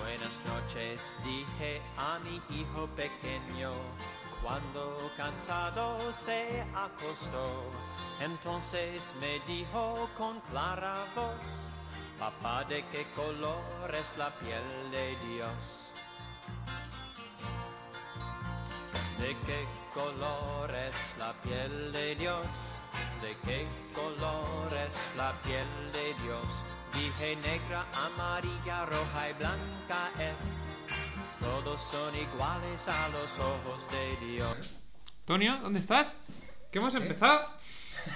Buenas noches, dije a mi hijo pequeño, cuando cansado se acostó. Entonces me dijo con clara voz, papá, ¿de qué color es la piel de Dios? ¿De qué color es la piel de Dios? ¿De qué color es la piel de Dios? Dije negra, amarilla, roja y blanca es. Todos son iguales a los ojos de Dios. Tonio, ¿dónde estás? ¿Qué hemos empezado?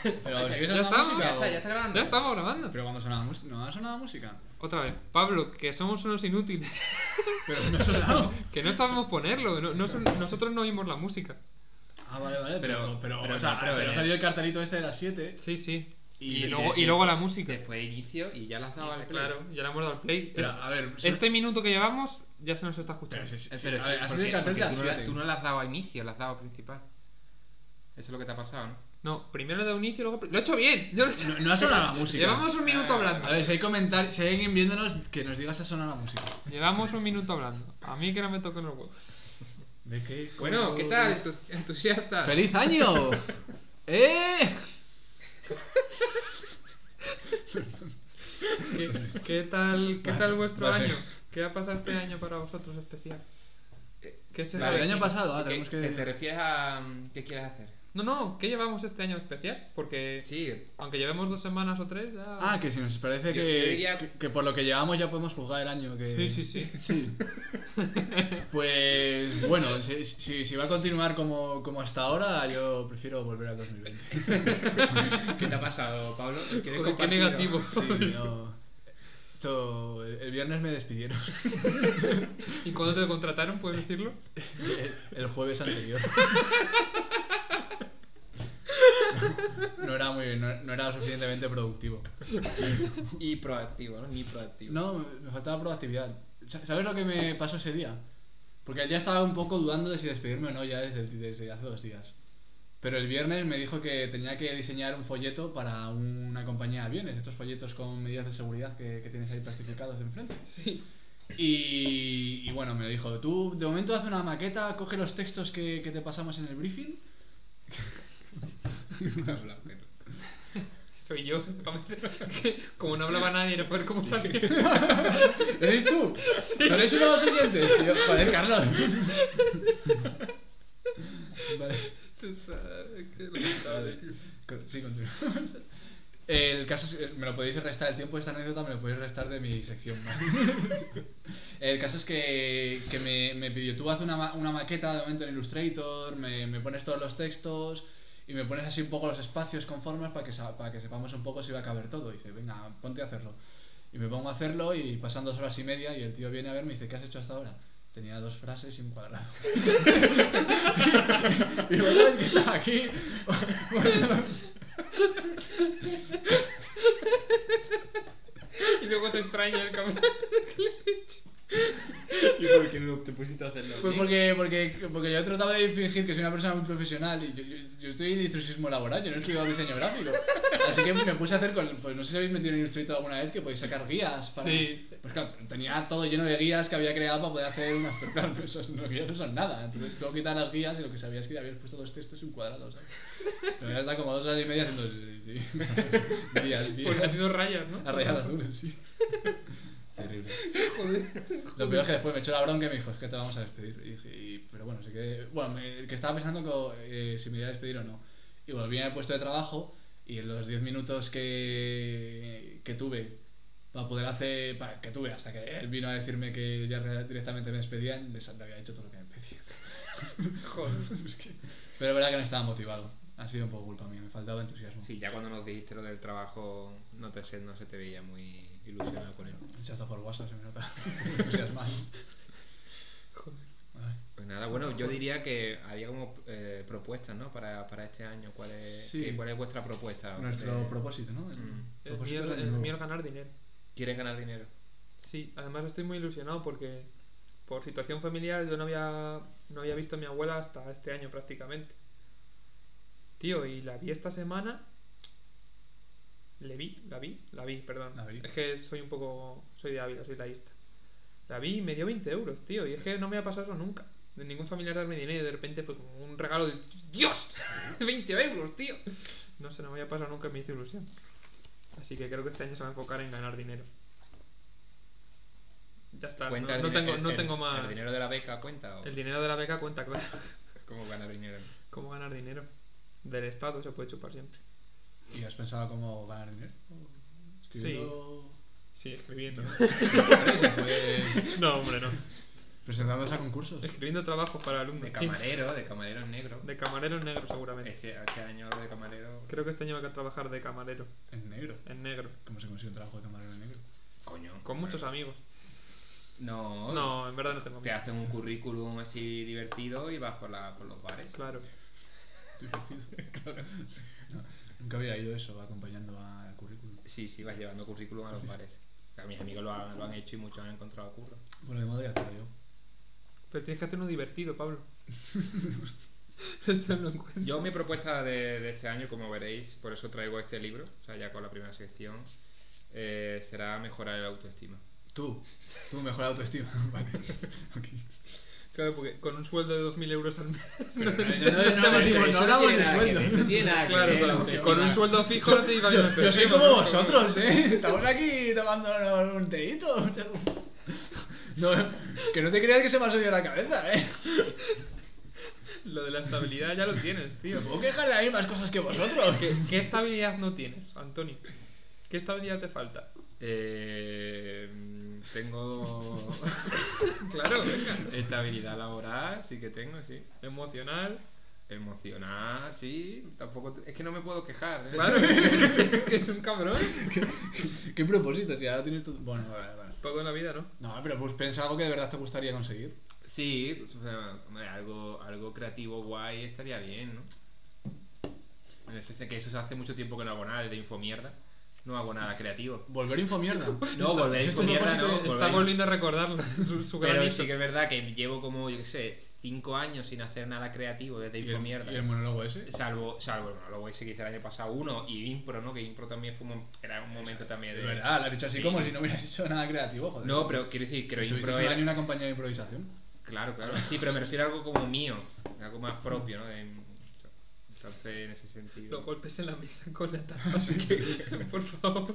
Pero si hubiese ¿Ya sonado estamos? música. Ya está, o- está grabando. Ya estamos grabando. Pero cuando sonaba música. No ha sonado música. Otra vez, Pablo, que somos unos inútiles, Pero no ha sonado. que no sabemos ponerlo, no- no son- nosotros no oímos la música. Ah, vale, vale. Pero, Pero- pero, pero o sea, no, pero pero eh. salió el cartelito este de las 7. Sí, sí. Y, Y- luego, y- y luego la música. Después de inicio y ya las daba al play. Claro, ya le hemos dado al play. Pero, Este- a ver. so- este minuto que llevamos ya se nos está Pero escuchando. sí, sí, Eh, sí, pero a sí, ver, ha sido porque- el cartel de las porque tú, no la- 7. tú no las has dado a inicio, las has dado a principal. Eso es lo que te ha pasado, ¿no? No, primero le he dado inicio, luego... Lo he hecho bien. Yo lo he hecho- No, no ha sonado la música. Llevamos un minuto Ah, hablando. A ver, si hay comentarios, si hay alguien viéndonos, que nos diga si ha sonado la música. Llevamos un minuto hablando. A mí que no me toquen los huevos. ¿De qué? Bueno, ¿qué tal? Entu- Entusiasta. ¡Feliz año! ¡Eh! ¿Qué, qué tal, qué tal vuestro va a ser. año? ¿Qué ha pasado este año para vosotros especial? ¿Qué se Vale, sabe? el año pasado, ah, ¿Qué- tenemos te, te que. refieres a mm, qué quieres hacer? No, no, ¿qué llevamos este año especial? Porque Sí, aunque llevemos dos semanas o tres, ya... Ah, que si nos parece Yo- yo diría- que, que por lo que llevamos ya podemos juzgar el año. Que... Sí, sí, sí. Sí. Pues bueno, si, si- si va a continuar como, como hasta ahora, yo prefiero volver al 2020. ¿qué te ha pasado, Pablo? ¿Quieres Joder, qué compartirlo? negativo. Sí, no. Esto, el el viernes me despidieron, ¿Y cuándo te contrataron, puedes decirlo? el, el jueves anterior. No era, muy, no, no era suficientemente productivo. Y proactivo, ¿no? Ni proactivo. No, me faltaba proactividad. Sa- ¿Sabes lo que me pasó ese día? Porque ya estaba un poco dudando de si despedirme o no ya desde, desde hace dos días. Pero el viernes me dijo que tenía que diseñar un folleto para una compañía de bienes, estos folletos con medidas de seguridad que, que tienes ahí plastificados enfrente. Sí. Y, y bueno, me lo dijo, tú de momento haz una maqueta, coge los textos que, que te pasamos en el briefing. Soy yo. Vamos, que Como no hablaba nadie, no poder cómo salía. ¿Eres tú? ¿Tú eres uno de los oyentes? tío? Joder, Carlos. vale. Tú sabes que lo que sabes. Con- Sí, continúa. El caso es, eh, me lo podéis restar, el tiempo de esta anécdota me lo podéis restar de mi sección. ¿vale? El caso es que, que me, me pidió, tú haz una, ma- una maqueta de momento en Illustrator, me, me pones todos los textos y me pones así un poco los espacios con formas para que, sa- para que sepamos un poco si va a caber todo. Y dice, venga, ponte a hacerlo. Y me pongo a hacerlo y pasan dos horas y media y el tío viene a verme y dice, ¿qué has hecho hasta ahora? Tenía dos frases y un cuadrado. y bueno, es que estaba aquí. Bueno, Y luego se extraña el cabrón. ¿Y por qué no te pusiste a hacerlo? Pues porque, porque, porque yo he tratado de fingir que soy una persona muy profesional y yo, yo- yo estoy en distrusismo laboral, yo no he estudiado diseño gráfico. Así que me puse a hacer con. Pues no sé si habéis metido en Illustrator alguna vez que podéis sacar guías para. Sí. Pues claro, tenía todo lleno de guías que había creado para poder hacer unas. Pero claro, esas no, guías no son nada. Entonces tengo que quitar las guías y lo que sabía es que le habías puesto dos textos y un cuadrado, ¿sabes? Pero ya está como dos horas y media haciendo. sí, sí, sí. Guías, Porque ha guías. sido rayas, ¿no? A rayar azules, sí. Terrible. Joder. Lo peor es que después me echó la bronca y me dijo, es que te vamos a despedir. Y dije, "Y- pero bueno, sí que... Bueno, me- que estaba pensando co- eh, si me iba a despedir o no. Y volví al puesto de trabajo y en los 10 minutos que, que tuve para poder hacer... pa- que tuve hasta que él vino a decirme que ya re- directamente me despedían, les le había dicho todo lo que me pedían. Joder. Es que- pero es verdad que no estaba motivado. Ha sido un poco culpa mía, me faltaba entusiasmo. Sí, ya cuando nos dijiste lo del trabajo, no te sé, no se te veía muy ilusionado con él. Chazo por WhatsApp se me nota. Entusiasmado. Joder. Ay. Pues nada, bueno, yo diría que había como eh, propuestas, ¿no? Para, para este año. ¿Cuál es, Sí. qué- ¿Cuál es vuestra propuesta? Nuestro Eh, propósito, ¿no? El Mm. El propósito mío, del año el nuevo. mío es ganar dinero. ¿Quieres ganar dinero? Sí, además estoy muy ilusionado porque por situación familiar yo no había, no había visto a mi abuela hasta este año prácticamente. Tío, y la vi esta semana. Le vi, la vi, la vi, perdón. La vi. Es que soy un poco. Soy de Ávila, soy laísta. La vi y me dio 20 euros, tío. Y es que no me ha pasado eso nunca. De ningún familiar darme dinero y de repente fue como un regalo de ¡Dios! 20 euros, tío. No sé, no me había pasado nunca y me hizo ilusión. Así que creo que este año se va a enfocar en ganar dinero. Ya está. No, Cuenta el no dine- tengo, el- no el- tengo más. ¿El dinero de la beca cuenta? O El dinero de la beca cuenta, claro. ¿Cómo ganar dinero? ¿Cómo ganar dinero? Del Estado se puede chupar siempre. ¿Y has pensado cómo ganar dinero? Escribiendo- Sí, escribiendo. Se pues, puede- No, hombre, no. Presentándose a concursos. Escribiendo trabajos para alumnos. De chinos. camarero, de camarero negro. De camarero en negro, seguramente. Este, este año de camarero. Creo que este año hay que trabajar de camarero En negro. en negro. ¿Cómo se consigue un trabajo de camarero en negro? Coño. Con muchos amigos. No, No, en verdad no tengo Te amigos. hacen un currículum así divertido y vas por, la, por los bares. Claro. Divertido. Claro. No, nunca había ido eso, acompañando al currículum. Sí, sí, vas llevando currículum a los bares. O sea, mis amigos lo han, lo han hecho y muchos han encontrado curro. Bueno, de Madrid hacerlo yo. Pero tienes que hacer uno divertido, Pablo. Esto no lo encuentro. Yo mi propuesta de, de este año, como veréis, por eso traigo este libro, o sea, ya con la primera sección, eh, será mejorar el autoestima. Tú, tú mejor autoestima. Vale. Ok. Claro, porque con un sueldo de 2.000 euros al mes. Pero no- te- te no, motiva. pero eso hablamos tiene de nada que sueldo. ver, No tiene nada que Claro, ver la claro. autoestima. Con un sueldo fijo no te iba a Yo, yo soy como vosotros, ¿eh? Estamos aquí tomándonos un teíto. No, que no te creas que se me ha subido la cabeza, ¿eh? Lo de la estabilidad ya lo tienes, tío. Puedo quejar de las mismas cosas que vosotros. ¿Qué, qué estabilidad no tienes, Antonio? ¿Qué estabilidad te falta? Eh, mm, tengo Claro, venga. estabilidad laboral, sí que tengo, sí. Emocional. Emocional, sí. Tampoco, es que no me puedo quejar. ¿eh? Claro, es que es un cabrón. ¿Qué propósito? Si ahora tienes todo. Bueno, vale, vale. Todo en la vida, ¿no? No, pero pues piensa algo que de verdad te gustaría conseguir. Sí, pues, o sea, hombre, algo, algo creativo guay estaría bien, ¿no? En ese sé que eso hace mucho tiempo que no hago nada, desde Infomierda. No hago nada creativo. Volver infomierda. No, volver a Si esto es Infomierda propósito, Pues no. Está volver- volviendo a recordarlo, su, su Pero granito. sí que es verdad que llevo como, yo qué sé, cinco años sin hacer nada creativo desde Y el, Infomierda. y el monólogo ese. Salvo, salvo el monólogo ese que hice el año pasado, uno, y Impro, ¿no? Que Impro también fue un mom- era un momento también de... De verdad, lo has dicho así Sí. como si no hubieras hecho nada creativo, joder. No, pero quiero decir, creo Estuviste Impro un era... año en una compañía de improvisación. Claro, claro. Sí, pero me refiero a algo como mío, algo más propio, ¿no? De- Entonces, en ese sentido... Los golpes en la mesa con la taza. así que, por favor,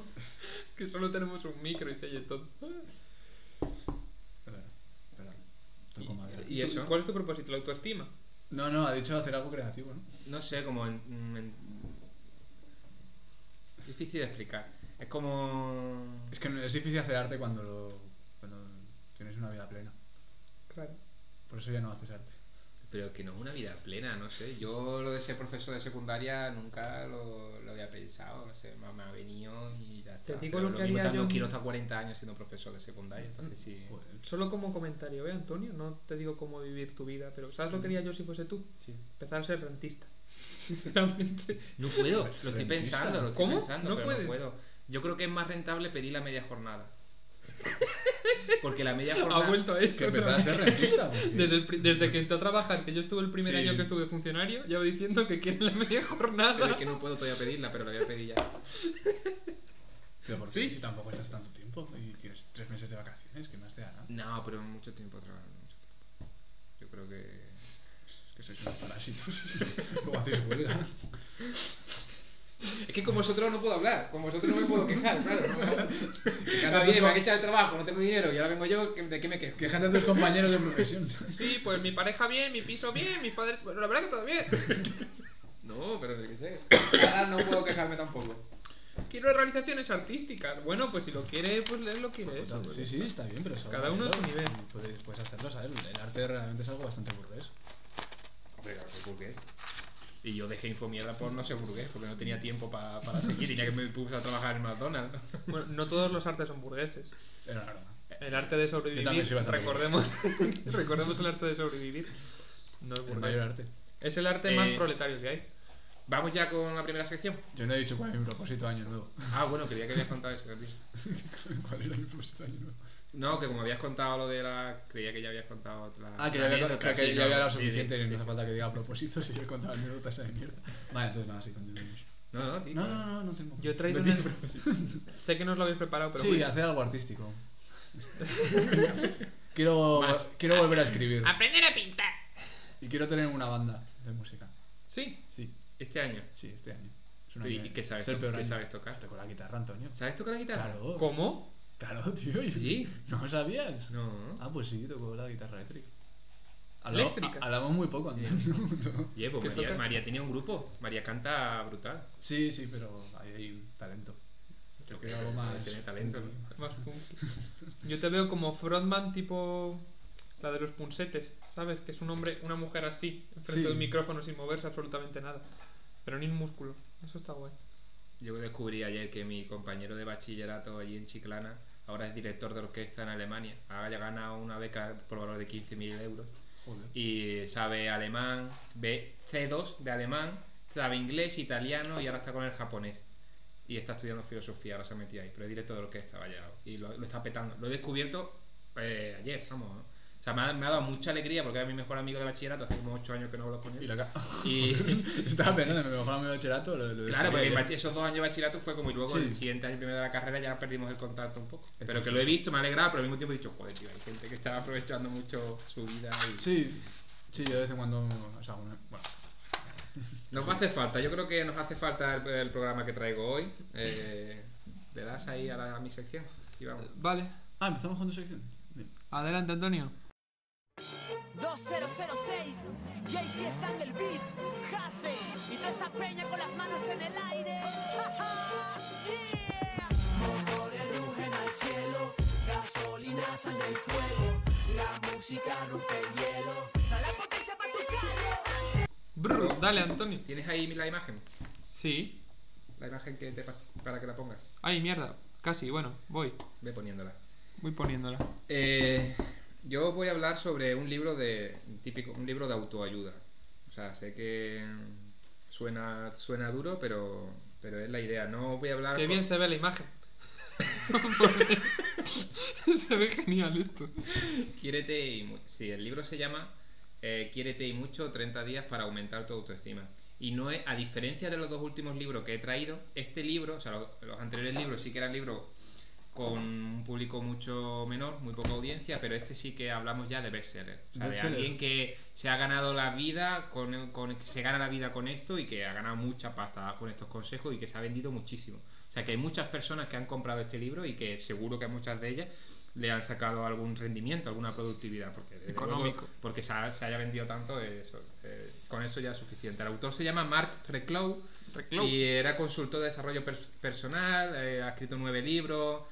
que solo tenemos un micro y se oye todo. Espera, espera. Toco madera. y- eso? ¿Cuál es tu propósito? ¿La autoestima? No, no, ha dicho hacer algo creativo, ¿no? No sé, como... en- mm, en- Difícil de explicar. Es como... Es que no- es difícil hacer arte cuando, lo, cuando tienes una vida plena. Claro. Por eso ya no haces arte. Pero que no es una vida plena, no sé. Yo lo de ser profesor de secundaria nunca lo, lo había pensado. No sé, me, me ha venido y ya Te está. digo Pero lo que mismo haría tan- no yo. quiero estar 40 años siendo profesor de secundaria, entonces sí. Joder. Solo como comentario, ¿eh, Antonio? No te digo cómo vivir tu vida, pero ¿sabes lo que haría yo si fuese tú? Sí. Empezar a ser rentista. Sinceramente. No puedo, lo estoy Rentista. pensando, lo estoy ¿Cómo? pensando, No pero puedes. no puedo. Yo creo que es más rentable pedir la media jornada. Porque la media jornada. Ha vuelto a eso. Que empezar otra a vez. ser rentista. porque- Desde, el pri- desde que entró a trabajar, que yo estuve el primer Sí. año que estuve funcionario, llevo diciendo que quiere la media Pero es jornada. que no puedo todavía pedirla, pero la voy a pedir ya. Pero ¿por qué? Sí. Si tampoco estás tanto tiempo y tienes tres meses de vacaciones, ¿qué más te da? no? No, pero mucho tiempo trabajando. mucho tiempo. Yo creo que. Que sois unos parásitos. Luego hacéis huelga. Es que con vosotros no puedo hablar, con vosotros no me puedo quejar, claro. Que cada Entonces, día me ¿cómo? han echado el trabajo, no tengo dinero, y ahora vengo yo, ¿que- ¿de qué me quejo? Quejate a tus compañeros de profesión. ¿sabes? Sí, pues mi pareja bien, mi piso bien, mis padres. Bueno, la verdad que todo bien. No, pero yo qué sé. Ahora no puedo quejarme tampoco. Quiero realizaciones artísticas. Bueno, pues si lo quiere, pues él lo quiere eso. pues Sí, sí, está bien, pero eso- Cada uno a su nivel. Puedes, puedes hacerlo, ¿sabes? El arte realmente es algo bastante burgués. Hombre, claro, soy burgués. Y yo dejé infomierda por no ser burgués, porque no tenía tiempo pa- para seguir, tenía que me puse a trabajar en McDonald's. Bueno, no todos los artes son burgueses. Era una broma. El arte de Yo también sobrevivir, soy bastante recordemos, recordemos el arte de sobrevivir. No es El burgués. mayor arte. Es el arte más Eh, proletario que hay. Vamos ya con la primera sección. Yo no he dicho cuál es mi propósito de año nuevo. Ah, bueno, quería que habías contado eso. tío. ¿Cuál era mi propósito de año nuevo? No, que como habías contado lo de la. Creía que ya habías contado la. Ah, que la ya había, anécdota, creo que sí, ya había no, hablado sí, sí, suficiente y sí, no hace sí. falta que diga propósitos si yo he contado anécdotas de mierda. Vale, entonces nada, sí, continuemos. No, no, tío. No, no, no, no tengo. Yo he traído No una- tengo propósito. Sé que no os lo habéis preparado, pero Sí, bueno. hacer algo artístico. Quiero, Más. quiero volver a escribir. Aprender a pintar. Ah. Y quiero tener una banda de música. Sí. Sí, Este año. sí, este año. Es un Pero, ¿y año- qué sabes es el to- peor qué año. sabes tocar? Toco la guitarra, Antonio. ¿Sabes tocar la guitarra? Claro. ¿Cómo? Claro, tío. yo- Sí. ¿No lo sabías? No. Ah, pues sí, tocó la guitarra eléctrica. Eléctrica. a- Hablamos muy poco, Antonio. Llevo, ¿Qué pues María, toca? María tiene un grupo. María canta brutal. Sí, sí, pero ahí hay un talento. Yo Lo quiero que- algo más. tiene talento, ¿no? Más punk. Yo te veo como frontman tipo la de los punsetes, ¿sabes? Que es un hombre, una mujer así, enfrente Sí. de un micrófono sin moverse absolutamente nada. Pero ni un músculo. Eso está guay. Yo descubrí ayer que mi compañero de bachillerato allí en Chiclana ahora es director de orquesta en Alemania. Ha ganado una beca por valor de 15.000 euros. Joder. Y sabe alemán, B- C2 de alemán, sabe inglés, italiano y ahora está con el japonés. Y está estudiando filosofía, ahora se ha metido ahí. Pero es director de orquesta, vaya. Y lo, lo está petando. Lo he descubierto eh, ayer, vamos. ¿no? O sea, me ha, me ha dado mucha alegría porque era mi mejor amigo de bachillerato. Hace como 8 años que no hablo con él. Y la ca- Y- Estaba pensando, me mejor amigo de Cherato. Lo, lo Claro, porque descubrí en ayer. bachi- esos dos años de bachillerato fue como y luego Sí. el siguiente año primero de la carrera ya perdimos el contacto un poco. Pero Esto que sí. lo he visto, me ha alegrado, pero al mismo tiempo he dicho, joder, tío, hay gente que está aprovechando mucho su vida y... Sí, sí, yo de vez en cuando. O sea, una- bueno, Nos va a hacer falta, yo creo que nos hace falta el, el programa que traigo hoy. Eh, Le das ahí a, la- a mi sección y vamos. Vale. Ah, empezamos con tu sección. Bien. Adelante, Antonio. 2006, Jay-Z está en el beat, Hase y toda esa peña con las manos en el aire. ¡Ja, ja! Yeah. Motores rugen al cielo, gasolina sale el fuego, la música rompe el hielo. Da la potencia para tu calle. Brr, dale, Antonio. ¿Tienes ahí la imagen? Sí. La imagen que te pas- para que la pongas. Ay, mierda. Casi, bueno, voy. Ve poniéndola. Voy poniéndola. Eh, yo voy a hablar sobre un libro de típico, un libro de autoayuda. O sea, sé que mm, suena, suena duro, pero, pero es la idea. No voy a hablar. Qué con- bien se ve la imagen. se ve genial esto. Quiérete y mu- sí, el libro se llama eh, Quiérete y mucho, 30 días para aumentar tu autoestima. Y no es, a diferencia de los dos últimos libros que he traído, este libro, o sea, lo- los, anteriores libros sí que eran libros con un público mucho menor, muy poca audiencia, pero este sí que hablamos ya de bestseller. O sea, de Bestseller. alguien que se ha ganado la vida, con, con- que se gana la vida con esto y que ha ganado mucha pasta con estos consejos y que se ha vendido muchísimo. O sea, que hay muchas personas que han comprado este libro y que seguro que a muchas de ellas le han sacado algún rendimiento, alguna productividad, porque desde luego, Económico. porque se, ha- se haya vendido tanto, eso, eh, con eso ya es suficiente. El autor se llama Mark Reclow Reclow. y era consultor de desarrollo pers- personal, eh, ha escrito nueve libros,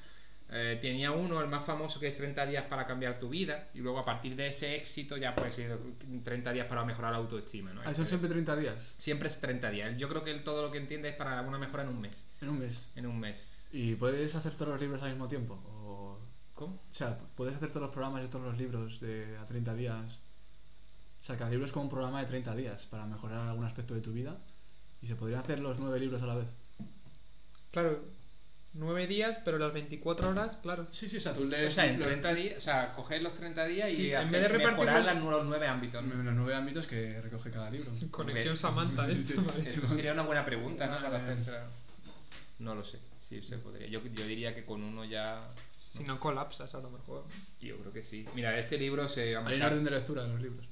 eh, tenía uno, el más famoso, que es 30 días para cambiar tu vida, y luego a partir de ese éxito ya puedes ir 30 días para mejorar la autoestima. ¿no? Ah, son Eh, siempre 30 días. siempre es 30 días. Yo creo que él todo lo que entiende es para una mejora en un mes. En un mes. En un mes. ¿Y puedes hacer todos los libros al mismo tiempo? O, ¿Cómo? o sea, ¿puedes hacer todos los programas y todos los libros de a 30 días? O sea, cada libro es como un programa de 30 días para mejorar algún aspecto de tu vida. Y se podrían hacer los nueve libros a la vez. Claro, nueve días, pero las 24 horas, claro. Sí, sí, o sea, tú O lees sea, en los- 30 días, o sea, coger los 30 días y Sí, en hacer- vez de repartirlo- mejorar las nu- los nueve ámbitos. ¿no? los nueve ámbitos que recoge cada libro. Conexión Hombre. Samantha, esto. vale. Eso sería una buena pregunta, ¿no? Ah, Para bien. hacérsela. No lo sé, sí Mm. se podría. Yo, yo diría que con uno ya. Si no colapsas, a lo mejor. Yo creo que sí. Mira, este libro se, vamos, Hay se un ha- orden de lectura en los libros.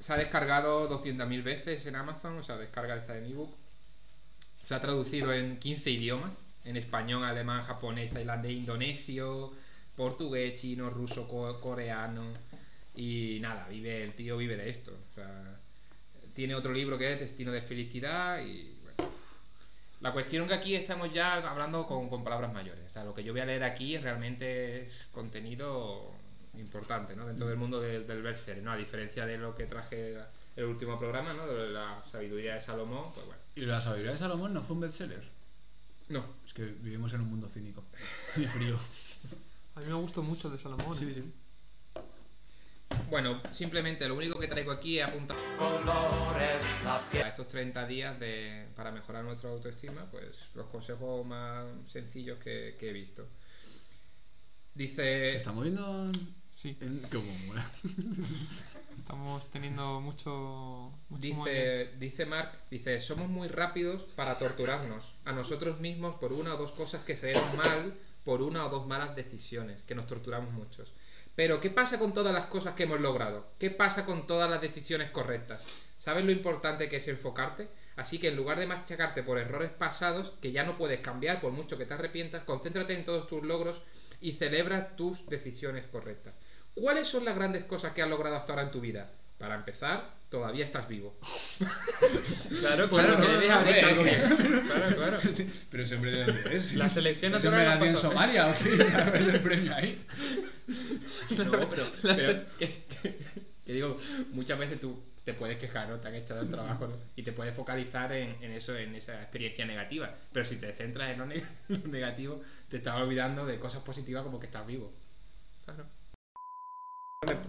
se ha descargado 200.000 veces en Amazon, o sea, descarga está en ebook. Se ha traducido en 15 idiomas: en español, alemán, japonés, tailandés, indonesio, portugués, chino, ruso, co- coreano. Y nada, vive el tío vive de esto. O sea, tiene otro libro que es Destino de Felicidad y bueno. La cuestión que aquí estamos ya hablando con, con palabras mayores. O sea, lo que yo voy a leer aquí realmente es contenido importante, ¿no? Dentro del mundo del, del bestseller, ¿no? A diferencia de lo que traje el último programa, ¿no? De la sabiduría de Salomón, pues bueno. Y la sabiduría de Salomón no fue un bestseller. No, Es que vivimos en un mundo cínico y frío. A mí me gustó mucho de Salomón. Oh, Sí, eh. sí. Bueno, simplemente lo único que traigo aquí es apuntar colores la piel. a estos 30 días de, para mejorar nuestra autoestima, pues los consejos más sencillos que, que he visto. Se Dice, está moviendo Sí, en... como mola. estamos teniendo mucho, mucho movimiento. dice, dice Mark, dice, somos muy rápidos para torturarnos a nosotros mismos por una o dos cosas que se dieron mal por una o dos malas decisiones, que nos torturamos muchos. Pero, ¿qué pasa con todas las cosas que hemos logrado? ¿Qué pasa con todas las decisiones correctas? ¿Sabes lo importante que es enfocarte? Así que en lugar de machacarte por errores pasados, que ya no puedes cambiar por mucho que te arrepientas, concéntrate en todos tus logros y celebra tus decisiones correctas. ¿Cuáles son las grandes cosas que has logrado hasta ahora en tu vida? Para empezar, todavía estás vivo. Claro, Claro, que debes haber hecho algo bien. Claro, claro. Sí, Pero ese hombre de dónde es. La selección ¿Ese nacional hombre no nació en pasó. Somalia o qué? Ya ves el premio ahí. No, pero, La pero- se- que, que- que digo, muchas veces tú te puedes quejar, ¿no? Te han echado el trabajo ¿no? y te puedes focalizar en, en eso, en esa experiencia negativa. Pero si te centras en lo, ne- lo negativo, te estás olvidando de cosas positivas como que estás vivo. Claro.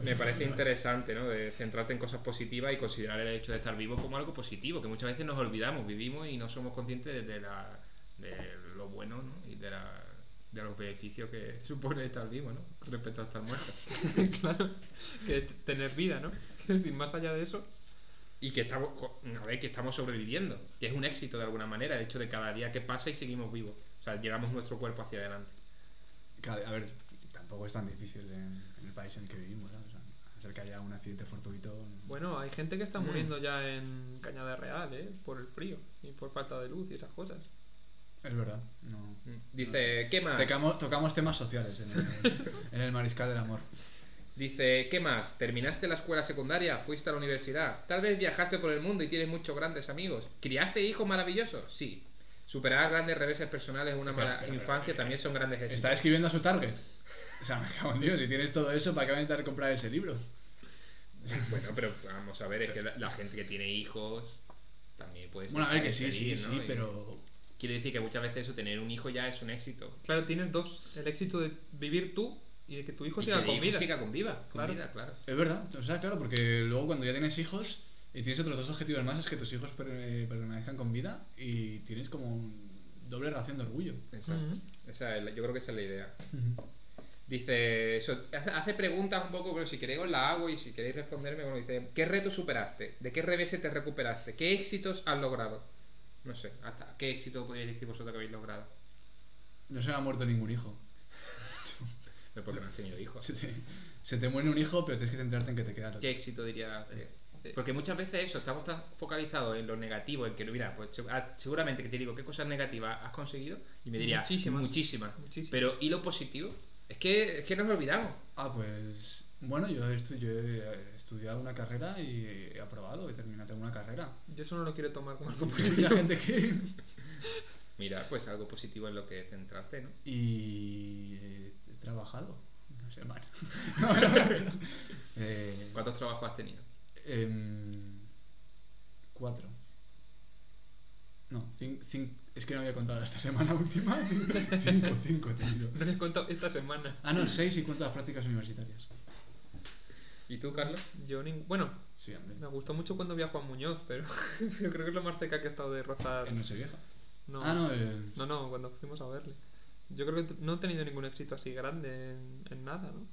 Me parece interesante, ¿no? De centrarte en cosas positivas y considerar el hecho de estar vivo como algo positivo, que muchas veces nos olvidamos, vivimos y no somos conscientes de, de la, de lo bueno, ¿no? Y de, la- de los beneficios que supone estar vivo, ¿no? Respecto a estar muerto. claro. Que es t- tener vida, ¿no? Es decir, más allá de eso. Y que estamos, jo- a ver, que estamos sobreviviendo, que es un éxito de alguna manera, el hecho de cada día que pasa y seguimos vivos. O sea, llevamos nuestro cuerpo hacia adelante. Claro, a ver, tampoco es tan difícil en, en el país en el que vivimos, ¿sabes? O sea, a no ser que haya un accidente fortuito. no- Bueno, hay gente que está Mm. muriendo ya en Cañada Real, ¿eh? Por el frío y por falta de luz y esas cosas. Es verdad. No. Dice, ¿qué más? Tocamos, tocamos temas sociales en el, en el Mariscal del Amor. Dice, ¿qué más? ¿Terminaste la escuela secundaria? ¿Fuiste a la universidad? Tal vez viajaste por el mundo y tienes muchos grandes amigos. ¿Criaste hijos maravillosos? Sí. Superar grandes reveses personales en una Pero- mala pero- pero- infancia también son grandes éxitos. Está escribiendo a su target. O sea, me cago en Dios, si tienes todo eso, ¿para qué va a intentar comprar ese libro? Bueno, pero vamos a ver, es que la, la gente que tiene hijos también puede ser Bueno, a ver que sí, feliz, sí, ¿no? sí, Y pero. Quiere decir que muchas veces eso, tener un hijo ya es un éxito. Claro, tienes dos. El éxito de vivir tú y de que tu hijo Y siga que con vida. Siga con vida, con Claro. vida, claro. Es verdad, o sea, claro, porque luego cuando ya tienes hijos y tienes otros dos objetivos más, es que tus hijos per- eh, permanezcan con vida y tienes como un doble relación de orgullo. Exacto. Ujú. Esa es la- yo creo que esa es la idea. Dice, eso- hace- hace preguntas un poco, pero si queréis os la hago y si queréis responderme, bueno, dice, ¿qué reto superaste? ¿De qué reveses te recuperaste? ¿Qué éxitos has logrado? No sé, hasta qué éxito podríais decir vosotros que habéis logrado. No se me ha muerto ningún hijo. No, porque no has tenido hijos. Se te, se te muere un hijo, pero tienes que centrarte en que te queda el otro. ¿Qué éxito Eh, diría? que- Porque muchas veces eso, estamos tan focalizados en lo negativo, en que, mira, pues se- ah, seguramente que te digo qué cosas negativas has conseguido y me diría Muchísimas. muchísimas. Muchísimas. Pero ¿y lo positivo? Es que, es que nos olvidamos. Ah, pues. Bueno, yo, estu- yo he estudiado una carrera y he aprobado, he terminado una carrera. Yo eso no lo quiero tomar como algo Hay mucha gente que. Mira, pues algo positivo en lo que centrarte, ¿no? Y. eh, He trabajado una semana. No, no, no. Eh, ¿Cuántos trabajos has tenido? Em, cuatro. No, cin- cin- es que no había contado esta semana última. cinco, cinco he tenido. No les cuento esta semana. Ah, no, seis y cuento las prácticas universitarias. ¿Y tú, Carlos? Yo ning- Bueno, Sí, hombre. me gustó mucho cuando vi a Juan Muñoz, pero yo creo que es lo más cerca que he estado de rozar. En Nochevieja. No, Ah, no, eh, no, no, cuando fuimos a verle. Yo creo que t- no he tenido ningún éxito así grande en, en nada, ¿no?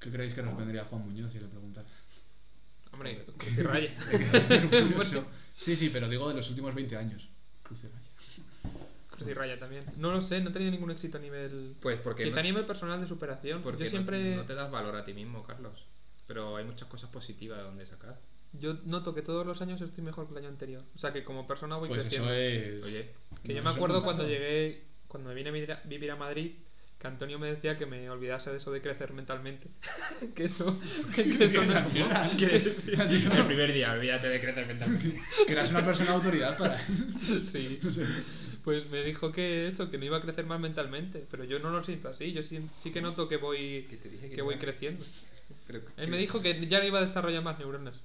¿Qué creéis que respondería Juan Muñoz si le preguntas? Hombre, cruz y raya. Orgulloso. sí, sí, pero digo de los últimos 20 años. Cruz de raya. Cruz y raya también. No lo sé, no he tenido ningún éxito a nivel. Pues porque, Quizá no, a nivel personal de superación. porque yo no- siempre. no, te das valor a ti mismo, Carlos. Pero hay muchas cosas positivas de donde sacar. Yo noto que todos los años estoy mejor que el año anterior. O sea que como persona voy Pues creciendo. eso es. Oye, Que yo no, me eso es acuerdo un cuando puntazo. llegué, cuando me vine a vivir a, vivir a Madrid, que Antonio me decía que me olvidase de eso de crecer mentalmente. que eso, que eso no Esa mierda, que- el primer día, olvídate de crecer mentalmente. que eras una persona de autoridad para. Sí. Pues me dijo que eso, que no iba a crecer más mentalmente, pero yo no lo siento así, yo sí, sí que noto que voy Que te dije que que voy no. creciendo. Pero- Él me dijo que ya no iba a desarrollar más neuronas.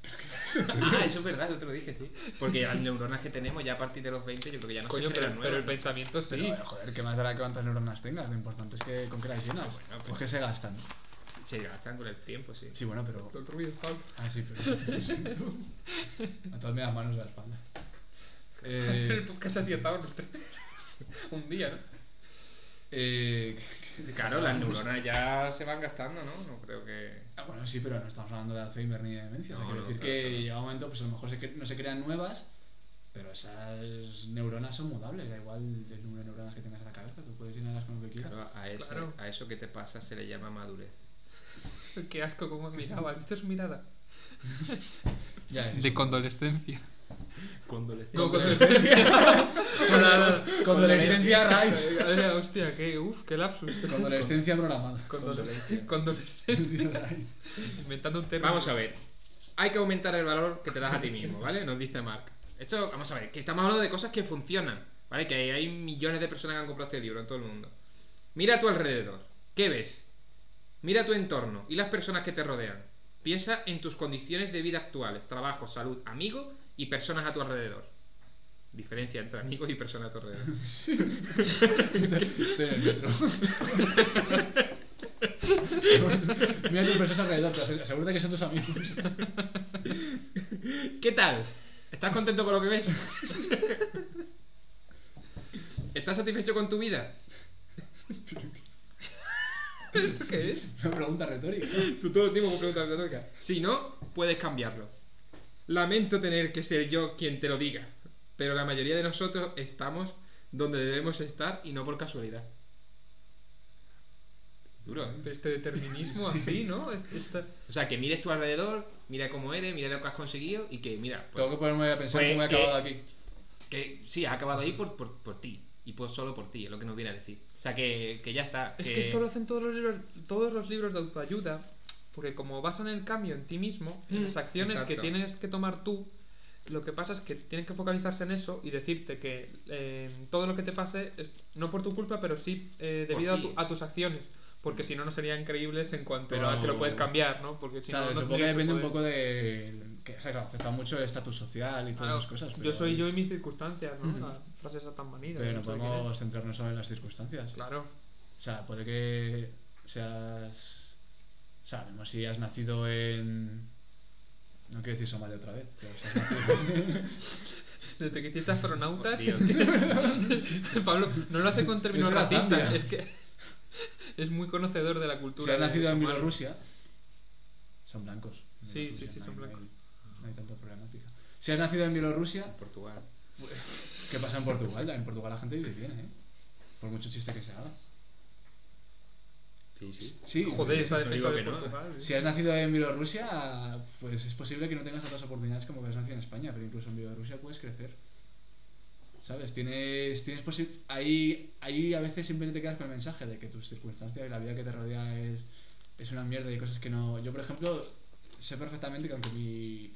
Ah, eso es verdad, yo te lo dije, sí. Porque las neuronas que tenemos ya a partir de los 20, yo creo que ya no Coño, se pero, generan pero el nuevas, pensamiento sí. Pero, eh, joder, que más dará que cuántas neuronas tengas. Lo importante es que con que las llenas. bueno, pues- pues que se gastan. ¿no? Se gastan con el tiempo, sí. Sí, bueno, pero. Doctor Ruiz, Pablo. Ah, sí, pero. lo siento. A todas las manos de la espalda. El Eh, podcast así estábamos los tres. Un día, ¿no? eh, que- que- Claro, las neuronas ya se van gastando, ¿no? No creo que. Ah, bueno, sí, pero no estamos hablando de Alzheimer ni de demencia. o sea, No, quiero no, decir claro, que claro. llega un momento, pues a lo mejor se cre- no se crean nuevas, Pero esas neuronas son mudables, da igual el número de neuronas que tengas en la cabeza, tú puedes llenarlas con lo que quieras. Claro, a, ese- Claro. a eso que te pasa se le llama madurez. Qué asco cómo miraba. ¿Has visto su mirada? Ya, es De condolescencia. Condolescencia. No, condolescencia. Nada, nada. Condolescencia Rice. Adrián, hostia, qué, uf, qué lapsus. Condolescencia programada. Condolescencia. Condolescencia. Inventando un término. Vamos a ver. Hay que aumentar el valor que te das a ti mismo, ¿vale? Nos dice Mark. Esto, vamos a ver, que estamos hablando de cosas que funcionan, ¿vale? Que hay, hay millones de personas que han comprado este libro en todo el mundo. Mira a tu alrededor. ¿Qué ves? Mira tu entorno y las personas que te rodean. Piensa en tus condiciones de vida actuales, trabajo, salud, amigos y personas a tu alrededor. Diferencia entre amigos y personas a tu alrededor. Estoy en el metro. Mira tus personas alrededor, pero asegúrate que son tus amigos. ¿Qué tal? ¿Estás contento con lo que ves? ¿Estás satisfecho con tu vida? ¿Esto qué es? Una pregunta retórica. Tú todo el tiempo con preguntas retóricas. Si no, puedes cambiarlo. Lamento tener que ser yo quien te lo diga, pero la mayoría de nosotros estamos donde debemos estar y no por casualidad. Duro, ¿eh? Pero este determinismo así, ¿no? Este- esta- O sea, que mires tu alrededor, mira cómo eres, mira lo que has conseguido y que, mira, pues, Tengo que ponerme a pensar Pues, cómo he eh, acabado aquí. que sí, ha acabado ahí por, por, por ti y por, solo por ti, es lo que nos viene a decir. O sea, que, que ya está. Es que Eh, esto lo hacen todos los libros, todos los libros de autoayuda, porque como basan el cambio en ti mismo, en Mm, las acciones que exacto. tienes que tomar tú, lo que pasa es que tienen que focalizarse en eso y decirte que eh, todo lo que te pase es no por tu culpa, pero sí eh, Por debido a, ti. tu- a tus acciones. Porque si no, no serían creíbles en cuanto Mm. Pero- a que lo puedes cambiar, ¿no? Porque O si sea, no, no supongo que tendrías depende un poder. poco de. Que, o sea, claro, afecta mucho el estatus social y todas Claro, esas cosas. yo pero- Mm. soy yo y mis circunstancias, ¿no? La frase esa tan manida. Pero no no sé quién es. podemos centrarnos solo en las circunstancias. Claro. O sea, puede que seas. O sea, mismo si has nacido en. No quiero decir Somalia otra vez, pero si has nacido en- Desde que hiciste astronautas. Por Pablo, no lo hace con términos No será racistas, Zambia. es que es muy conocedor de la cultura. si has de nacido en Somalia. Bielorrusia, son blancos. en Sí, Bielorrusia, sí, sí, no son hay- blancos. No hay, no hay tanta problemática. Si has nacido en Bielorrusia, Portugal. ¿qué pasa en Portugal? En Portugal la gente vive bien, ¿eh? Por mucho chiste que se haga. Sí, sí. Sí, Joder, esa no defensa digo de que no. ¿eh? Portugal. Si has nacido en Bielorrusia, pues es posible que no tengas tantas oportunidades como que has nacido en España, pero incluso en Bielorrusia puedes crecer. ¿Sabes? Tienes, tienes posi- ahí, ahí a veces simplemente te quedas con el mensaje de que tus circunstancias y la vida que te rodea es, es una mierda y cosas que no. Yo, por ejemplo, sé perfectamente que aunque, mi,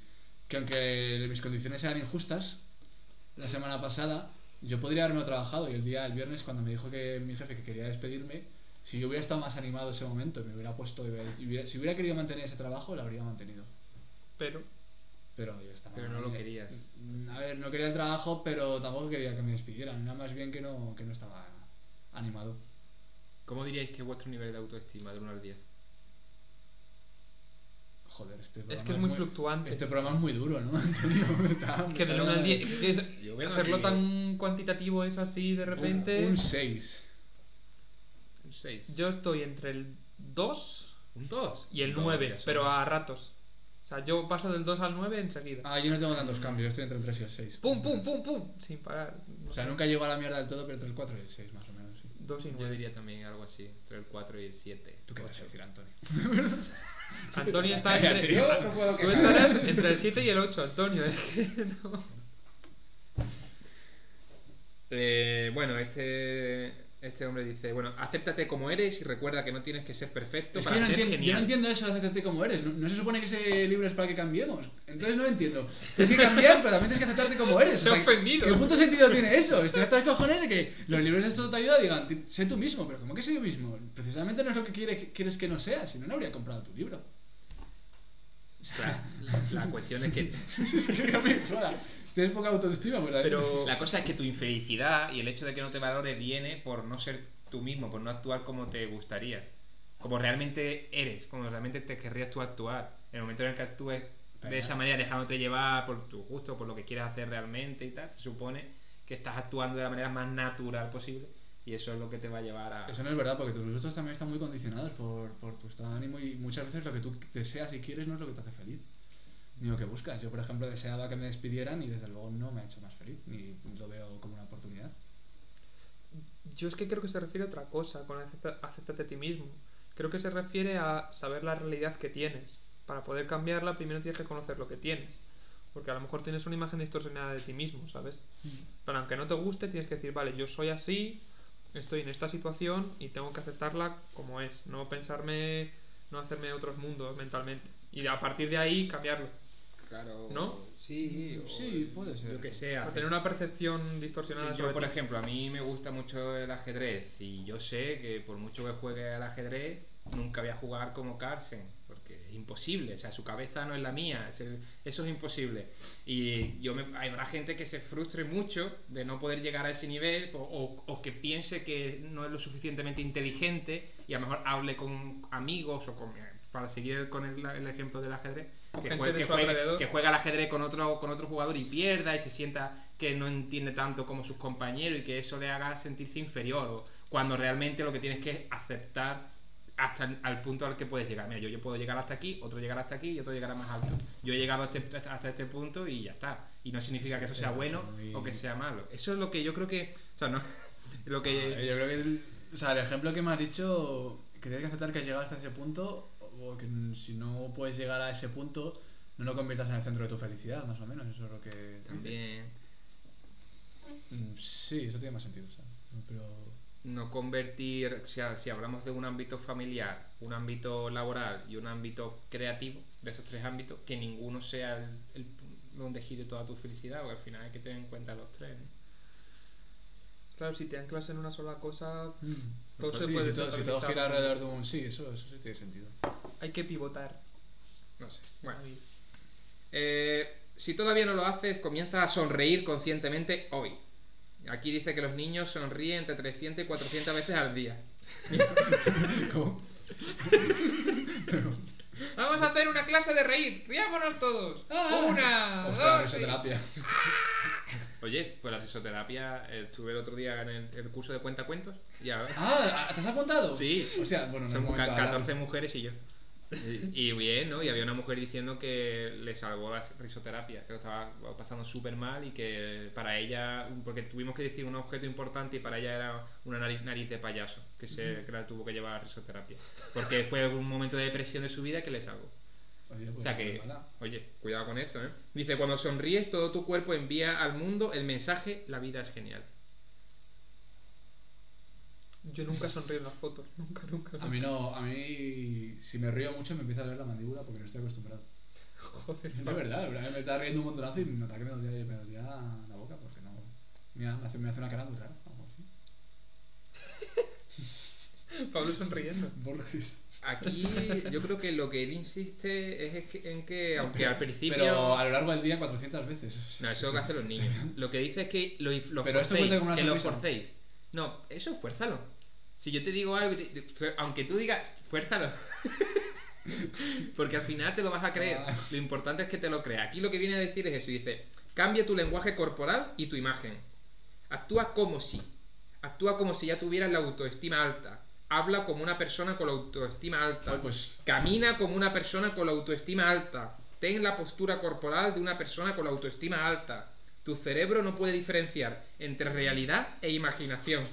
que aunque mis condiciones eran injustas, la semana pasada yo podría haberme trabajado y el día, el viernes, cuando me dijo que mi jefe que quería despedirme, si yo hubiera estado más animado ese momento, y me hubiera puesto, y hubiera- y hubiera- si hubiera querido mantener ese trabajo, lo habría mantenido. Pero Pero yo estaba. Mm, Pero no lo querías. A ver, no quería el trabajo, pero tampoco quería que me despidieran. Era más bien que no, que no estaba animado. ¿Cómo diríais que es vuestro nivel de autoestima de 1 al 10? Joder, este programa. es que es muy fluctuante. Este programa es muy duro, ¿no, Antonio? Está- que del está- 1 al 10. que es- Yo vengo Hacerlo aquí- tan cuantitativo es así de repente. Un 6. Un 6. Yo estoy entre el 2 Un 2. y el 9, pero a ratos. O sea, yo paso del 2 al 9 enseguida. Ah, yo no tengo tantos cambios, estoy entre el 3 y el 6. ¡Pum, pum, pum, pum! Sin parar. No O sea, sé, nunca llego a la mierda del todo, pero entre el 4 y el 6, más o menos. sí. Dos y Yo 9. diría también algo así, entre el 4 y el 7. ¿Tú qué vas a decir, Antonio? Antonio está Cállate, entre. yo no puedo Tú estarás entre el 7 y el 8, Antonio. ¿eh? No. Eh, bueno, este, este hombre dice, bueno, acéptate como eres y recuerda que no tienes que ser perfecto Es que para yo no, ser entiendo, yo no genial. entiendo eso de aceptarte como eres. No, no se supone que ese libro es para que cambiemos. Entonces no lo entiendo. Tienes que cambiar, pero también tienes que aceptarte como eres. Se ha ofendido. ¿Qué puto sentido tiene eso? Estoy hasta los cojones de que los libros de esto te ayuda digan, "Ti- sé tú mismo. Pero ¿cómo que sé yo mismo? Precisamente no es lo que quiere- quieres que no sea. Si no, no habría comprado tu libro. Claro, la cuestión es que es que no me joda. Tienes poca autoestima, pues, a veces- Pero- la cosa es que tu infelicidad y el hecho de que no te valores viene por no ser tú mismo, por no actuar como te gustaría, como realmente eres, como realmente te querrías tú actuar. En el momento en el que actúes de Pero- esa manera, dejándote llevar por tu gusto, por lo que quieras hacer realmente y tal, se supone que estás actuando de la manera más natural posible y eso es lo que te va a llevar a... Eso no es verdad, porque tus gustos también están muy condicionados por, por tu estado de ánimo y muchas veces lo que tú deseas y quieres no es lo que te hace feliz. ni lo que buscas. Yo, por ejemplo, deseaba que me despidieran y desde luego no me ha hecho más feliz, ni lo veo como una oportunidad. Yo es que creo que se refiere a otra cosa con acepta- acéptate a ti mismo. Creo que se refiere a saber la realidad que tienes. Para poder cambiarla, primero tienes que conocer lo que tienes. Porque a lo mejor tienes una imagen distorsionada de ti mismo, ¿sabes? Mm. Pero aunque no te guste, tienes que decir, vale, yo soy así, estoy en esta situación y tengo que aceptarla como es. No pensarme, no hacerme otros mundos mentalmente. Y a partir de ahí, cambiarlo. Claro. ¿No? Sí, o- Sí, puede ser. Yo que sé, Para hacer- tener una percepción distorsionada Yo, sobre por ti. ejemplo, a mí me gusta mucho el ajedrez y yo sé que por mucho que juegue al ajedrez, nunca voy a jugar como Carlsen, porque es imposible, o sea, su cabeza no es la mía, es el- eso es imposible. Y yo me, habrá gente que se frustre mucho de no poder llegar a ese nivel o, o- o que piense que no es lo suficientemente inteligente y a lo mejor hable con amigos o con... eh, Para seguir con el, el ejemplo del ajedrez, que, gente jue- de que su juegue- alrededor. que juega al ajedrez con otro, con otro jugador y pierda y se sienta que no entiende tanto como sus compañeros y que eso le haga sentirse inferior, o cuando realmente lo que tienes que es aceptar hasta el- al punto al que puedes llegar. Mira, yo, yo puedo llegar hasta aquí, otro llegar hasta aquí y otro llegará más alto. Yo he llegado hasta este, hasta este punto y ya está. Y no significa que eso sea pero bueno eso es muy- o que sea malo. Eso es lo que yo creo que... O sea, no... Lo Eh, que... Yo creo que el, o sea, el ejemplo que me has dicho, que tienes que aceptar que has llegado hasta ese punto, o que mm, si no puedes llegar a ese punto, no lo conviertas en el centro de tu felicidad, más o menos. Eso Ah, es lo que. dice. También... Mm, Sí, eso tiene más sentido. o sea, Pero. no convertir, o sea, si hablamos de un ámbito familiar, un ámbito laboral y un ámbito creativo, de esos tres ámbitos, que ninguno sea el, el pu- donde gire toda tu felicidad, porque al final hay que tener en cuenta los tres. ¿no? Claro, si te anclas en una sola cosa, Mm. Pues se sí, puede si todo, si todo totalizar. gira alrededor de un. Sí, eso, eso sí tiene sentido. hay que pivotar. No sé. Bueno, Ahí. Eh, si todavía no lo haces, comienza a sonreír conscientemente hoy. Aquí dice que los niños sonríen entre 300 y 400 veces al día. ¿Cómo? Vamos a hacer una clase de reír. Riámonos todos. ¡Ah! Una, Ostras, dos. eso y- terapia. Oye, pues la risoterapia, eh, estuve el otro día en el, el curso de cuentacuentos. Ya, Ah, ¿te has apuntado? Sí. O sea, bueno, no es Son momento de ca- hablar. 14 mujeres y yo. Y bien, ¿no? Y había una mujer diciendo que le salvó la risoterapia, que lo estaba pasando súper mal y que para ella, porque tuvimos que decir un objeto importante y para ella era una nariz, nariz de payaso, que, se, que la tuvo que llevar a risoterapia. Porque fue un momento de depresión de su vida que le salvó. Oye, pues, O sea que, mala. oye, cuidado con esto, ¿eh? Dice, cuando sonríes, todo tu cuerpo envía al mundo el mensaje, la vida es genial. Yo nunca sonrío en las fotos. Nunca, nunca. A mí no, a mí si me río mucho me empieza a doler la mandíbula porque no estoy acostumbrado. Joder. Es verdad, me estaba riendo un montonazo y me notaba que me dolía, me dolía la boca porque no. Mira, me hace, me hace una cara muy rara. algo así. Pablo sonriendo. Borges. Aquí yo creo que lo que él insiste es, es que- en que, aunque al principio... Pero a lo largo del día 400 veces. o sea, No, eso es lo que hacen los niños. Lo que dice es que lo, inf- lo Pero esto cuenta forcéis. como una Que lo sonrisa. forcéis. No, eso fuérzalo. Si yo te digo algo, te- te- aunque tú digas, fuérzalo. Porque al final te lo vas a creer. Ah. Lo importante es que te lo creas. Aquí lo que viene a decir es eso. y Dice, cambia tu lenguaje corporal y tu imagen. Actúa como si. Actúa como si ya tuvieras la autoestima alta. Habla como una persona con la autoestima alta. Ay, pues Camina como una persona con la autoestima alta. Ten la postura corporal de una persona con la autoestima alta. Tu cerebro no puede diferenciar entre realidad e imaginación.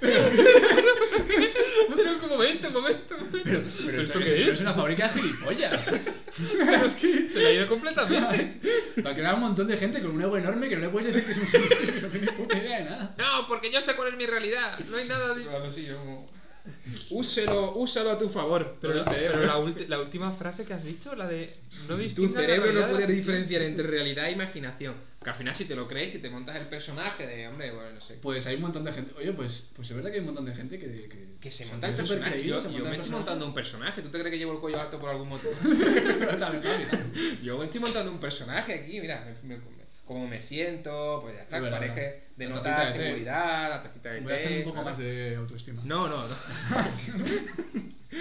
Pero un momento, un momento. un momento. Pero, pero ¿Pero esto, esto es, qué esto es? es una fábrica de gilipollas. Pero es que se le ha ido completamente. Va a crear un montón de gente con un ego enorme que no le puedes decir que es un gilipollas, que no tiene puta idea de nada. No, porque yo sé cuál es mi realidad. No hay nada de... Úselo, úsalo a tu favor. Pero, Pero la- pero la, ulti- la última frase que has dicho, la de... No tu distingas la cerebro no realidad de puede la diferenciar entre realidad e imaginación. Que al final si te lo crees, si te montas el personaje de, hombre, bueno, no sé. Pues hay un montón de gente. Oye, pues, pues es verdad que hay un montón de gente que. Que, Que se o sea, monta el es personaje. supercreído, Yo, se yo monta el me estoy personaje. montando un personaje. ¿Tú te crees que llevo el cuello alto por algún motivo? También, también. Yo me estoy montando un personaje aquí, mira, me- me- como me siento, pues ya está, Es verdad, parece verdad. que La denota tacita de té. seguridad, la tacita de Voy a echar un té, poco claro. más de autoestima. No, no, no.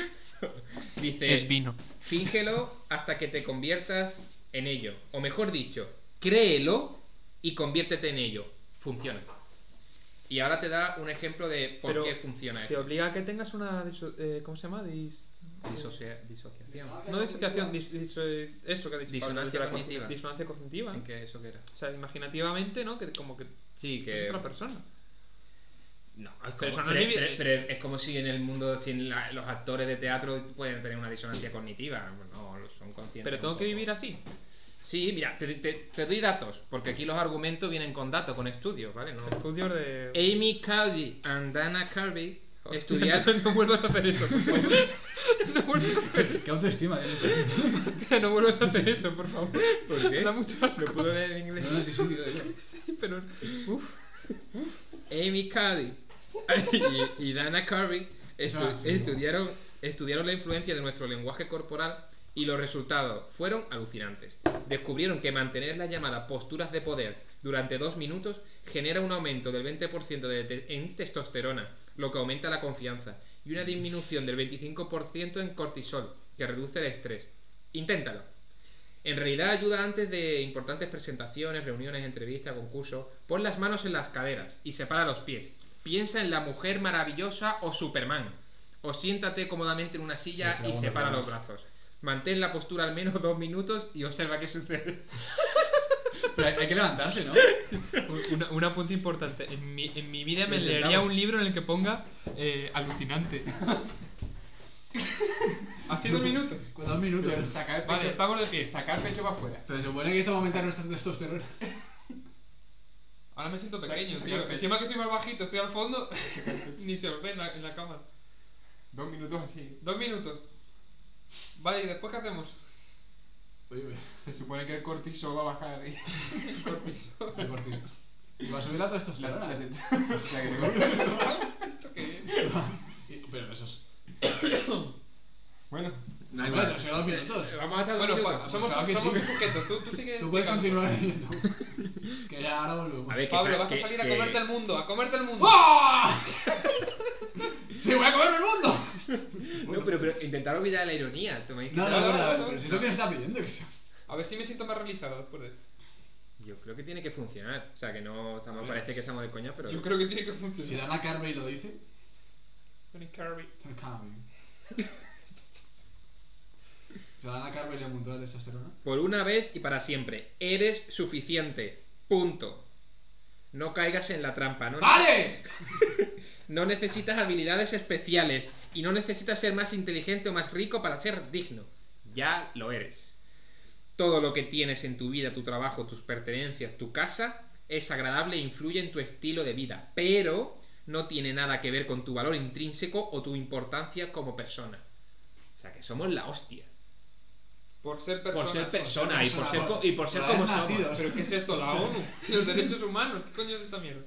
Dice, vino. fíngelo hasta que te conviertas en ello, o mejor dicho, créelo y conviértete en ello. Funciona. Y ahora te da un ejemplo de por Pero qué funciona Te esto. obliga a que tengas una... diso- eh, ¿Cómo se llama? Dis- Disocia- disociación. No disociación, dis- dis- eh, eso que ha dicho Pablo, Disonancia de la cognitiva. Disonancia cognitiva. ¿En qué eso qué era? O sea, imaginativamente, ¿no? Que como que Sí, que. es otra persona. No, es Pero como, eso no pero- es divi- pero- pero es como si en el mundo, si en la- los actores de teatro pueden tener una disonancia cognitiva, no son conscientes. Pero tengo un que poco. vivir así. Sí, mira, te, te- te doy datos, porque aquí los argumentos vienen con datos, con estudios, ¿vale? No- Estudios de. Amy Caudy and Dana Kirby estudiaron... no vuelvas a hacer eso. por favor. no vuelvas a hacer ¿Qué autoestima tienes? Hostia, no vuelvas a hacer eso, por favor. ¿Por Da mucho asco. ¿Lo puedo leer en inglés? No, no, sí, sí, digo eso. Sí, pero. Uf. Amy Cuddy y, y Dana Carvey estu- Ah, sí. estudiaron, estudiaron la influencia de nuestro lenguaje corporal y los resultados fueron alucinantes. Descubrieron que mantener las llamadas posturas de poder durante dos minutos genera un aumento del 20% de te- en testosterona, lo que aumenta la confianza, y una disminución del 25% en cortisol, que reduce el estrés. Inténtalo. En realidad ayuda antes de importantes presentaciones, reuniones, entrevistas, concursos. Pon las manos en las caderas y separa los pies. Piensa en la mujer maravillosa o Superman. O siéntate cómodamente en una Sí, silla pero y bueno, separa vamos. los brazos. Mantén la postura al menos dos minutos y observa qué sucede. Pero hay, hay que levantarse, ¿no? Una, un apunte importante. En mi, en mi vida me Lo leería intentamos. un libro en el que ponga eh, alucinante. ha sido un minuto. ¿Cuántos minutos? Sacar el pecho, Vale, estamos de pie. sacar el pecho para afuera. Pero se supone que esto va a aumentar nuestra testosterona. Ahora me siento Saca- pequeño, saca el tío. pecho. Encima que soy más bajito, estoy al fondo. Ni se os ve en la, en la cámara. Dos minutos así. Dos minutos. Vale, ¿y después qué hacemos? Oye, pues, pero... Se supone que el cortisol va a bajar. Cortisol. Qué cortizo. Y va a subir la testosterona. La ¿Esto qué es? Pero eso es... Bueno. Bueno, son dos minutos. Eh, Vamos hasta dos Bueno, minutos. pa- somos, claro que somos sí. tus sujetos. Tú, tú sigues. Tú puedes explicando. continuar leyendo. que ya ahora volvemos. A ver, que Pablo, ta- vas a que- salir a que- comerte el mundo. A comerte el mundo. ¡Ah! ¡Sí, voy a comerme el mundo! No, pero, pero intentar olvidar la ironía. tomáis que- No, no, no, no, no, no, no. pero si es lo que nos está pidiendo, que sea. A ver si me siento más realizado después de esto. Yo creo que tiene que funcionar. O sea, que no estamos, Bueno. parece que estamos de coña, pero. Yo creo que tiene que Si funcionar. Dana Carvey lo dice, Tony Carvey. Dana Carvey. Si a Dana Carvey le aumentó la testosterona. Por una vez y para siempre. Eres suficiente. Punto. No caigas en la trampa. Ah. No, ¡Vale! no necesitas habilidades especiales. Y no necesitas ser más inteligente o más rico para ser digno. Ya lo eres. Todo lo que tienes en tu vida, tu trabajo, tus pertenencias, tu casa, es agradable e influye en tu estilo de vida. Pero no tiene nada que ver con tu valor intrínseco o tu importancia como persona. O sea que somos la hostia. Por ser Por personas. ser persona y por ser, persona, co- y por ser haber como nacido. somos. ¿Pero qué es esto? La ONU. Los derechos humanos. ¿Qué coño es esta mierda?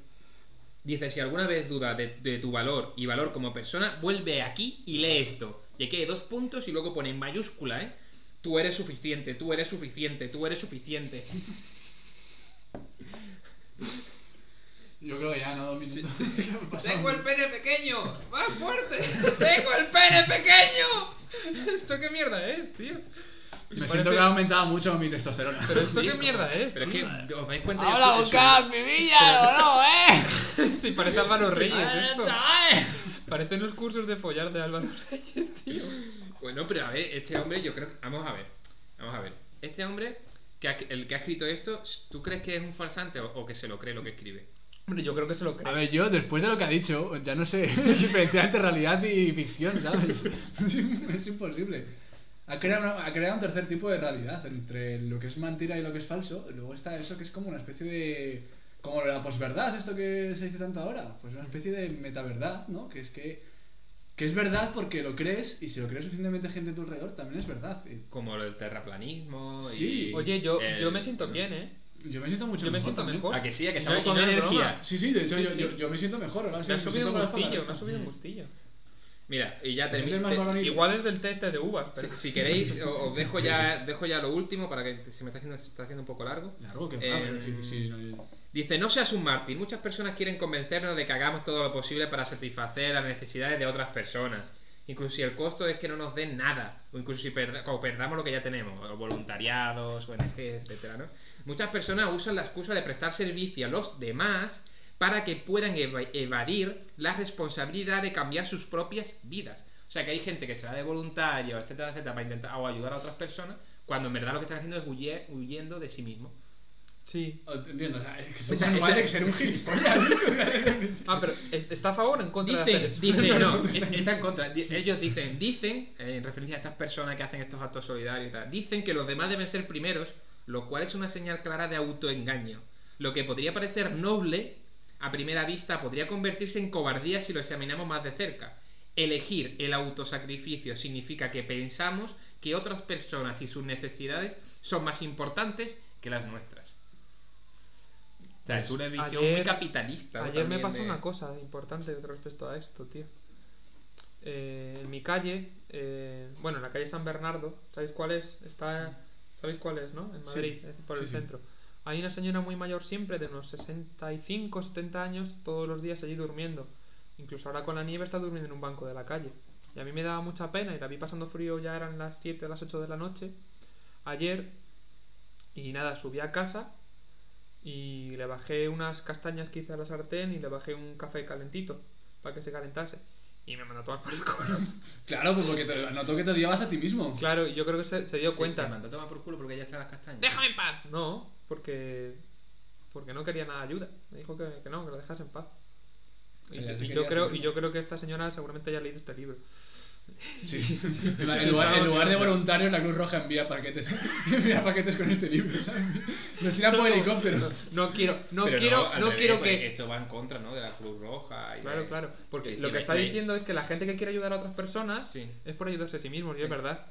Dice, si alguna vez dudas de, de tu valor y valor como persona, vuelve aquí y lee esto. Y aquí hay dos puntos y luego pone en mayúscula, ¿eh? Tú eres suficiente, tú eres suficiente, tú eres suficiente. Yo creo que ya, no, dos minutos. Han pasado ¡Tengo el mucho. pene pequeño! ¡Más fuerte! ¡Tengo el pene pequeño! ¿Esto qué mierda es, tío? Me siento que ha aumentado mucho mi testosterona. Pero esto qué mierda es. Pero es tío? que, ¿os dais cuenta? Ahora Yo soy- buscad mi villa, ¿o no, eh? Sí, parece Álvaro Reyes esto. chavales! Parecen los cursos de follar de Álvaro Reyes, tío. soy- Bueno, pero a ver, este hombre yo creo... que- Vamos a ver, vamos a ver. Este hombre, que ha- el que ha escrito esto, ¿tú crees que es un falsante o, o que se lo cree lo que escribe? Hombre, yo creo que se lo A cree. ver, yo después de lo que ha dicho, ya no sé diferenciar entre realidad y ficción, ¿sabes? Es, im- es imposible. Ha creado, una- ha creado un tercer tipo de realidad entre lo que es mentira y lo que es falso. Luego está eso que es como una especie de. como la posverdad, esto que se dice tanto ahora. Pues una especie de metaverdad, ¿no? Que es que. que es verdad porque lo crees y si lo crees suficientemente gente a tu alrededor también es verdad. Y Como el terraplanismo y... Sí. Oye, yo, el- yo me siento bien, ¿eh? Yo me siento mucho Yo me mejor siento también. mejor. ¿A que sí? ¿A que Y no- estamos y con no es energía? broma. Sí, sí, de hecho Sí, yo, sí. Yo, yo me siento mejor. ahora sí, Me ha me subido siento un con las gustillo, palabras. me ha subido un gustillo. Mira, y ya ¿Te sientes termino... más varonil? Igual es del test de uvas, Si, pero... si queréis, o- os dejo ya, dejo ya lo último para que se me está haciendo, se está haciendo un poco largo. Largo que va, Eh, pero sí, sí, sí, no- Dice, no seas un mártir. Muchas personas quieren convencernos de que hagamos todo lo posible para satisfacer las necesidades de otras personas. Incluso si el costo es que no nos den nada. O incluso si perda- o perdamos lo que ya tenemos. O voluntariados, ONG, etcétera, ¿no? Muchas personas usan la excusa de prestar servicio a los demás para que puedan eva- evadir la responsabilidad de cambiar sus propias vidas. O O sea, que hay gente que se va de voluntario, etcétera, etcétera, para intentar o ayudar a otras personas, cuando en verdad lo que están haciendo es huye- huyendo de sí mismo. Sí. O- Oh, Entiendo, o sea, es que soy O sea, un ese- manual de que ser un gilipollas. Ah, pero ¿e- ¿está a favor o en contra de hacer eso? Dicen, dicen, no, es- está en contra. Di- Ellos dicen, dicen, eh, en referencia a estas personas que hacen estos actos solidarios y tal, dicen que los demás deben ser primeros, lo cual es una señal clara de autoengaño. Lo que podría parecer noble, a primera vista, podría convertirse en cobardía si lo examinamos más de cerca. Elegir el autosacrificio significa que pensamos que otras personas y sus necesidades son más importantes que las nuestras. O sea, es una visión muy Pues Ayer- capitalista. ¿no? Ayer me También pasó de- una cosa importante respecto a esto, tío. Eh, en mi calle, eh, bueno, en la calle San Bernardo, ¿sabéis cuál es? Está, ¿Sabéis cuál es, no? En Madrid, es por el sí, sí. centro. Hay una señora muy mayor siempre, de unos 65, 70 años, todos los días allí durmiendo. Incluso ahora con la nieve está durmiendo en un banco de la calle. Y a mí me daba mucha pena y la vi pasando frío, ya eran las 7 o las 8 de la noche. Ayer, y nada, subí a casa y le bajé unas castañas que hice a la sartén y le bajé un café calentito para que se calentase. Y me mandó a tomar por el culo. Claro, pues porque te, noto que te odiabas a ti mismo. Claro, y yo creo que se, se dio Te cuenta. mandó a tomar por culo porque ya están las castañas. ¡Déjame en paz! No, porque, porque no quería nada de ayuda. Me dijo que, que no, que lo dejase en paz. O sea, Y- ya se y, yo quería creo, hacer- y yo creo que esta señora seguramente haya leído este libro. Sí. En lugar, en lugar de voluntarios, la Cruz Roja envía paquetes, envía paquetes con este libro, ¿sabes? Los tira por helicóptero. No quiero, no Pero quiero, al no, revés, quiero porque que... Esto va en contra, ¿no? De la Cruz Roja. Y Claro, de- claro. Porque encima lo que está me- diciendo es que la gente que quiere ayudar a otras personas Sí. es por ayudarse a sí mismos, y es verdad.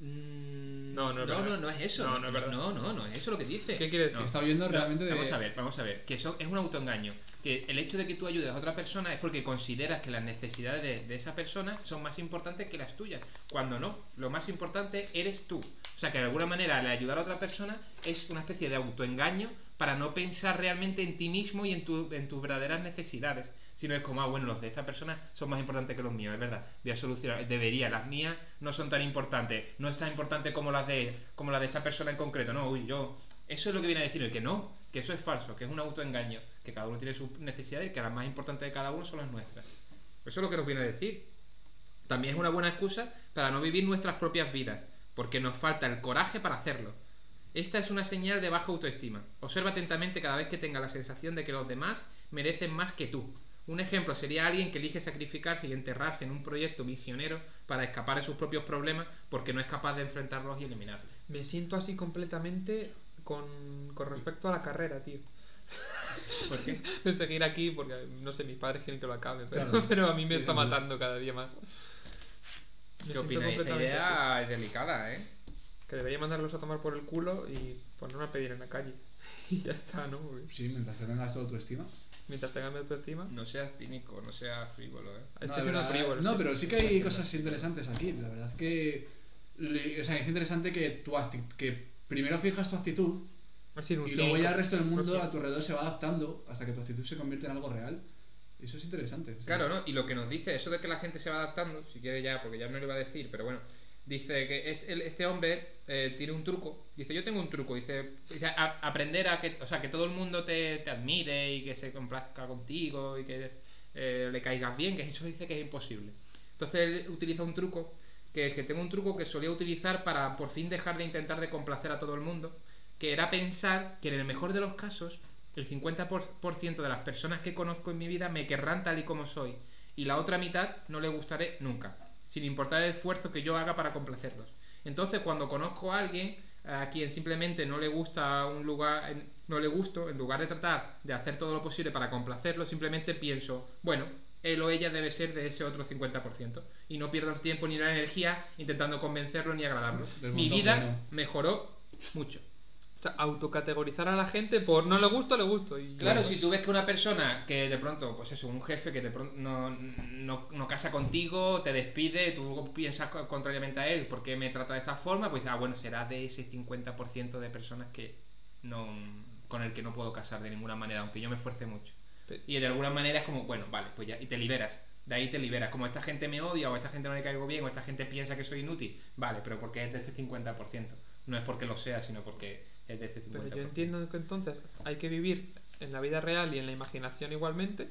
No, no es Mm, no, verdad. no, no es eso. No, no es verdad. No, no, no es eso lo que dice. ¿Qué quiere decir? No. Está oyendo Pero realmente de. Vamos a ver, vamos a ver. Que eso es un autoengaño. Que el hecho de que tú ayudes a otra persona es porque consideras que las necesidades de, de esa persona son más importantes que las tuyas. Cuando no, lo más importante eres tú. O sea que de alguna manera el ayudar a otra persona es una especie de autoengaño para no pensar realmente en ti mismo y en, tu- en tus verdaderas necesidades. Sino es como, ah, bueno, los de esta persona son más importantes que los míos, es verdad. Voy a solucionar, debería, las mías no son tan importantes, no es tan importante como las de, como las de esta persona en concreto. No, uy, yo eso es lo que viene a decir, el que no, que eso es falso, que es un autoengaño, que cada uno tiene sus necesidades y que las más importantes de cada uno son las nuestras. Eso es lo que nos viene a decir. También es una buena excusa para no vivir nuestras propias vidas, porque nos falta el coraje para hacerlo. Esta es una señal de baja autoestima. Observa atentamente cada vez que tenga la sensación de que los demás merecen más que tú. Un ejemplo sería alguien que elige sacrificarse y enterrarse en un proyecto misionero para escapar de sus propios problemas porque no es capaz de enfrentarlos y eliminarlos. Me siento así completamente con, con respecto a la carrera, tío. ¿Por qué? De seguir aquí, porque no sé, mis padres quieren que lo acabe, pero, Claro. pero a mí me Sí, está sí, sí. matando cada día más. Me ¿Qué siento opináis? Esta completamente así. idea es delicada, ¿eh? Que debería mandarlos a tomar por el culo y ponerme a pedir en la calle. Y ya está, ¿no? Porque Sí, mientras te tengas tu autoestima. Mientras tengan mi autoestima. No seas cínico, no seas frívolo, ¿eh? Estoy de siendo verdad, frívolo, no, estoy pero sí siendo- que hay cosas interesantes aquí. La verdad es que. le- O sea, es interesante que, tu acti- que primero fijas tu actitud Ha sido un y luego cínico. ya el resto del Lo mundo siento. a tu alrededor se va adaptando hasta que tu actitud se convierte en algo real. Eso es interesante. o sea. Claro, ¿no? Y lo que nos dice, eso de que la gente se va adaptando, si quiere ya, porque ya no le iba a decir, pero bueno, dice que este, el- este hombre eh, tiene un truco, dice, yo tengo un truco, dice, dice, "A- aprender a que, o sea, que todo el mundo te, te admire y que se complazca contigo y que eh, le caigas bien, que eso dice que es imposible. Entonces él utiliza un truco, que, que tengo un truco que solía utilizar para por fin dejar de intentar de complacer a todo el mundo, que era pensar que en el mejor de los casos, el 50% de las personas que conozco en mi vida me querrán tal y como soy, y la otra mitad no le gustaré nunca, sin importar el esfuerzo que yo haga para complacerlos. Entonces, cuando conozco a alguien a quien simplemente no le gusta un lugar, en- no le gusto, en lugar de tratar de hacer todo lo posible para complacerlo, simplemente pienso, bueno, él o ella debe ser de ese otro 50%, y no pierdo el tiempo ni la energía intentando convencerlo ni agradarlo. Del Mi montón vida bueno. mejoró mucho. O sea, autocategorizar a la gente por no le gusto, le gusto. Y Claro, Pues, si tú ves que una persona que de pronto, pues eso, un jefe que de pronto no, no, no casa contigo, te despide, tú piensas co- contrariamente a él, ¿por qué me trata de esta forma? Pues, ah, bueno, será de ese 50% de personas que no con el que no puedo casar de ninguna manera, aunque yo me esfuerce mucho. Pe- Y de alguna manera es como, bueno, vale, pues ya, y te liberas. De ahí te liberas. Como esta gente me odia, o esta gente no le caigo bien, o esta gente piensa que soy inútil. Vale, pero porque es de este 50%. No es porque lo sea, sino porque es de este 50%. Pero yo entiendo que entonces hay que vivir en la vida real y en la imaginación igualmente.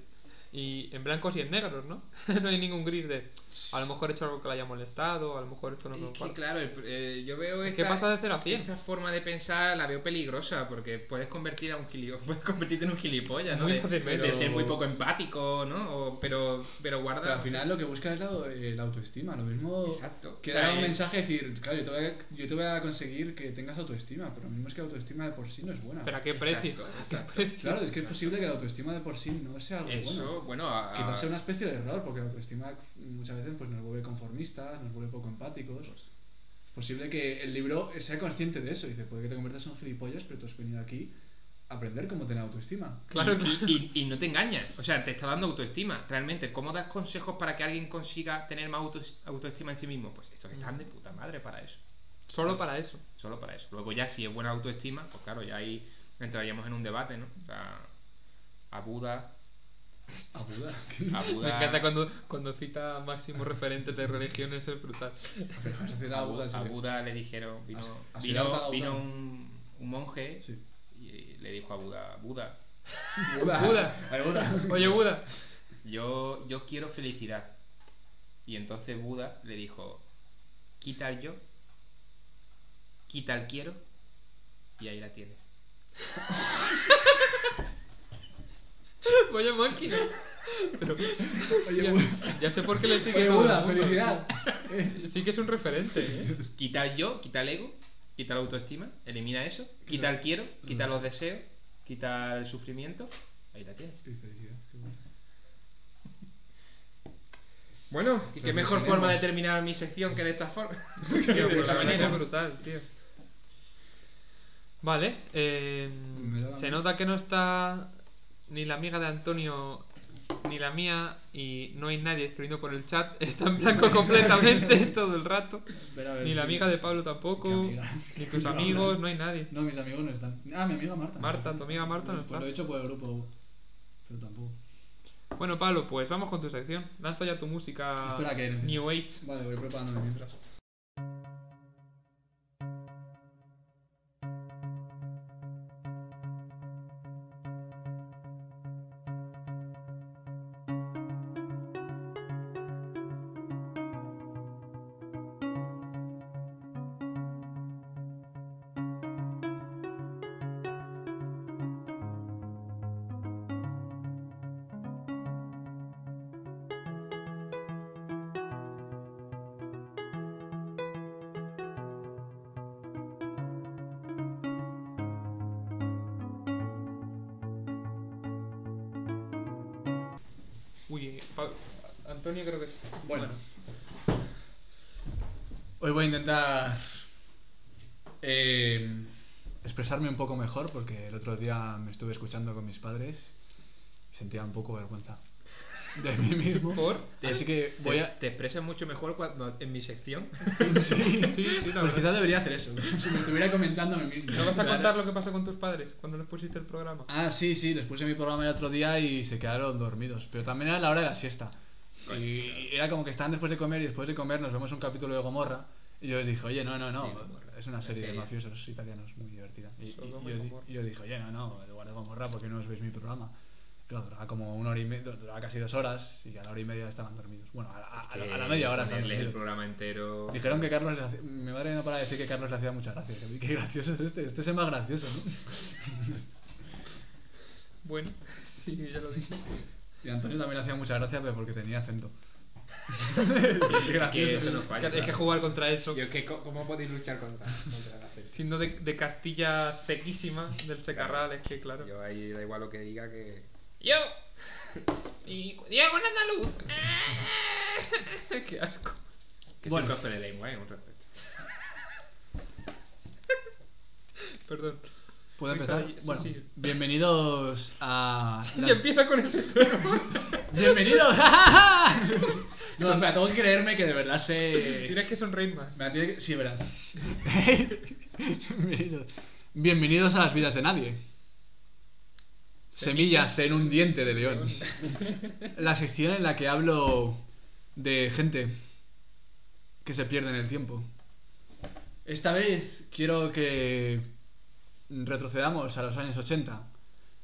Y en blancos y en negros, ¿no? no hay ningún gris de. A lo mejor he hecho algo que le haya molestado, a lo mejor esto no me Es que, compara. claro, el- eh, yo veo Es que esta- pasa de 0 a 100. Esta forma de pensar la veo peligrosa porque puedes convertir a un gilio- puedes convertirte en un gilipollas, ¿no? Muy de, fácilmente. de ser muy poco empático, ¿no? O- pero, pero guarda. Pero al final lo que busca es la, eh, la autoestima, lo mismo. Exacto. Que O sea, dar un eh, mensaje y decir, claro, yo te, voy a, yo te voy a conseguir que tengas autoestima, pero lo mismo es que la autoestima de por sí no es buena. Pero a qué Exacto, precio. exacto. Claro, es que es posible que la autoestima de por sí no sea algo Eso, ah. bueno. bueno, a- Quizás sea una especie de error, porque la autoestima muchas veces pues, nos vuelve conformistas, nos vuelve poco empáticos. Pues. Es posible que el libro sea consciente de eso. Dice, puede que te conviertas en un gilipollas, pero tú has venido aquí a aprender cómo tener autoestima. Claro, y- claro. y, y no te engañas, o sea, te está dando autoestima, realmente. ¿Cómo das consejos para que alguien consiga tener más autos- autoestima en sí mismo? Pues estos están de puta madre para eso. Solo para eso. Solo para eso. Luego ya si es buena autoestima, pues claro, ya ahí entraríamos en un debate, ¿no? O sea, a Buda, A Buda. a Me Buda. encanta cuando, cuando cita máximo referente de religiones, es brutal. Vas a decir a a Buda, Buda, en a serio. Buda le dijeron, vino, A- a vino- Siddhartha Gautama. vino un, un monje Sí. y le dijo a Buda, Buda, Buda. Buda. Ay, Buda. Oye, Buda, yo, yo quiero felicidad. Y entonces Buda le dijo, quita el yo, quita el quiero y ahí la tienes. vaya máquina. Pero, Oye, ya, Buda. ya sé por qué le sigue Oye, todo el Buda, mundo. felicidad. Sí que es un referente, ¿eh? Quita el yo, quita el ego, quita la autoestima, elimina eso, quita el quiero, quita los deseos, quita el sufrimiento, ahí la tienes. Y felicidad, qué bueno. Bueno, y qué mejor Reflexionemos. forma de terminar mi sección que de esta forma. Tío, De pues esta la verdad que manera. es brutal, tío. Vale, eh, Me da la se mía. nota que no está ni la amiga de Antonio ni la mía y no hay nadie escribiendo por el chat. Está en blanco completamente todo el rato. Ver, a ver Ni la si- amiga de Pablo tampoco. ¿Qué amiga? Ni ¿Qué tus hablas? amigos, no hay nadie. No, mis amigos no están. Ah, mi amiga Marta. Marta, tu amiga Marta no Pues está. Lo he hecho por el grupo, pero tampoco. Bueno, Pablo, pues vamos con tu sección. Lanza ya tu música Espera, que necesito- New Age. Vale, voy preparándome mientras. Uy, Pa- Antonio creo que... Bueno. Hoy voy a intentar eh, expresarme un poco mejor porque el otro día me estuve escuchando con mis padres y sentía un poco vergüenza de mí mismo. ¿Por? Así que voy te, a... te expresas mucho mejor cuando en mi sección. Sí, Sí, sí, la Pues verdad. quizás debería hacer eso, si me estuviera comentando a mí mismo. ¿No vas a contar lo que pasó con tus padres cuando les pusiste el programa? Ah, sí, sí, les puse mi programa el otro día y se quedaron dormidos. Pero también era la hora de la siesta. Y era como que estaban después de comer y después de comer nos vemos un capítulo de Gomorra. Y yo les dije, oye, no, no, no. Sí, Gomorra. Es una serie de serie. mafiosos italianos muy divertida. Y, y- Sodoma y y os, di- Gomorra. y os dije, oye, no, no, en lugar de Gomorra, ¿por qué no os veis mi programa? Claro, duraba como una hora y media, duraba casi dos horas y a la hora y media estaban dormidos. Bueno, a, la- a- a la, a la media hora estaban Ponerles el dormidos. programa entero. Dijeron que Carlos le hacía- Mi madre no para de decir que Carlos le hacía mucha gracia. Que, Qué gracioso es este, este es el más gracioso, ¿no? Bueno, sí, ya lo dije. Y Antonio también le hacía mucha gracia, pero porque tenía acento. que, Qué gracioso. eso no falla. Hay que jugar contra eso. Yo es que, co- ¿cómo podéis luchar contra, contra la fe? Siendo de, de Castilla sequísima, del secarral, es que claro. Yo ahí da igual lo que diga que. ¡Yo! Y Diego en andaluz. ¡Qué asco! Que Bueno. soy profe de lengua, eh, un respeto. Perdón. ¿Puedo Luis empezar? Arell- sí, bueno, sí. bienvenidos a. Y las- empieza con ese tono. ¡Bienvenidos! no, espera, tengo que creerme que de verdad sé. Eh, Tienes que sonreír más. Me la tiene que- Sí, verás. bienvenidos. bienvenidos a las vidas de nadie. Semillas en un diente de león. La sección en la que hablo de gente que se pierde en el tiempo. Esta vez quiero que retrocedamos a los años 80,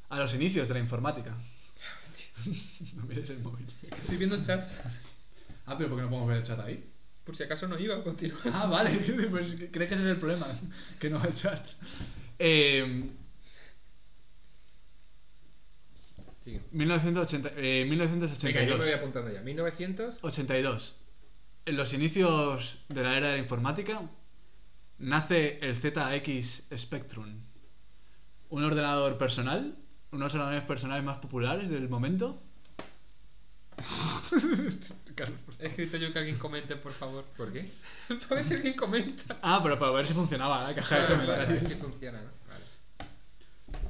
a los inicios de la informática. No mires el móvil. Estoy viendo el chat. Ah, pero ¿por qué no podemos ver el chat ahí? Por si acaso no iba, continúa. Ah, vale, pues creo que ese es el problema, que no va el chat. Eh, Sigue. 1980, eh, Venga, yo me voy 1982. apuntando ya. 1900. 82. En los inicios de la era de la informática, nace el ZX Spectrum. Un ordenador personal, unos ordenadores personales más populares del momento. Carlos, por favor. He escrito yo que alguien comente, por favor. ¿Por qué? Puede ser que comenta. ah, pero para ver si funcionaba la caja de Vale, vale, a ver comentarios. si funciona, ¿no?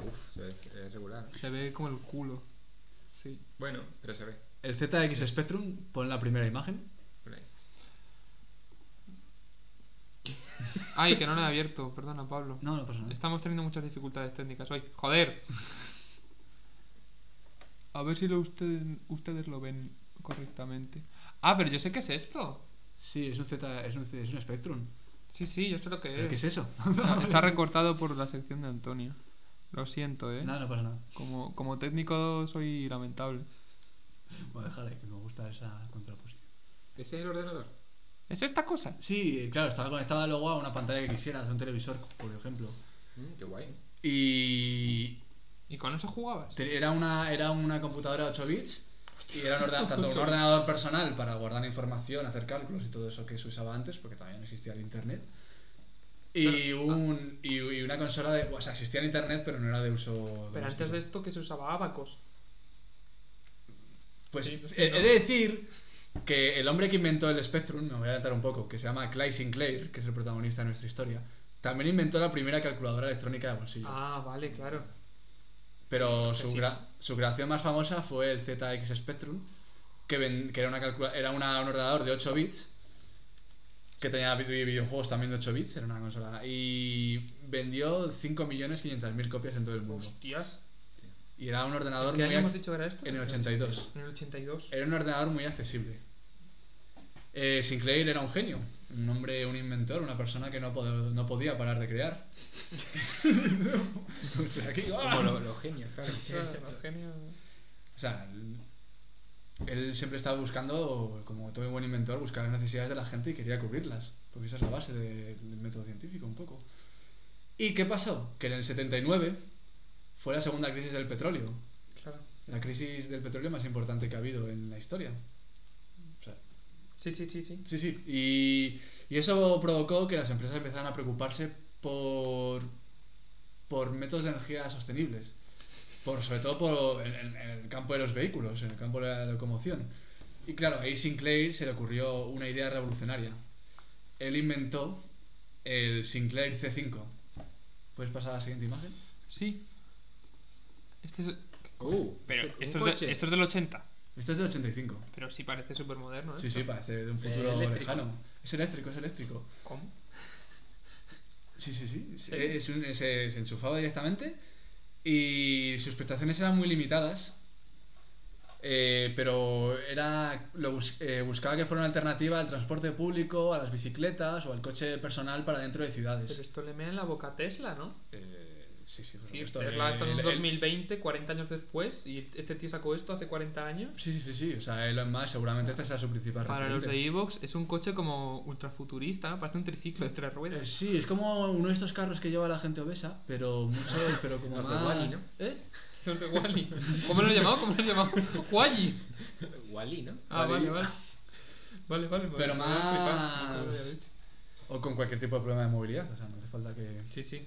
Vale. Uf, se ve- se ve regular. ¿eh? Se ve como el culo. Sí. Bueno, pero se ve. El ZX Spectrum, pon la primera imagen. Por ahí. Ay, que no lo he abierto. Perdona, Pablo. No, no pasa nada. Estamos teniendo muchas dificultades técnicas hoy. ¡Joder! A ver si lo ustedes, ustedes lo ven correctamente. Ah, pero yo sé qué es esto. Sí, es un Z, es un, Z- es un Spectrum. Sí, sí, yo sé lo que ¿Pero es. qué es eso? Ah, Está recortado por la sección de Antonio. Lo siento, ¿eh? No, no pasa nada. Como, como técnico soy lamentable. Bueno, déjale, que me gusta esa contraposición. ¿Ese es el ordenador? ¿Es esta cosa? Sí, claro, estaba conectada luego a una pantalla que quisieras, a un televisor, por ejemplo. Mm, qué guay. Y ¿Y con eso jugabas? te- era una, era una computadora 8 bits y era un orden- tanto un ordenador personal para guardar información, hacer cálculos y todo eso que se usaba antes, porque todavía no existía el internet. Y, ah. un, y, y una consola de... O sea, existía el internet, pero no era de uso... Pero doméstico. antes de esto que se usaba Abacos. Pues Sí, sí, he, ¿no? he de decir que el hombre que inventó el Spectrum, me voy a adelantar un poco, que se llama Clyde Sinclair, que es el protagonista de nuestra historia, también inventó la primera calculadora electrónica de bolsillo. Ah, vale, claro. Pero su, sí. gra- su creación más famosa fue el ZX Spectrum, que, ven- que era, una calcula- era una- un ordenador de 8 bits, que tenía vide- videojuegos también de 8 bits, era una consola, y vendió 5.500.000 copias en todo el mundo. Hostias. Y era un ordenador ¿Qué muy año hemos ac- dicho que era esto? en el Este 82. En el 82. Era un ordenador muy accesible. Eh, Sinclair era un genio, un hombre, un inventor, una persona que no, pod- no podía parar de crear. Estoy aquí, ¡ah! Como lo- los genios, claro. Ah, genio. O sea, él, él siempre estaba buscando, como todo buen inventor, buscar las necesidades de la gente y quería cubrirlas, porque esa es la base de- del método científico un poco. ¿Y qué pasó? Que en el 79 fue la segunda crisis del petróleo, Claro. la crisis del petróleo más importante que ha habido en la historia. O sea, Sí, sí, sí, sí. Sí, sí. Y, y eso provocó que las empresas empezaran a preocuparse por, por métodos de energía sostenibles. Por, sobre todo por en, en- en el campo de los vehículos, en el campo de la locomoción. Y claro, ahí Sinclair se le ocurrió una idea revolucionaria. Él inventó el Sinclair C5. ¿Puedes pasar a la siguiente imagen? Sí. Este es... Uh, Pero un esto es, coche. de- esto es del 80. Este es de 85. Pero sí parece súper moderno, ¿eh? Sí, sí, parece de un futuro eléctrico. lejano. Es eléctrico, es eléctrico. ¿Cómo? Sí, sí, sí. Eh, es un- se, se enchufaba directamente y sus prestaciones eran muy limitadas. eh, pero era lo bus- eh, buscaba que fuera una alternativa al transporte público, a las bicicletas o al coche personal para dentro de Pero ciudades. esto le mea en la boca a Tesla, ¿no? Eh, sí, sí, por Sí, supuesto. Tesla está en El- un el- 2020, 40 años después, y este tío sacó esto hace 40 años. Sí, sí, sí, sí. O sea, Elon Musk seguramente esta sea su principal Para los referente. de Evox es un coche como ultrafuturista, ¿no? Parece un triciclo de tres Eh, ruedas. Sí, es como uno de estos carros que lleva la gente obesa, pero mucho, pero como Los de más... Wall-E, ¿no? ¿Eh? Los de Wally. ¿Cómo lo he llamado? ¿Cómo lo he llamado? Wally. Wall-E, ¿no? Ah, vale, Wall-E. vale. Vale, vale, vale. Pero Me voy a flipar, más- no lo había dicho. O con cualquier tipo de problema de movilidad. O sea, no hace falta que... Sí, sí.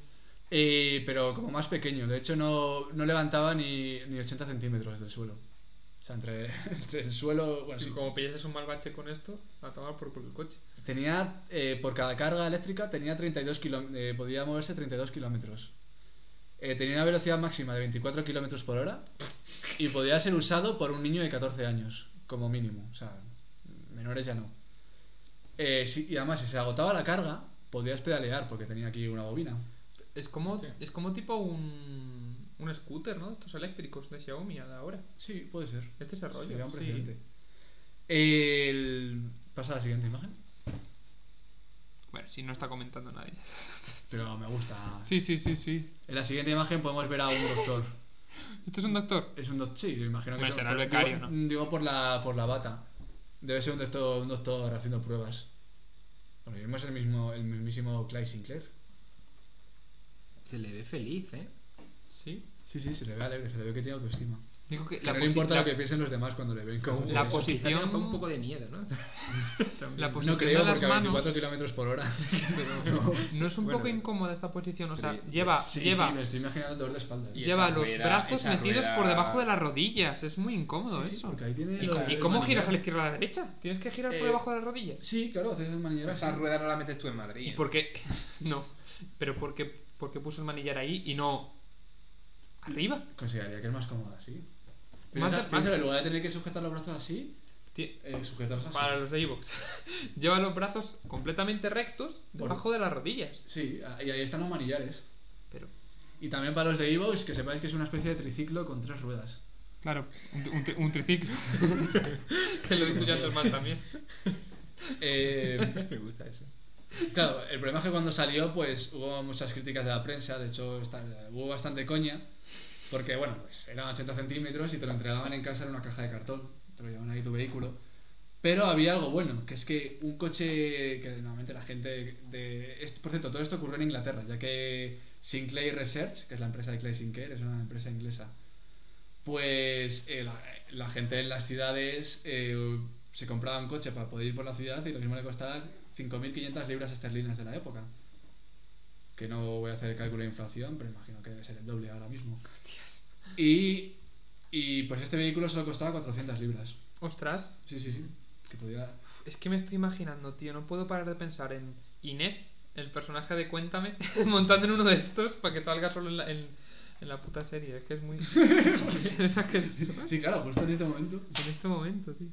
Eh, pero como más pequeño, de hecho no, no levantaba ni, ni 80 centímetros del suelo. O sea, entre, entre el suelo... Bueno, Si sí, como pillases un mal bache con esto, a tomar por culo el coche. Tenía, eh, por cada carga eléctrica, tenía 32 kilómetros, eh, podía moverse 32 kilómetros. Eh, tenía una velocidad máxima de 24 kilómetros por hora y podía ser usado por un niño de 14 años, como mínimo. O sea, menores ya no. Eh, sí, y además, si se agotaba la carga, podías pedalear porque tenía aquí una bobina. Es como, Sí. es como tipo un, un scooter, ¿no? Estos eléctricos de Xiaomi a la hora. Sí, puede ser. Este es el rollo. Sería un sí. precedente. El... Pasa a la siguiente imagen. Bueno, si no está comentando nadie. Pero me gusta. Sí, sí, sí, sí. En la siguiente imagen podemos ver a un doctor. Este es un doctor. Es un doctor, sí, me imagino que Hombre, son- será el pero becario, digo, ¿no? digo por la, por la bata. Debe ser un doctor, un doctor haciendo pruebas. Bueno, mismo es el mismo, el mismísimo Clyde Sinclair. Se le ve feliz, ¿eh? Sí. Sí, sí, se le ve alegre, se le ve que tiene autoestima. Digo que Que la no le posi- importa la- lo que piensen los demás cuando le ven. con la eso. posi- Quizá tenga Posición- un poco de miedo, ¿no? La posición No creo, de las porque a manos. 24 kilómetros por hora. Pero no es un Bueno, poco incómoda esta posición, o sea, pero- lleva, Sí, lleva, sí, me estoy imaginando el dolor de espalda. Y lleva esa los rueda- brazos esa metidos por rueda- debajo de las rodillas, es muy incómodo Sí, sí, eso. porque ahí tiene ¿Y, lo- y el cómo manillar. giras a la izquierda o a la derecha? Tienes que girar por Eh, debajo de las rodillas. Sí, claro, haces el manillar así. Esa rueda no la metes tú en Madrid. ¿Y ¿eh? por qué? No, pero ¿por qué, por qué puso el manillar ahí y no arriba? Consideraría que es más cómoda así. Pero Más esa- de- piénsalo, en lugar de tener que sujetar los brazos así, Ti- eh, sujetarlos así. Para los de Evox, lleva los brazos completamente rectos Por- debajo de las rodillas. Sí, y ahí están los manillares. Pero, Y también para los de Evox, que sepáis que es una especie de triciclo con tres ruedas. claro, un, tri- un triciclo. que lo he dicho yo antes mal también. Eh, Me gusta eso. claro, el problema es que cuando salió, pues hubo muchas críticas de la prensa, de hecho esta- hubo bastante coña, porque bueno, pues eran 80 centímetros y te lo entregaban en casa en una caja de cartón, te lo llevaban ahí tu vehículo. Pero había algo bueno, que es que un coche que normalmente la gente de... est- Por cierto, todo esto ocurrió en Inglaterra, ya que Sinclair Research, que es la empresa de Clay Sinclair, es una empresa inglesa, pues eh, la, la gente en las ciudades eh, se compraba un coche para poder ir por la ciudad y lo mismo le costaba 5.500 libras esterlinas de la época. Que no voy a hacer el cálculo de inflación, pero imagino que debe ser el doble ahora mismo. Hostias. Y, y pues este vehículo solo costaba 400 libras. Ostras, Sí, sí, sí. Que podía... es que me estoy imaginando, tío, no puedo parar de pensar en Inés, el personaje de Cuéntame, montando en uno de estos para que salga solo en la, en- en la puta serie. Es que es muy... es asqueroso. Sí, claro, justo en este momento. En este momento, tío.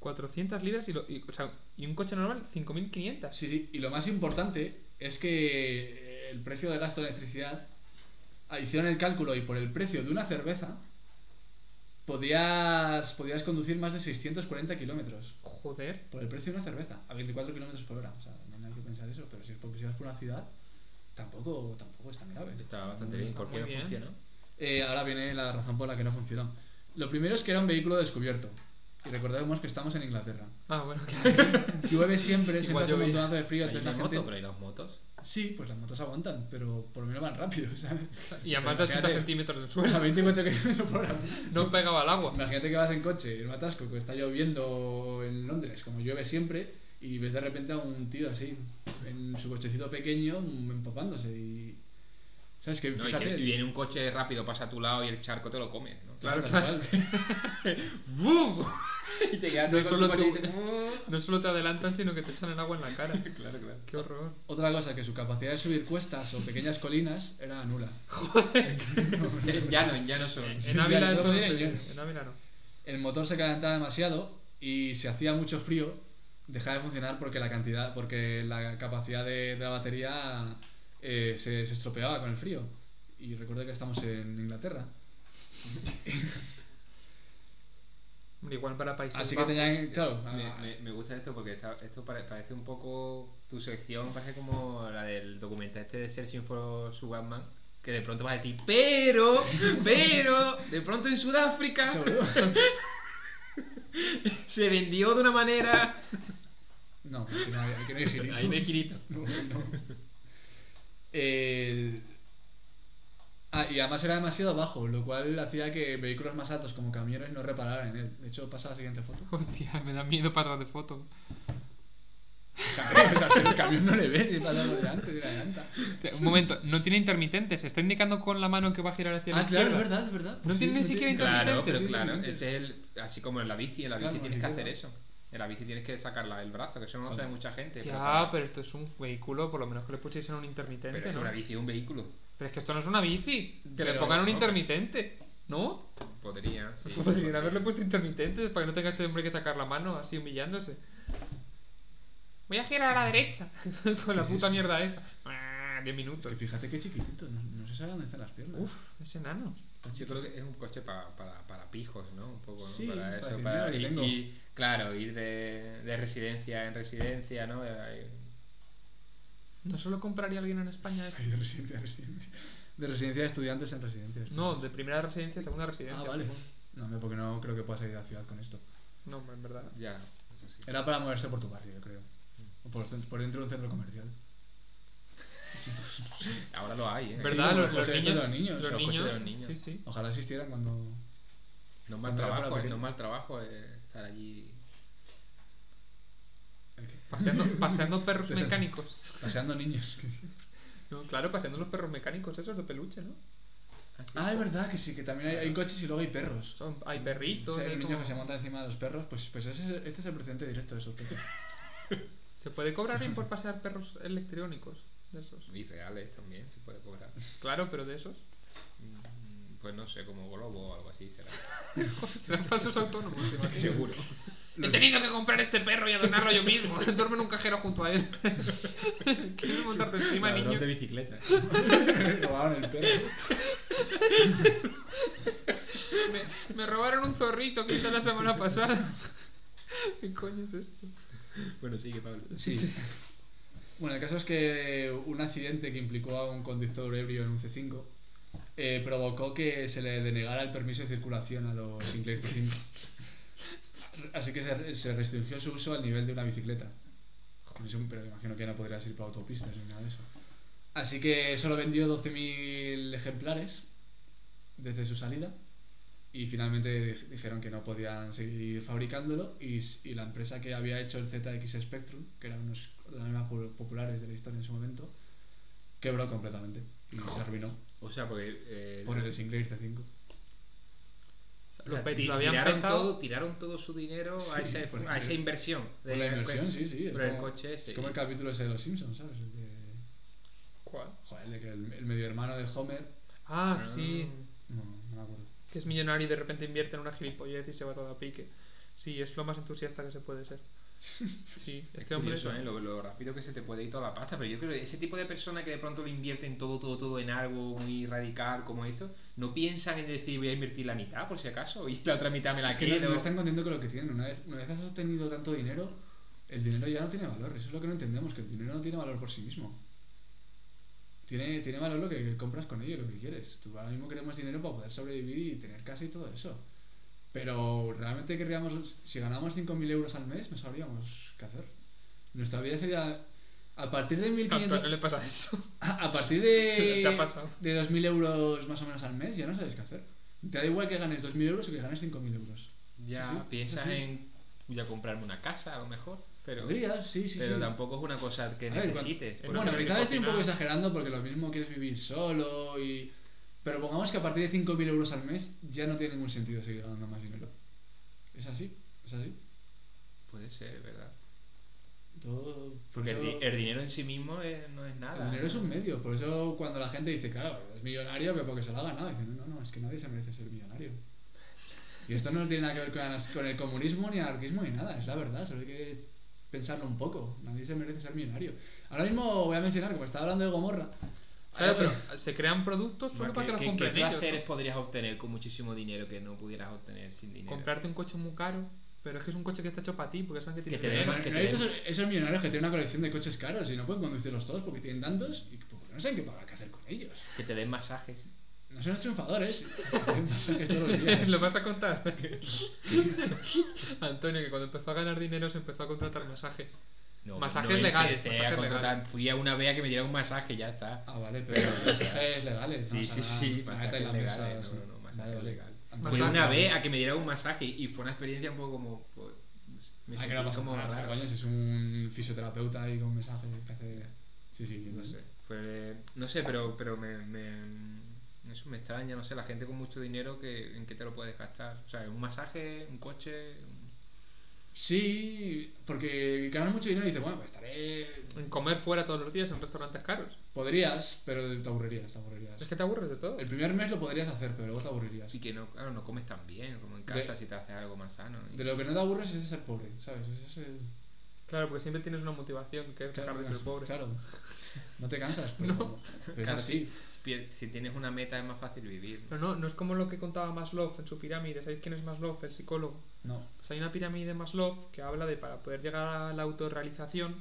400 libras y, lo- y- o sea, y un coche normal, 5.500. Sí, sí. Y lo más importante es que eh, el precio de gasto de electricidad ah, hicieron el cálculo y por el precio de una cerveza podías, podías conducir más de 640 kilómetros. Joder. Por el precio de una cerveza, a 24 kilómetros por hora. O sea, no hay que pensar eso, pero si es porque si vas por una ciudad, tampoco, tampoco es tan grave. Estaba bastante bien. Está ¿Por qué muy no bien. funcionó? Eh, ahora viene la razón por la que no funcionó. Lo primero es que era un vehículo descubierto. Y recordemos que estamos en Inglaterra. Ah, bueno, claro. Llueve siempre, siempre Igual hace un llovía. montonazo de frío, Hay entonces la una gente... moto, pero hay dos motos. Sí, pues las motos aguantan, pero por lo menos van rápido, ¿sabes? Y a más de 80 Imagínate, centímetros del A suelo. 24 kilómetros por hora. No pegaba al agua. Imagínate que vas en coche, en un atasco, que está lloviendo en Londres, como llueve siempre, y ves de repente a un tío así, en su cochecito pequeño, mm, empapándose. Y... ¿Sabes qué? No, y, que- y viene un coche rápido, pasa a tu lado y el charco te lo comes, ¿no? Claro, claro. claro. ¡Bum! Y te quedas No tú con solo tu coche y tú. dices, "Mm". No solo te adelantan, sino que te echan el agua en la cara. Claro, claro. Qué horror. Otra cosa, que su capacidad de subir cuestas o pequeñas colinas era nula. Eh, Ya no, ya no son. En Ávila ya, esto no yo- se vive, En Ávila no. El motor se calentaba demasiado y si hacía mucho frío dejaba de funcionar porque la cantidad, porque la capacidad de, de la batería eh, se, se estropeaba con el frío. Y recuerda que estamos en Inglaterra. Hombre, Igual para países. Así que Bajos. tenían, claro, Me, ah, me- me gusta esto porque está- esto pare- parece un poco. Tu sección parece como la del documental este de Searching for Sugarman. Que de pronto vas a decir, pero, pero, de pronto en Sudáfrica seguro. se vendió de una manera. No, aquí no hay, aquí no hay girito. Ahí de girito. No, no. El- Ah, y además era demasiado bajo, lo cual hacía que vehículos más altos como camiones no repararan en él. De hecho, pasa a la siguiente foto. Hostia, me da miedo pasar de foto. Camión, o sea, es que el camión no le ves, y pasa por delante, se adelanta. Hostia, Un momento, no tiene intermitentes. Está indicando con la mano que va a girar hacia la Ah, claro, es izquierda. verdad, es verdad. No tiene ni siquiera Claro, Intermitente, pero sí, claro, intermitente. ese es el. Así como en la bici, en la bici Claro, tienes que porque hacer yo- eso. En la bici tienes que sacarla el brazo, que eso no lo Sí. sabe mucha gente. Ya, pero, pero esto es un vehículo, por lo menos que le pusiesen un intermitente, pero es que ¿no? una bici es un vehículo. Pero es que esto no es una bici. Que le Pero- pongan un no. intermitente, ¿no? Podría, sí. Podrían haberle puesto intermitentes para que no tenga este hombre que sacar la mano así humillándose. Voy a girar a la derecha con la Sí, sí, puta sí. mierda esa. Ah, 10 Es minutos. que fíjate qué chiquitito, no, no se sabe dónde están las piernas. Uf, es enano. Pues Yo creo que es un coche pa- para, para pijos, ¿no? Un poco, ¿no? Sí, para para eso, decir, para mira, que ir, tengo. ir- claro, ir de, de residencia en residencia, ¿no? De- ¿No solo compraría alguien en España esto? Ay, de residencia, de residencia. De residencia de estudiantes en residencia. de No, estudiantes. de primera residencia a segunda residencia. Ah, vale. No, hombre, porque no creo que pueda salir a la ciudad con esto. No, hombre, en verdad. Ya, eso sí. Era para moverse por tu barrio, yo creo. O por, cent- por dentro de un centro comercial. Ahora lo hay, ¿eh? Sí, ¿Verdad? como los, los los coches de niños, los niños, Los los coches niños. de los niños. Sí, sí. Ojalá existieran cuando. No es mal Cuando era trabajo, ¿eh? pequeño. No es mal trabajo eh, estar allí. Paseando, paseando perros Pues eso. mecánicos. Paseando niños. No, claro, paseando los perros mecánicos, esos de peluche, ¿no? Así. ah, es verdad que sí, que también hay, hay coches y luego hay perros. Son, hay perritos. O sea, hay hay niños como- que se montan encima de los perros, pues, pues ese- este es el presente directo de esos perros. ¿Se puede cobrar bien por pasear perros electrónicos? De esos. Y reales también se puede cobrar. Claro, pero de esos. Mm, Pues no sé, como globo o algo así será. Serán falsos autónomos. ¿te imaginas? Seguro. He tenido que comprar este perro y adornarlo yo mismo. Duermo en un cajero junto a él. ¿Quieres montarte encima, Ladrón niño? de bicicleta. Robaron el perro. Me, me robaron un zorrito que hice la semana pasada. ¿Qué coño es esto? bueno, sigue, Pablo. Sí. Bueno, el caso es que un accidente que implicó a un conductor ebrio en un C5 eh, provocó que se le denegara el permiso de circulación a los Sinclair C5. Así que se, se restringió su uso al nivel de una bicicleta. Con eso, pero imagino que no podrías ir por autopistas ni nada de eso. Así que solo vendió 12.000 ejemplares desde su salida y finalmente dij- dijeron que no podían seguir fabricándolo y, s- y la empresa que había hecho el ZX Spectrum, que era uno de los más po- populares de la historia en su momento, quebró completamente y se arruinó O sea, porque. eh, por el Sinclair C5. o sea, Lo, pe- ti- lo habían tiraron, petado. todo, tiraron todo su dinero a, Sí, esa- por- a esa inversión. Por la inversión, sí, sí. Es Por el como- coche ese. Es como el y- capítulo ese de Los Simpsons, ¿sabes? El de, ¿Cuál? joder, el de que el, el medio hermano de Homer... Ah, sí. No, no me acuerdo. Que es millonario y de repente invierte en una gilipollez y se va todo a pique. Sí, es lo más entusiasta que se puede ser. Sí, este hombre. Curioso, ¿eh? lo, lo rápido que se te puede ir toda la pasta, pero yo creo que ese tipo de personas que de pronto lo invierten todo, todo, todo en algo muy radical como esto, no piensan en decir voy a invertir la mitad por si acaso y la otra mitad me la Es Ah, que quedo. no, no están contentos con lo que tienen. Una vez, una vez has obtenido tanto dinero, el dinero ya no tiene valor. Eso es lo que no entendemos, que el dinero no tiene valor por sí mismo. Tiene, tiene valor lo que compras con ello, lo que quieres. Tú ahora mismo queremos dinero para poder sobrevivir y tener casa y todo eso. Pero realmente querríamos, si ganamos 5.000 euros al mes, no sabríamos qué hacer. Nuestra vida sería... A partir de A Antonio 1.500... le pasa eso. A, a partir de, Te ha pasado. de 2.000 euros más o menos al mes, ya no sabes qué hacer. Te da igual que ganes 2.000 euros o que ganes 5.000 euros. Ya Sí, sí, piensas sí. en voy a comprarme una casa a lo mejor, pero, Podrías, sí, sí, pero sí. tampoco es una cosa que A ver, necesites. cuando- porque- no Bueno, tener que quizás estoy un cocinar. poco exagerando porque lo mismo quieres vivir solo y... Pero pongamos que a partir de 5.000 euros al mes ya no tiene ningún sentido seguir ganando más dinero. Es así, es así. Puede ser, ¿verdad? Todo... por Porque el, eso- di- el dinero en sí mismo es- no es nada. el dinero es un medio, por eso cuando la gente dice, claro, es millonario, pero porque se lo ha ganado, dicen, no, no, es que nadie se merece ser millonario. Y esto no tiene nada que ver con, anas- con el comunismo, ni anarquismo, ni nada, es la verdad, solo hay que pensarlo un poco, nadie se merece ser millonario. Ahora mismo voy a mencionar, como estaba hablando de Gomorra, Claro, pero eh, se crean productos solo Bueno, para que ¿Qué, los qué- qué compren ellos. placeres ¿no? podrías obtener con muchísimo dinero que no pudieras obtener sin dinero? Comprarte un coche muy caro. Pero es que es un coche que está hecho para ti, porque saben que tiene te dinero. den- Pero que no hay te estos- esos millonarios que tienen una colección de coches caros y no pueden conducirlos todos porque tienen tantos y porque no saben qué, pagar, qué hacer con ellos. Que te den masajes. No son los triunfadores. Tienen pasajes todos los días. ¿Lo vas a contar? Antonio, que cuando empezó a ganar dinero se empezó a contratar masajes. No, Masajes no legales, empecé masajes a contratar. legales. Fui a una vea que me diera un masaje, ya está. Ah, vale, pero masajes legales. ¿no? sí, O sea, sí, sí, nada masajes legales. tailandesa, No, sí. no, no, masajes Vale, Pues vale. legales. Antes- Fui a Masaje. una vea a que me diera un masaje y fue una experiencia un poco como. fue- Ah, que me sentí no pasa como nada, raro. coño, si es un fisioterapeuta ahí con mensaje que hace... Sí, sí, No sé, fue- no sé, pero, pero me, me- eso me extraña, no sé, la gente con mucho dinero que, en qué te lo puedes gastar. O sea, un masaje, un coche, un- Sí, porque ganan mucho dinero y dices, bueno, pues estaré... En comer fuera todos los días en restaurantes caros. Podrías, pero te aburrirías, te aburrirías. Es que te aburres de todo. El primer mes lo podrías hacer, pero luego te aburrirías. y que no, claro, no comes tan bien como en De- casa si te haces algo más sano. Y- De lo que no te aburres es de ser pobre, ¿sabes? Ese es el... Claro, porque siempre tienes una motivación, que es dejar de ser pobre. Claro. No te cansas, pero, No. pero es claro, así. si, si tienes una meta es más fácil vivir. ¿no? Pero no, no es como lo que contaba Maslow en su pirámide. ¿Sabéis quién es Maslow? El psicólogo. No. Pues hay una pirámide de Maslow que habla de para poder llegar a la autorrealización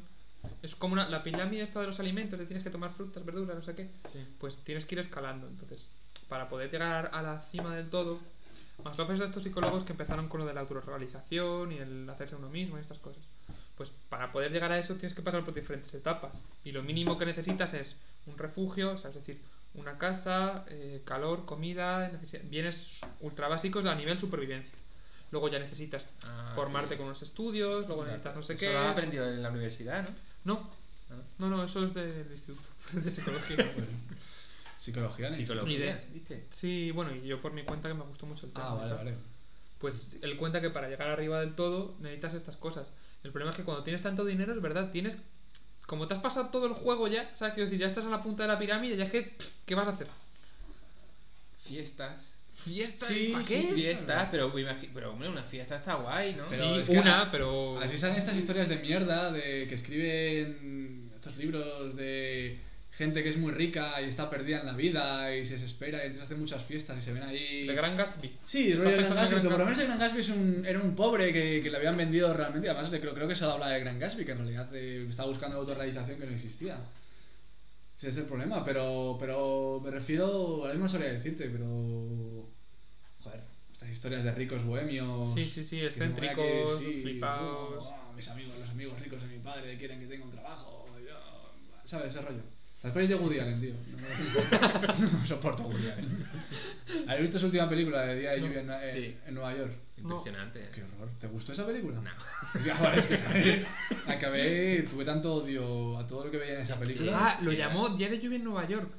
Es como una, la pirámide esta de los alimentos, que tienes que tomar frutas, verduras, no sé qué. Sí. Pues tienes que ir escalando, entonces. Para poder llegar a la cima del todo, Maslow es de estos psicólogos que empezaron con lo de la autorrealización y el hacerse uno mismo y estas cosas. Pues para poder llegar a eso tienes que pasar por diferentes etapas. Y lo mínimo que necesitas es un refugio, o sea, es decir, una casa, eh, calor, comida, necesi- bienes ultra básicos a nivel supervivencia. Luego ya necesitas Ah, formarte sí. con unos estudios, luego necesitas no sé Eso qué. lo has aprendido en la universidad, ¿no? No, Ah. no, no, eso es del instituto de psicología. Psicología, ¿no? Ni idea. dice. Sí, bueno, y yo por mi cuenta que me gustó mucho el tema. Ah, vale, ¿no? vale. Pues él cuenta que para llegar arriba del todo necesitas estas cosas. El problema es que cuando tienes tanto dinero, es verdad, tienes. Como te has pasado todo el juego ya, ¿sabes? Quiero decir, ya estás a la punta de la pirámide, ya es que. pff, ¿Qué vas a hacer? Fiestas. ¿Fiesta? Sí, ¿Para sí, qué? Fiestas, pero, me imagi- pero hombre, una fiesta está guay, ¿no? Sí, Pero es que una, a- pero. Así salen estas historias de mierda de que escriben estos libros de gente que es muy rica y está perdida en la vida y se desespera y entonces hace muchas fiestas y se ven ahí. De Gran Gatsby. Sí, el Está rollo de Gran pensando en Gatsby, Gran que por lo menos Gatsby. el Gran Gatsby es un- era un pobre que, que le habían vendido realmente. Además, le- creo, creo que se habla de Gran Gatsby, que en realidad eh, estaba buscando la autorrealización que no existía. Ese es el problema, pero, pero me refiero. A mí no sabría decirte, pero. Joder, estas historias de ricos bohemios. Sí, sí, sí, que se mueve aquí, excéntricos, flipados. uh, oh, mis amigos, los amigos ricos de mi padre quieren que tenga un trabajo. y yo- ¿Sabes? Ese rollo. Las pelis de Woody Allen, tío. No, no soporto Woody Allen. ¿Habéis visto su última película de Día de Lluvia en, en- Sí. en Nueva York? Impresionante. Qué horror. ¿Te gustó esa película? No. Ya, vale, es que acabé, acabé- Tuve tanto odio a todo lo que veía en esa película. Ah, lo llamó Día de Lluvia en Nueva York.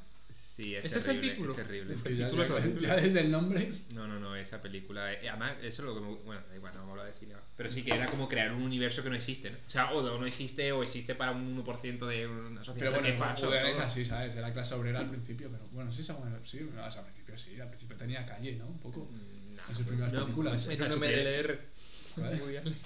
Sí, es Ese es el terrible, título. terrible. Es Es que que el ya, título ya- es horrible. ya desde el nombre. No, no, no, esa película. eh, Además, eso es lo que me. Bueno, da igual, no vamos a hablar de cine. ahora. Pero sí que era como crear un universo que no existe, ¿no? O sea, o no existe o existe para un 1% de una sociedad. Pero bueno, que el pasa Woody Allen es todo. así, ¿sabes? Era clase obrera al principio, pero bueno, sí, esa- bueno, sí, no, esa al principio sí, al principio tenía calle, ¿no? Un poco. Mm, no, En sus primeras no, películas. esa Era es un su primera- MDR. ¿Vale? Woody Allen.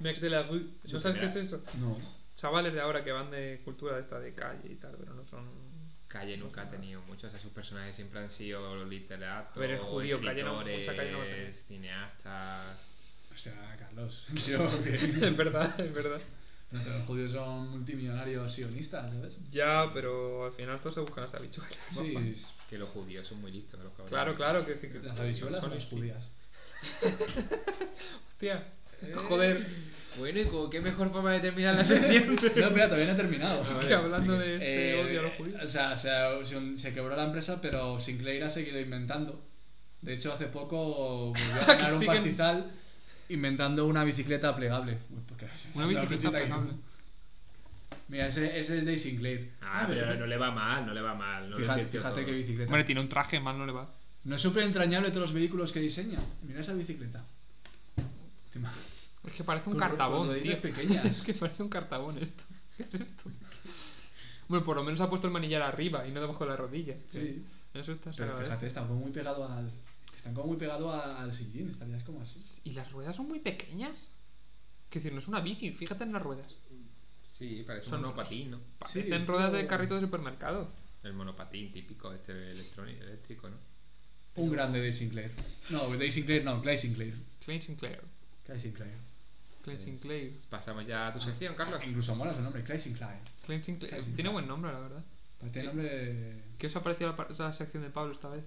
Mac de la Rue. ¿No sabes qué es eso? No. Chavales de ahora que van de cultura de esta de calle y tal, pero no son Calle nunca ha tenido muchos, o sea, sus personajes siempre han sido literatos, A ver, el judío, Calle no- mucha escritores, Calle no va a tener. cineastas. O sea, Carlos, tío, que es verdad, es verdad. no todos los judíos son multimillonarios sionistas, ¿sabes? Ya, pero al final todos se buscan las habichuelas. Sí, guapa. es- Que los judíos son muy listos, los cabrones. Claro, claro, que, que las habichuelas son las listos. judías. Hostia. Joder, Bueno, y como qué mejor forma de terminar la sección. No, espera, todavía no he terminado. que hablando de este Eh, odio a los o judíos. sea, se, se- se quebró la empresa, pero Sinclair ha seguido inventando. De hecho, hace poco volvió a Que ganar un siguen- pastizal inventando una bicicleta plegable. Uy, pues que- Una bicicleta que- plegable. Mira, ese, ese es de Sinclair. Ah, pero no le va mal, no le va mal. No lo Fíjate, invirtió fíjate todo. qué bicicleta. Bueno, tiene un traje, mal no le va. No es súper entrañable todos los vehículos que diseña. Mira esa bicicleta. Te ima- Es que parece un Con- con cartabón, rueditas tío. pequeñas. es que parece un cartabón esto. ¿Qué es esto? Bueno, por lo menos ha puesto el manillar arriba y no debajo de la rodilla. Sí. Eso está ¿eh? se Pero agradece. fíjate, están como muy pegado al. Están como muy pegado a- al sillín, estarías como así. ¿Y las ruedas son muy pequeñas? Que decir, no es una bici, fíjate en las ruedas. Sí, parece Son un otros. monopatín, ¿no? Parecen esto- ruedas de carrito de supermercado. El monopatín típico este electrónico, eléctrico, ¿no? Un grande de Sinclair. No, de Sinclair no, Clay Sinclair. Klein Sinclair. Clay Sinclair. Klein Sinclair. Pasamos ya a tu sección, Carlos. Incluso mola su nombre, Clay Sinclair. Klein Sinclair. Klein Sinclair. Tiene buen nombre, la verdad. Este nombre ¿Qué os ha parecido la, par- la sección de Pablo esta vez?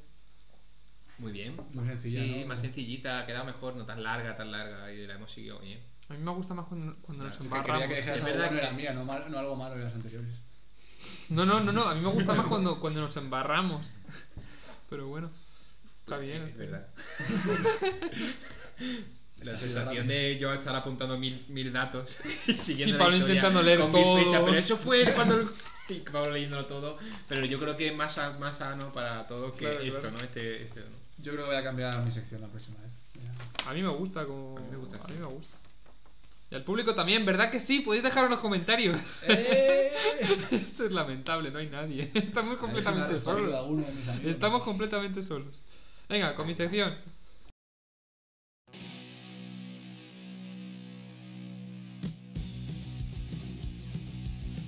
Muy bien. muy sencillo. Sí, ¿no? más sencillita, ha quedado mejor, no tan larga, tan larga, y la hemos seguido bien. A mí me gusta más cuando, cuando nos Es que quería que embarramos. dejaras Es algo verdad bueno de la que- mía, no, mal- no algo malo de las anteriores. No, no, no, no. A mí me gusta más cuando, cuando nos embarramos. Pero bueno, está bien. este. es está bien. verdad. Está siendo La sensación de yo estar apuntando mil, mil datos y siguiendo Y la Pablo historia intentando leer con mil todo. fechas, pero eso fue cuando y Pablo leyéndolo todo. Pero yo creo que es más, sa- más sano para todos que Claro, esto, claro. ¿no? Este, este, ¿no? Yo creo que voy a cambiar mi sección la próxima vez. Ya. A mí me gusta como. A mí me gusta, A sí. mí me gusta. Y al público también, ¿verdad que sí? Podéis dejar en los comentarios. ¡Eh! Esto es lamentable, no hay nadie. Estamos A ver completamente si me ha respondido solos. alguno de mis amigos. Estamos completamente solos. Venga, con mi sección.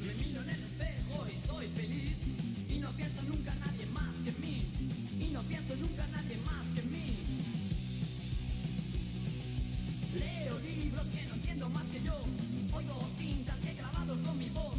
Me miro en el espejo y soy feliz Y no pienso nunca en nadie más que en mí Y no pienso nunca en nadie más que en mí Leo libros que no entiendo más que yo Oigo tintas que he clavado con mi voz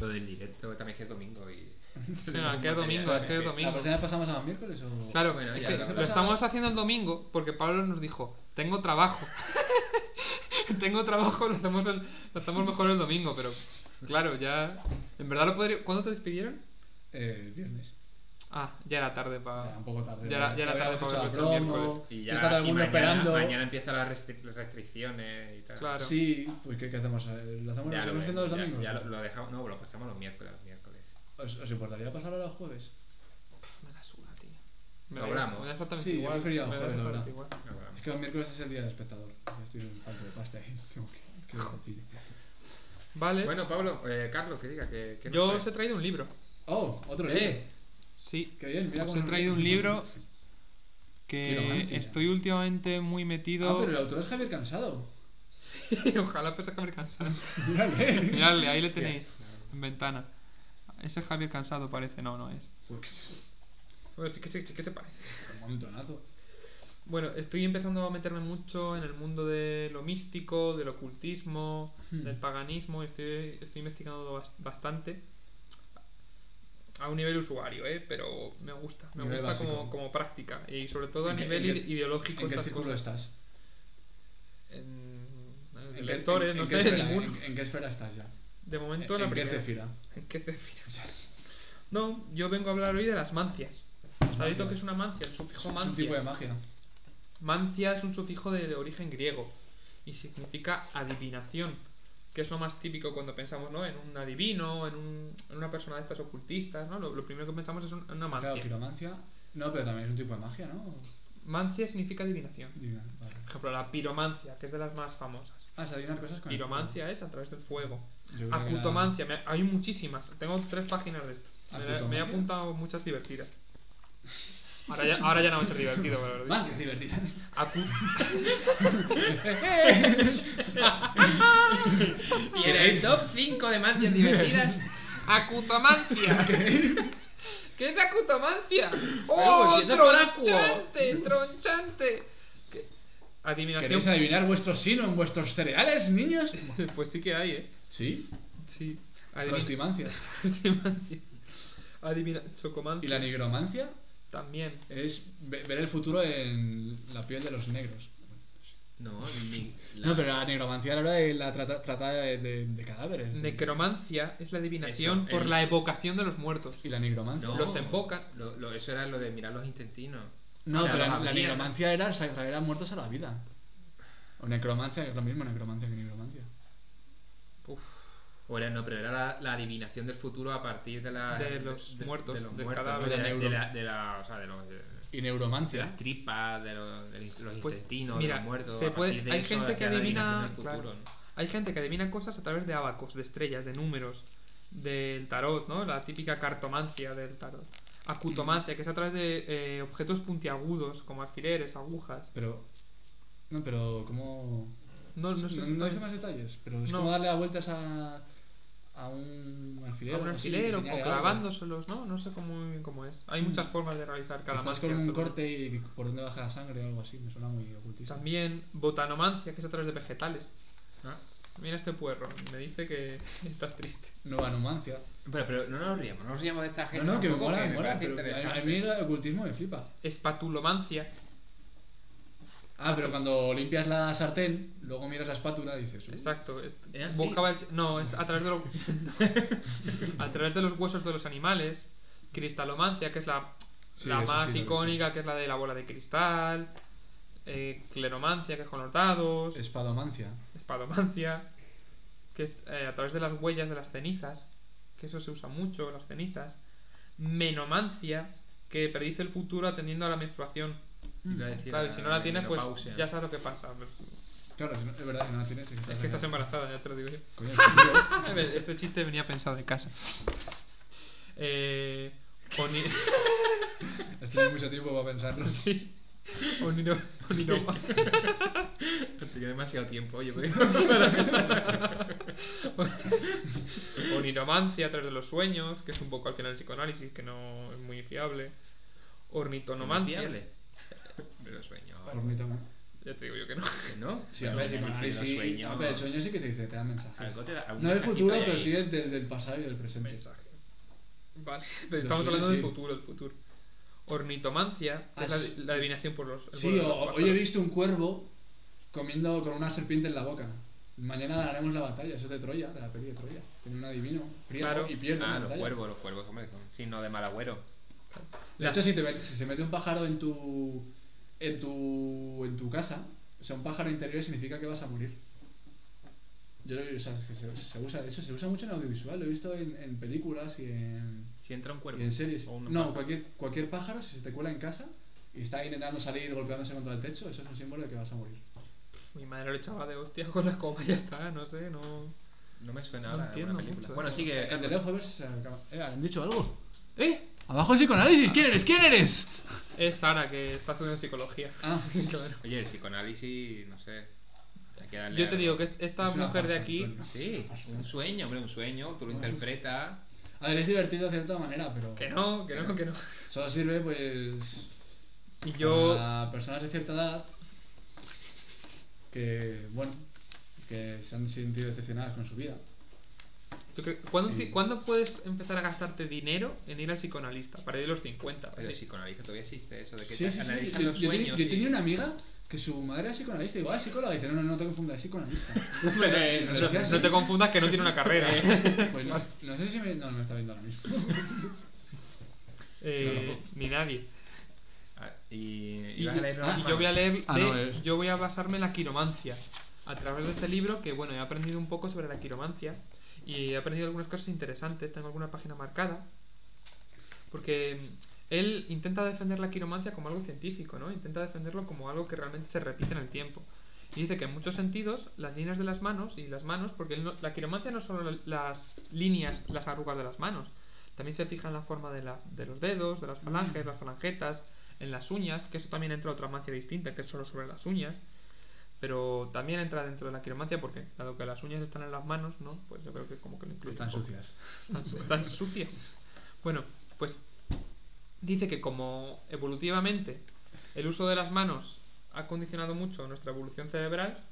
Lo del directo también es que es domingo y. Venga, que es domingo, es que es ¿La domingo. próxima vez pasamos a miércoles o.? Claro, Bueno, es ya, que la lo pasada. estamos haciendo el domingo porque Pablo nos dijo, tengo trabajo. tengo trabajo, lo hacemos, el- lo hacemos mejor el domingo, pero claro, ya... En verdad lo podría... ¿Cuándo te despidieron? Eh, viernes. Ah, ya era tarde O sea, para... un poco tarde. Ya era- ¿no? ya era tarde Habíamos para hecho la verlo el promo, miércoles. Y ya está todo el y mundo mañana- esperando. Mañana empiezan las restri- las restricciones y tal. Claro. Sí, pues ¿qué, qué hacemos? Eh, ¿Lo hacemos, lo Ya lo, seguimos haciendo los ya- domingos? ya lo- lo dejamos. No, lo pasamos los miércoles. Los miércoles. ¿Os, os importaría pasarlo los jueves? Pff, Me la suda, tío. Me Lo da- hablamos. Me da exactamente Sí, yo igual. prefería me da jueves, la exactamente verdad. igual. No, bueno. Es que los miércoles es el día del espectador. Yo estoy en falta de pasta y tengo que, que ir al cine. Vale. Bueno, Pablo, eh, Carlos, que diga que. que nos yo trae. os he traído un libro. ¡Oh! ¡Otro Eh. libro! Sí. ¡Qué bien! Mira Os cómo- he traído un libro que Quiromancia. estoy últimamente muy metido... Ah, pero el autor es Javier Cansado. Ojalá pues acabe cansado. Mírale. Miradle, ahí le tenéis. En ventana. Ese es Javier Cansado parece, no, no es. Pues, Pues sí que, sí, sí que se parece. un montonazo. Bueno, estoy empezando a meterme mucho en el mundo de lo místico, del ocultismo, Hmm. del paganismo. Estoy, estoy investigando bas- bastante. A un nivel usuario, ¿eh? Pero me gusta. Me Nivel gusta básico. como, como práctica. Y sobre todo a ¿En qué- nivel en qué- ide- ideológico. ¿En qué estas círculo cosas. estás? En, en ¿En qué- lectores, en- no en sé, qué esfera- ninguno. en- ¿En qué esfera estás ya? De momento la ¿En qué primera. cefira? ¿En qué cefira? No, yo vengo a hablar hoy de las mancias. ¿Sabéis lo que es una mancia? El Es sufijo mancia. un tipo de magia. Mancia es un sufijo de, de origen griego y significa adivinación, que es lo más típico cuando pensamos ¿no? en un adivino, en, un- en una persona de estas ocultistas. ¿no? Lo, lo primero que pensamos es un- en una Claro, mancia. quiromancia. No, pero también es un tipo de magia, ¿no? Mancia significa adivinación. Divina, vale. Por ejemplo, la piromancia, que es de las más famosas. Ah, se adivinar cosas con el Piromancia es a través del fuego. fuego. Yo creo que era- Acutomancia, me- hay muchísimas. Tengo tres páginas de esto. Me, he- me he ¿Acutomancia? apuntado muchas divertidas. Ahora ya, ahora ya no va a ser divertido, pero lo digo. Mancias divertidas. Acu- Y en el top 5 de mancias divertidas. acutomancia. ¿Qué es acutomancia? pues ¡Oh, si es de Oráculo. tronchante! ¡Tronchante! ¿Qué? ¿Queréis Adivinación. adivinar vuestro sino en vuestros cereales, niños? Pues sí que hay, ¿eh? Sí. Sí. Adivin- Prostimancia. Prostimancia. Adivina... Y Chocomancia. la nigromancia También. es ve- ver el futuro en la piel de los negros. No, ni. No, pero la nigromancia era de la trata, trata de, de- de cadáveres. de- Necromancia es la adivinación Eso, por el- la evocación de los muertos. Y la nigromancia. No, Los embocan. lo- lo- eso era lo de mirar los intestinos. No, O sea, pero la, los la abrían. nigromancia era sa- traer a muertos a la vida. O necromancia, que es lo mismo necromancia que nigromancia. Uf. O era, no, pero era la, la adivinación del futuro a partir de, la, De los muertos, de los del muertos, cadáver. ¿no? de, la- de, Del la- de la- o sea, de los, de, Y de las neuromancia. tripas, de los, de los Pues, intestinos, mira, de los muertos. se a puede- partir de hay eso gente que hacía la adivina- adivinación del futuro, claro. ¿no? Hay gente que adivina cosas a través de abacos, de estrellas, de números, del tarot, ¿no? La típica cartomancia del tarot. Acutomancia, que es a través de eh, objetos puntiagudos, como alfileres, agujas. Pero. No, pero ¿cómo.? No, no No, sé si- no dice más detalles, pero es No. como darle a vueltas a, a un alfiler. a un o así, alfiler o, enseñarle o algo. clavándoselos, ¿no? No sé cómo, muy bien cómo es. Hay muchas formas de realizar cada Mm. Quizás magia. con un todo. corte y por dónde baja la sangre o algo así, me suena muy ocultista. También botanomancia, que es a través de vegetales. Ah, Mira este puerro, me dice que estás triste. Nueva numancia. Pero, pero no nos ríamos, no nos ríamos de esta No, gente. no, que me Ah, tampoco, mola, me mola. parece pero a, a interesante. mí el ocultismo me flipa. Espatulomancia, Ah, pero cuando limpias la sartén, luego miras la espátula y dices. "Uh". Exacto. es- ¿Eh? ¿Sí? buscaba el- No, es a través de lo- a través de los huesos de los animales. Cristalomancia, que es la, Sí, la eso sí, más lo he visto. icónica, que es la de la bola de cristal. eh, cleromancia, que es con los dados. Espadomancia. Espadomancia, que es eh, a través de las huellas de las cenizas. Que eso se usa mucho, las cenizas. Menomancia, que predice el futuro atendiendo a la menstruación. Iba a decir Claro, y si no la tienes, pues menopausia. ya sabes lo que pasa. Pues, Claro, si no- es verdad que no la tienes. es que estás embarazada, ya te lo digo yo. Coño, tío. A ver, Este chiste venía pensado de casa. Eh, oni- Has tenido mucho tiempo para pensarlo. sí. Oniro- oniro- He tenido demasiado tiempo, pues. yo creo. Oniromancia a través de los sueños, que es un poco al final el psicoanálisis, que no es muy fiable. Ornitonomancia. Fiable. Pero sueño. Ornitoma- Ya te digo yo que no. Que ¿No? Sí, a ver, sí, el sí, sí, sueño- a ver, el sueño sí que te dice, te da mensajes. Algo te da- algún No del mensajito futuro, hay pero ahí. sí del, del- del pasado y del presente. Vale, pero estamos sí, hablando del sí. futuro, el futuro. Ornitomancia, que Ah, es la, sí. la adivinación por los. el Sí, vuelo de o- los o- hoy pájaros. he visto un cuervo comiendo con una serpiente en la boca. Mañana ganaremos la batalla, eso es de Troya, de la peli de Troya. Tiene un adivino, Priego, Claro. y pierde Ah, la los batalla. cuervos, los cuervos, hombre, son signo de mal agüero. De hecho, si, te metes- si se mete un pájaro en tu, en tu en tu casa, o sea, un pájaro interior significa que vas a morir. Yo lo o sea, es que se, se usa, de hecho, se usa mucho en audiovisual, lo he visto en, en películas y en, Si entra un cuervo. y en series. o un No, pájaro. cualquier, cualquier pájaro, si se te cuela en casa y está intentando salir golpeándose contra el techo, eso es un símbolo de que vas a morir. Mi madre lo echaba de hostia con la escoba y ya está, no sé, no. No me suena No ahora entiendo una película. mucho. Bueno, sigue. El de Carlos. Leo Faber se acaba. Eh, ¿han dicho algo? ¿Eh? Abajo el psicoanálisis, ¿quién eres? ¿Quién eres? Es Sara que está estudiando psicología. Ah, claro. Oye, el psicoanálisis, no sé. Hay que darle Yo te algo. digo que esta Es una mujer de farsa, aquí. Antonio. Sí, un sueño, hombre, un sueño, tú lo interpretas. A ver, es divertido de cierta manera, pero. Que no, que no, que no. Solo sirve, pues. Y yo. Para personas de cierta edad. Que, bueno. Que se han sentido decepcionadas con su vida. ¿tú cre- ¿cuándo, ti- cuándo puedes empezar a gastarte dinero en ir al psicoanalista? Para ir a los 50. Oye, el así. psicoanalista todavía existe eso de que Sí, te sí, sí. analizan Yo, los yo tenía- sueños. yo y- tenía una amiga que su madre era psicoanalista. Igual es psicóloga. y Dice, no, no, no te confundas, es psicoanalista. Pues, Hombre, no no, seas no así. te confundas que no tiene una carrera. ¿eh? Pues no, no sé si me. No, no me está viendo ahora mismo. Eh, Ni nadie. Ah, Y, Y, ibas a leer ah, una- y yo voy a leer, Ah, de- no, es- yo voy a basarme en la quiromancia a través de este libro que bueno he aprendido un poco sobre la quiromancia y he aprendido algunas cosas interesantes tengo alguna página marcada porque mm, él intenta defender la quiromancia como algo científico no intenta defenderlo como algo que realmente se repite en el tiempo y dice que en muchos sentidos las líneas de las manos y las manos porque él no- la quiromancia no es solo las líneas las arrugas de las manos también se fija en la forma de, las, de los dedos, de las falanges, las falangetas, en las uñas, que eso también entra otra mancia distinta, que es solo sobre las uñas. Pero también entra dentro de la quiromancia porque, dado que las uñas están en las manos, ¿no? Pues yo creo que como que lo incluye. Están un poco. sucias. Están, están sucias. Bueno, pues dice que como evolutivamente el uso de las manos ha condicionado mucho nuestra evolución cerebral,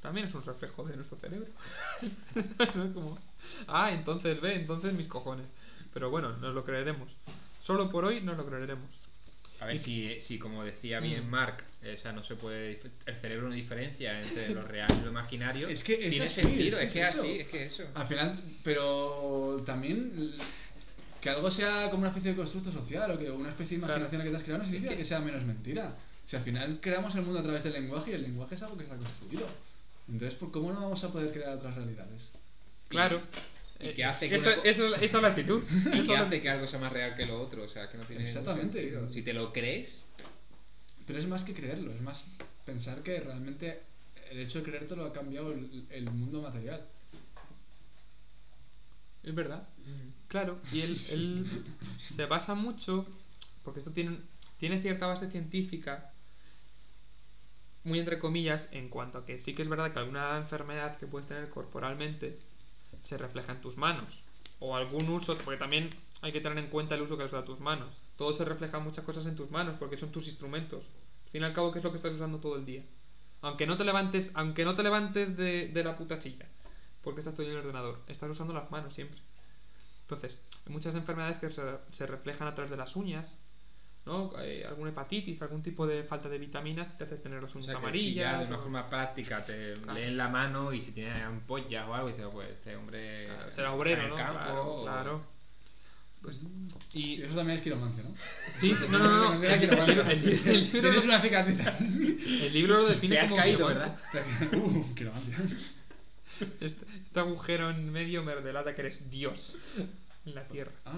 también es un reflejo de nuestro cerebro. No es como, ah, entonces ve, entonces mis cojones. Pero bueno, nos lo creeremos. Solo por hoy nos lo creeremos. A ver si, si como decía bien Mm. Mark, eh, o sea, no se puede. dif- El cerebro no diferencia entre lo real y lo imaginario. Es que es tiene así, sentido, es es que que es así, eso. Ah, es que eso. Al final, pero también l- que algo sea como una especie de constructo social o que una especie de imaginación que te has creado no significa que sea menos mentira. Si al final creamos el mundo a través del lenguaje y el lenguaje es algo que está construido. Entonces, ¿por cómo no vamos a poder crear otras realidades? Claro. y Eh, que hace que esa, una co- esa- esa es la actitud. Esa Y es que la- hace que algo sea más real que lo otro, o sea, que no tiene ningún Exactamente. sentido. Si te lo crees, Pero es más que creerlo, es más pensar que realmente el hecho de creértelo ha cambiado el, el mundo material. Es verdad. Claro, y él, él se basa mucho, porque esto tiene, tiene cierta base científica, muy entre comillas, en cuanto a que sí que es verdad que alguna enfermedad que puedes tener corporalmente se refleja en tus manos. O algún uso, porque también hay que tener en cuenta el uso que les da tus manos. Todo se refleja en muchas cosas en tus manos, porque son tus instrumentos. Al fin y al cabo, que es lo que estás usando todo el día. Aunque no te levantes, aunque no te levantes de, de la puta silla, porque estás todo en el ordenador, estás usando las manos siempre. Entonces, hay muchas enfermedades que se, se reflejan a través de las uñas, ¿no? Eh, alguna hepatitis, algún tipo de falta de vitaminas te hace tener las o uñas sea, que si amarillas. ya de una o- forma práctica te Claro. leen la mano y si tiene ampollas o algo, dices, pues este hombre Claro, está Ah, será obrero, en el ¿no? campo. claro, o- eh, claro. Pues, Y y eso también es quiromancia, ¿no? sí, sí, no, no, no, no. Se considera El, quiromancia. el- el- el libro, Tienes una cicatriz. el libro lo define Te has como caído, quiromancia. ¿verdad? uh, quiromancia. Este, este agujero en medio me relata que eres Dios en la tierra. Ah.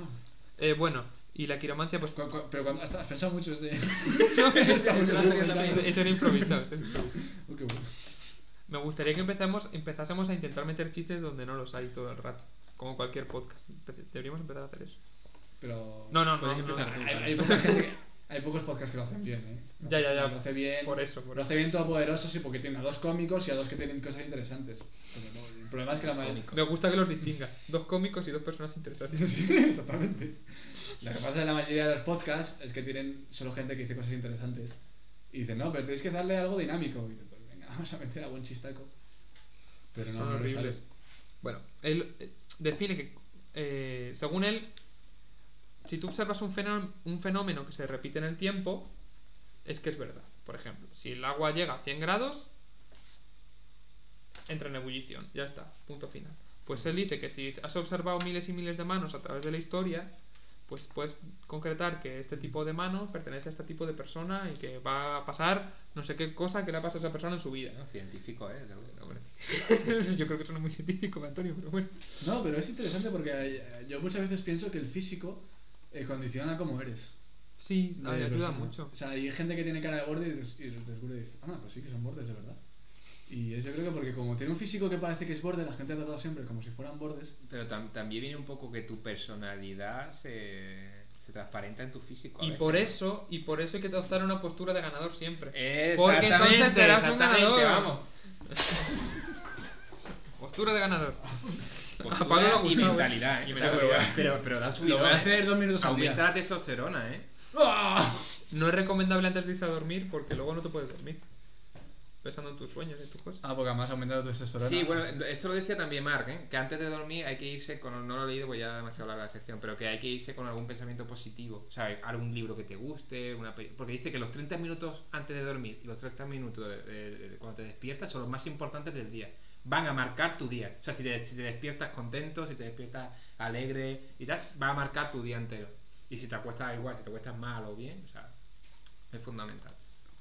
Eh, bueno, y la quiromancia, pues. Cu- cu- Pero cuando hasta has pensado mucho ese. Eso Está muy bien pensado. eso era improvisado. eso era improvisado. Oh, qué bueno. Me gustaría que empezamos, empezásemos a intentar meter chistes donde no los hay todo el rato. Como cualquier podcast. Empe- Deberíamos empezar a hacer eso. Pero. No, no, no. Puedes no, empezar tú, no. Hay, hay poca gente- hay pocos podcasts que lo hacen bien, ¿eh? Lo Ya, ya, ya. Lo hace bien. Por eso, por Lo eso. hace bien todopoderosos y porque tiene a dos cómicos y a dos que tienen cosas interesantes. Pero no, el problema es que la mayoría. Me gusta que los distinga. Dos cómicos y dos personas interesantes. Sí, exactamente. Lo que pasa en la mayoría de los podcasts es que tienen solo gente que dice cosas interesantes. Y dicen, no, pero tenéis que darle algo dinámico. Y dicen, pues venga, vamos a meter algún chistaco. Pero no, Son no le sale. horribles. Bueno, él eh, define que, eh, según él, si tú observas un fenómeno, un fenómeno que se repite en el tiempo, es que es verdad. Por ejemplo, si el agua llega a 100 grados, entra en ebullición. Ya está, punto final. Pues él dice que si has observado miles y miles de manos a través de la historia, pues puedes concretar que este tipo de mano pertenece a este tipo de persona y que va a pasar no sé qué cosa que le ha pasado a esa persona en su vida. No, científico, ¿eh? De verdad, hombre. Yo creo que suena muy científico, Antonio, pero bueno. No, pero es interesante porque eh, yo muchas veces pienso que el físico eh, condiciona cómo eres. Sí, de no, ayuda persona. mucho. O sea, hay gente que tiene cara de borde y des- y descubre y dice, ah, pues sí que son bordes de verdad. Y eso creo que porque como tiene un físico que parece que es borde, la gente ha tratado siempre como si fueran bordes. Pero tam- también viene un poco que tu personalidad se, se transparenta en tu físico. a Y veces, por ¿no? eso, y por eso hay que adoptar una postura de ganador siempre. Exactamente, Porque entonces serás un exactamente, ganador. Vamos. Postura de ganador. Postura Pablo le ha y gustado, mentalidad, ¿eh? Y O sea, mentalidad. pero- Pero, pero da ¿eh? Lo subido. voy a hacer dos minutos al Aumenta día. ¡Ah! la testosterona, ¿eh? No es recomendable antes de irse a dormir porque luego no te puedes dormir. Pensando en tus sueños y en tus cosas. Ah, porque además ha aumentado tu testosterona. Sí, bueno, esto lo decía también Mark, ¿eh? que antes de dormir hay que irse con, no lo he leído porque ya demasiado larga la sección, pero que hay que irse con algún pensamiento positivo, o sea, algún libro que te guste, una peli- porque dice que los 30 minutos antes de dormir y los 30 minutos de- de- de- cuando te despiertas son los más importantes del día, van a marcar tu día, o sea, si te, si te despiertas contento, si te despiertas alegre y tal, va a marcar tu día entero, y si te acuestas igual, si te acuestas mal o bien, o sea, es fundamental.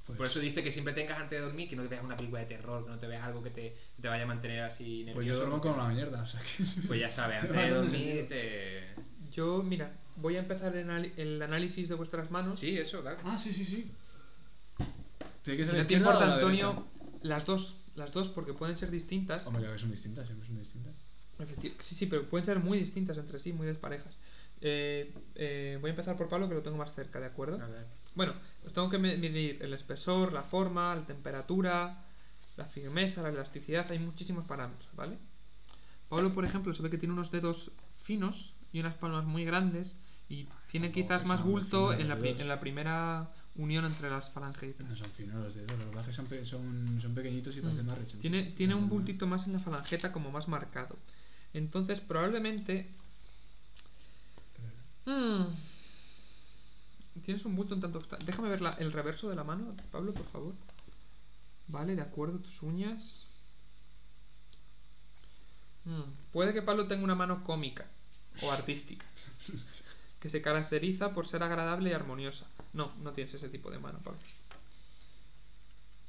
Pues- Por eso dice que siempre tengas antes de dormir, que no te veas una película de terror, que no te veas algo que te, te vaya a mantener así nervioso. Pues yo duermo como la mierda, o sea que... Pues ya sabes, antes de Bastante dormir sentido. te... Yo, mira, voy a empezar el, anal- el análisis de vuestras manos. Sí, eso, dale. Ah, sí, sí, sí. Tiene que Si ser la no te izquierda o importa, la Antonio, derecha. las dos. Las dos, porque pueden ser distintas. Hombre, creo que son distintas, siempre son distintas. Efecti- Sí, sí, pero pueden ser muy distintas entre sí, muy desparejas. Eh, eh, voy a empezar por Pablo, que lo tengo más cerca, ¿de acuerdo? A ver. Bueno, os tengo que me- medir el espesor, la forma, la temperatura, la firmeza, la elasticidad, hay muchísimos parámetros, ¿vale? Pablo, por ejemplo, se ve que tiene unos dedos finos y unas palmas muy grandes y tiene tampoco quizás que más sean muy bulto finos en la, los pri- dedos. en la primera unión entre las falangitas. No son finos los dedos, la verdad es que son, pe- son, son pequeñitos y parecen Mm. más rechonchitos. Tiene, tiene No, un no, no. bultito más en la falangeta como más marcado. Entonces, probablemente... Mm. Tienes un bulto un tanto... extra- Déjame ver la- el reverso de la mano, Pablo, por favor. Vale, de acuerdo, tus uñas. Mm, Puede que Pablo tenga una mano cómica o artística, que se caracteriza por ser agradable y armoniosa. No, no tienes ese tipo de mano, Pablo.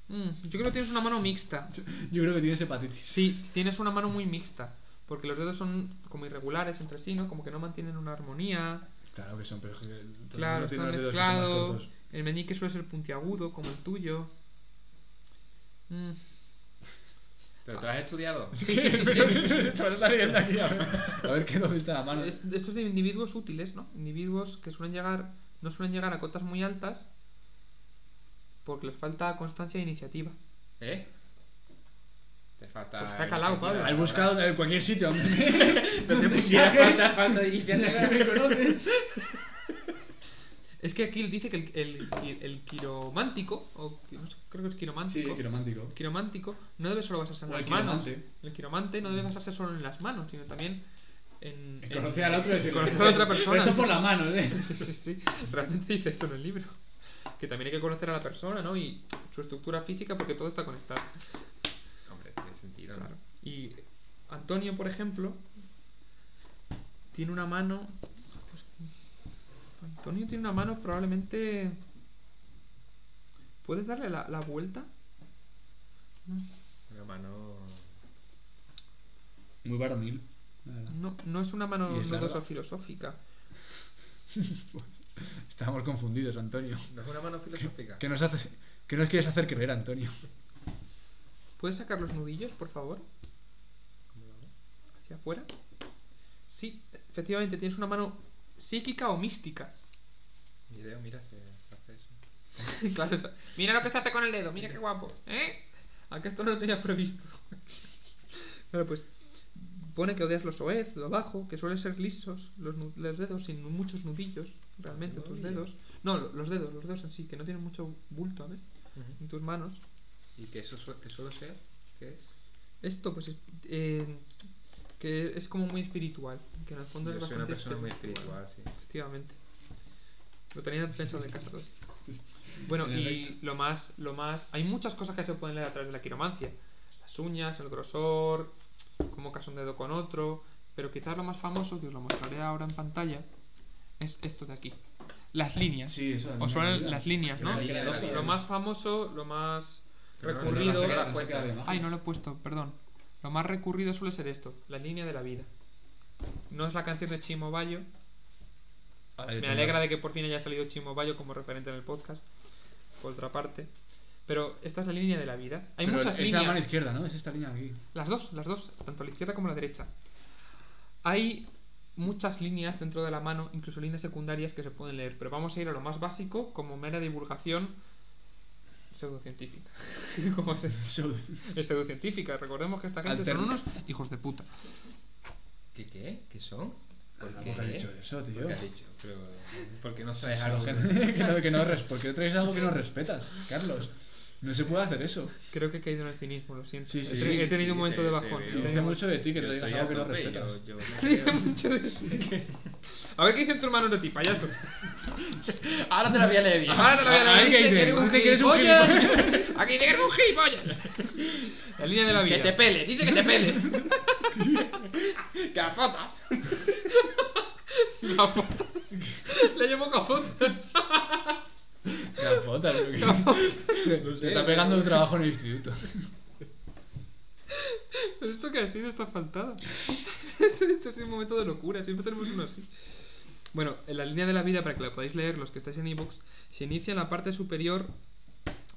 Mm, Yo creo que tienes una mano mixta. Yo creo que tienes hepatitis. Sí, tienes una mano muy mixta, porque los dedos son como irregulares entre sí, ¿no? Como que no mantienen una armonía. Claro que son, pero es que todo el mundo Claro, tiene están unos dedos que son más mezclados. cortos. El meñique suele ser puntiagudo, como el tuyo. Mm, ¿Te Ah. lo has estudiado? Sí, sí, sí, sí. Te vas a estar riendo aquí, a ver. A ver qué dónde está la mano. Es- Estos de individuos útiles, ¿no? Individuos que suelen llegar, no suelen llegar a cotas muy altas porque les falta constancia e iniciativa. ¿Eh? Te falta... Pues está calado, Pablo. Has buscado en cualquier sitio. hombre. No te pusieras falta, falta y Ya que me conoces. Es que aquí dice que el, el- el quiromántico, o qui- no sé, creo que es Sí, quiromántico, quiromántico. quiromántico no debe solo basarse en O el las manos. quiromante. El quiromante no debe basarse solo en las manos, sino también en. Y en- Conocer al otro y decirle, conocer a otra persona. Esto sí, por sí, la mano, ¿eh? Sí, sí, sí. Realmente dice esto en el libro. Que también hay que conocer a la persona, ¿no? Y su estructura física, porque todo está conectado. Hombre, tiene sentido. ¿no? Claro. Y Antonio, por ejemplo, tiene una mano. pues, Antonio tiene una mano probablemente. ¿Puedes darle la, la vuelta? Una mano... Muy varonil. la verdad. No, no es una mano ¿Y es larga? nodosa filosófica. Pues, Estábamos confundidos, Antonio. ¿No es una mano filosófica? ¿Qué nos, haces- qué nos quieres hacer creer, Antonio? ¿Puedes sacar los nudillos, por favor? ¿Hacia afuera? Sí, efectivamente, tienes una mano psíquica o mística. Ni idea, mira, se se hace eso. Claro, o sea, mira lo que se hace con el dedo, mira qué guapo, ¿eh? Aunque esto no lo tenía previsto. Claro, pues pone que odias lo soez, lo bajo, que suelen ser lisos los, nu- los dedos sin muchos nudillos, realmente, tus Oye. dedos. No, lo- los dedos, los dedos en sí, que no tienen mucho bulto, ¿ves? en tus manos. ¿Y que eso su- que suelo ser? ¿Qué es? Esto, pues, es, eh, que es como muy espiritual. Que en el fondo es Yo soy bastante una persona muy espiritual, sí. Efectivamente. Lo tenía pensado de casa. todo esto. Bueno, En y efecto. lo más, lo más. Hay muchas cosas que se pueden leer a través de la quiromancia. Las uñas, el grosor, cómo casas un dedo con otro. Pero quizás lo más famoso, que os lo mostraré ahora en pantalla, es esto de aquí. Las líneas. Sí, eso. Os suenan las líneas, ¿no? La línea de la vida. Lo más famoso, lo más Pero no, recurrido. no, no, no, no, Ay, no lo he puesto, perdón. Lo más recurrido suele ser esto, la línea de la vida. No es la canción de Chimo Bayo. Me alegra de que por fin haya salido Chimo Bayo como referente en el podcast, por otra parte. Pero esta es la línea de la vida. Hay Pero muchas es líneas. la mano izquierda, ¿no? Es esta línea de aquí. Las dos, las dos, tanto la izquierda como la derecha. Hay muchas líneas dentro de la mano, incluso líneas secundarias que se pueden leer, pero vamos a ir a lo más básico como mera divulgación pseudocientífica. ¿Cómo es esto? Es pseudocientífica. Recordemos que esta gente Alterna. son unos hijos de puta. ¿Qué qué? ¿Qué son? Ah, ¿Por qué? ¿Qué has dicho eso, tío? ¿Por qué has dicho? Pero, ¿Por qué eh, no sabes Traes algo? algo que no, que no res- ¿Por qué traes algo que no respetas, Carlos? No se puede hacer eso. Creo que he caído en el cinismo, lo siento. Sí, sí, he, sí, tre- he sí, tenido un sí, momento te- de te bajón. veo. He tenido Dice un- mucho de ti que Yo traigas estoy algo a que no tope, respetas. yo- yo- Dice mucho de- A ver qué dice tu hermano de ti, payaso. Ahora te la voy a leer bien. Ahora te lo voy a leer. Ahí que Dice que dice, eres un dice que eres un gilipollas. Aquí dice que eres un gilipollas. La línea de la vida. pele, dice que te peles. ¡Cafota! Gafotas. Le llamo gafotas. Gafotas, ¿no? Que- Se se está pegando un trabajo en el instituto. ¿Pero esto que ha sido está faltada? Esto, esto ha sido un momento de locura, siempre tenemos uno así. Bueno, en la línea de la vida, para que la podáis leer, los que estáis en ebooks, se inicia en la parte superior,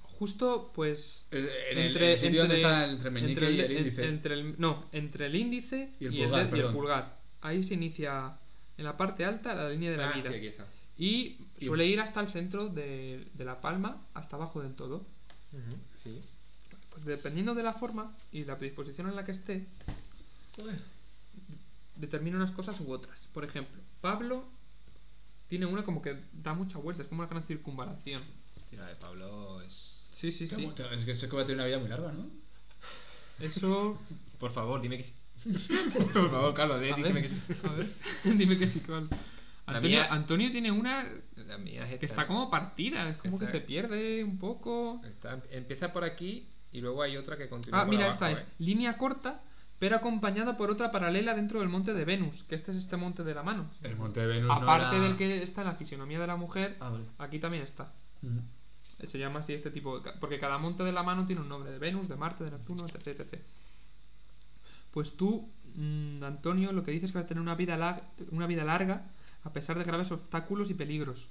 justo pues. En el, entre, el sitio donde está el entre meñique entre y el de- índice. entre el- no, entre el índice Y el de- pulgar, perdón. pulgar. Ahí se inicia en la parte alta la línea de la Ah, sí, vida. aquí está. y suele ir hasta el centro de, de la palma, hasta abajo del todo. Sí. Pues dependiendo de la forma y la predisposición en la que esté, determina unas cosas u otras. Por ejemplo, Pablo tiene una como que da mucha vuelta, es como una gran circunvalación. Sí, la de Pablo es... Sí, sí, sí. Como- Es que eso es que va a tener una vida muy larga, ¿no? Eso. Por favor, dime que sí. Por favor, Carlos, A dime ver, que sí. a ver. dime que sí, que vale. La Antonio, mía- Antonio tiene una La mía es que está como partida, es como que Esta- se pierde un poco. Está- empieza por aquí y luego hay otra que continúa Ah, por mira, abajo, esta es ¿eh? línea corta, pero acompañada por otra paralela dentro del monte de Venus, que este es este monte de la mano. El Monte de Venus. Aparte del que está en la fisionomía de la mujer, Ah, vale. aquí también está. Se llama así este tipo de ca- Porque cada monte de la mano tiene un nombre de Venus, de Marte, de Neptuno, etc. etc. Pues tú, mm, Antonio, lo que dices es que vas a tener una vida, lar- una vida larga a pesar de graves obstáculos y peligros.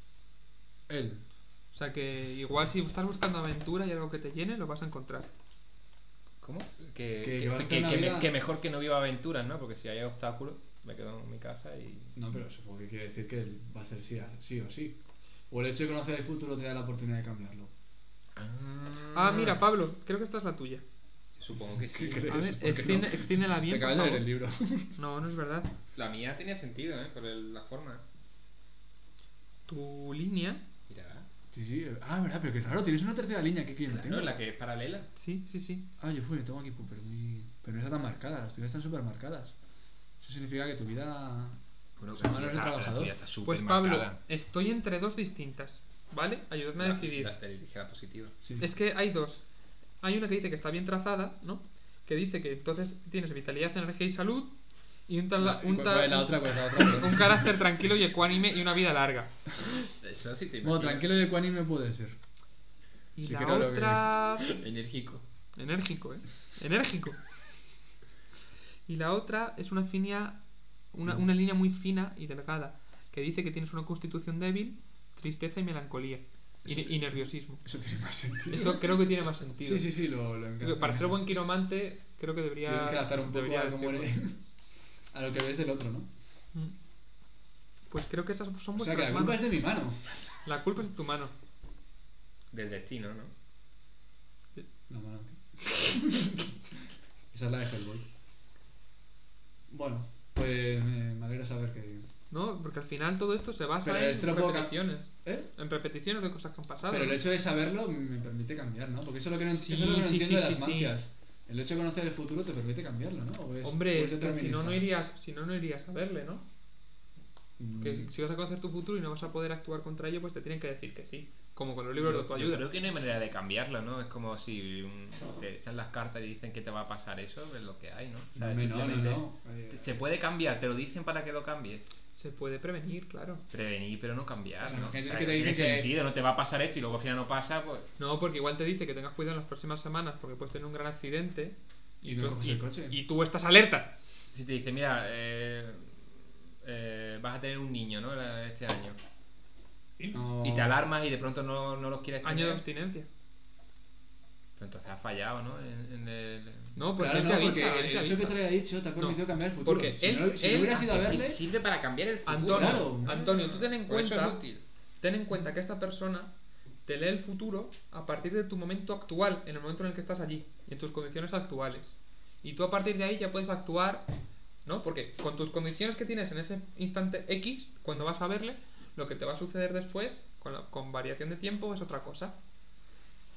Él. O sea que igual si estás buscando aventura y algo que te llene, lo vas a encontrar. ¿Cómo? Que, Que que- va a estar que- una que me- vida- que mejor que no viva aventuras, ¿no? Porque si hay obstáculos, me quedo en mi casa y... No, pero supongo que quiere decir que él va a ser sí, a- sí o sí. O el hecho de conocer el futuro te da la oportunidad de cambiarlo. Ah, mira, Pablo, creo que esta es la tuya. Supongo que sí. ¿Qué A ver, crees? ¿Por qué extiende, no? extiéndela bien. Te acabas por de leer el favor. libro. No, no es verdad. La mía tenía sentido, ¿eh? Por el- la forma. Tu línea, Mira, sí, sí. Ah, verdad, pero qué raro, tienes una tercera línea que aquí yo no claro, tengo. la que es paralela. sí, sí, sí. Ah, yo fui, yo tengo aquí, pero, muy... pero no está tan marcada, las tuyas están súper marcadas. Eso significa que tu vida. Bueno, que aquí está- la tuya está Pues Pablo, estoy entre dos distintas, ¿vale? Ayúdame a decidir. Elige la positiva. Sí. Es que hay dos. Hay una que dice que está bien trazada, ¿no? Que dice que entonces tienes vitalidad, energía y salud. Y un, tal- La, un ¿cuál, tal- cuál es la otra? ¿Cuál es la otra? pues. un carácter tranquilo y ecuánime y una vida larga. Eso sí te bueno, tranquilo y ecuánime puede ser. Y Sí, la creo lo que- otra... Enérgico. Enérgico, ¿eh? Enérgico. Y la otra es una fina, una, una línea muy fina y delgada, que dice que tienes una constitución débil, tristeza y melancolía. Y, y nerviosismo. Eso tiene más sentido. Eso creo que tiene más sentido. Sí, sí, sí, lo, lo encajas- Digo, Para ser buen quiromante, creo que debería. Tienes que adaptar un poco debería a, cómo decirlo. eres- a lo que ves del otro, ¿no? Mm. Pues creo que esas son O sea vuestras que la culpa manos. es de mi mano. La culpa es de tu mano. Del destino, ¿no? La mano. Esa es la de Hellboy. Bueno, pues me, me alegra saber que, ¿no? Porque al final todo esto se basa Pero en esto lo puedo ca- repeticiones. ¿Eh? En repeticiones de cosas que han pasado. Pero el ¿no? hecho de saberlo me permite cambiar, ¿no? Porque eso es lo que no, ent- Sí, eso es lo que no sí, entiendo sí, de las sí, sí. mafias. El hecho de conocer el futuro te permite cambiarlo, ¿no? ¿O es- Hombre, es o que si no, determinista? no irías, si no, no irías a verle, ¿no? Mm, Que si- si vas a conocer tu futuro y no vas a poder actuar contra ello, pues te tienen que decir que sí. Como con los libros de Yo, yo autoayuda. creo que no hay manera de cambiarlo, ¿no? Es como si mm, te echan las cartas y dicen que te va a pasar eso, es lo que hay, ¿no? O sea, hombre, no, no, simplemente- no. Eh, Se puede cambiar, te lo dicen para que lo cambies. Se puede prevenir, claro. Prevenir, pero no cambiar. O Pues sea, ¿no? imagínate O sea, que te tiene dicen que- sentido, no te va a pasar esto y luego al final no pasa, pues. No, porque igual te dice que tengas cuidado en las próximas semanas porque puedes tener un gran accidente. Y no tú- coges el coche. y tú estás alerta. Si te dice, mira, eh, eh, vas a tener un niño, ¿no? La- Este año. no- Y te alarmas y de pronto no, no los Eh, quieres Año de tener. abstinencia. Pero entonces has fallado, ¿no? En, en el... No, porque Claro, él te no, avisa. porque él te el hecho que avisa. te lo haya dicho te ha permitido No, cambiar el futuro. porque si él- no, si no él hubieras ido a Que sí, verle, Sirve para cambiar el futuro. ¿eh? Antonio, claro. Antonio, tú ten en Por eso es cuenta, útil. ten en cuenta que esta persona te lee el futuro a partir de tu momento actual, en el momento en el que estás allí, en tus condiciones actuales. Y tú a partir de ahí ya puedes actuar, ¿no? Porque con tus condiciones que tienes en ese instante X, cuando vas a verle, lo que te va a suceder después, con, la- con variación de tiempo, es otra cosa.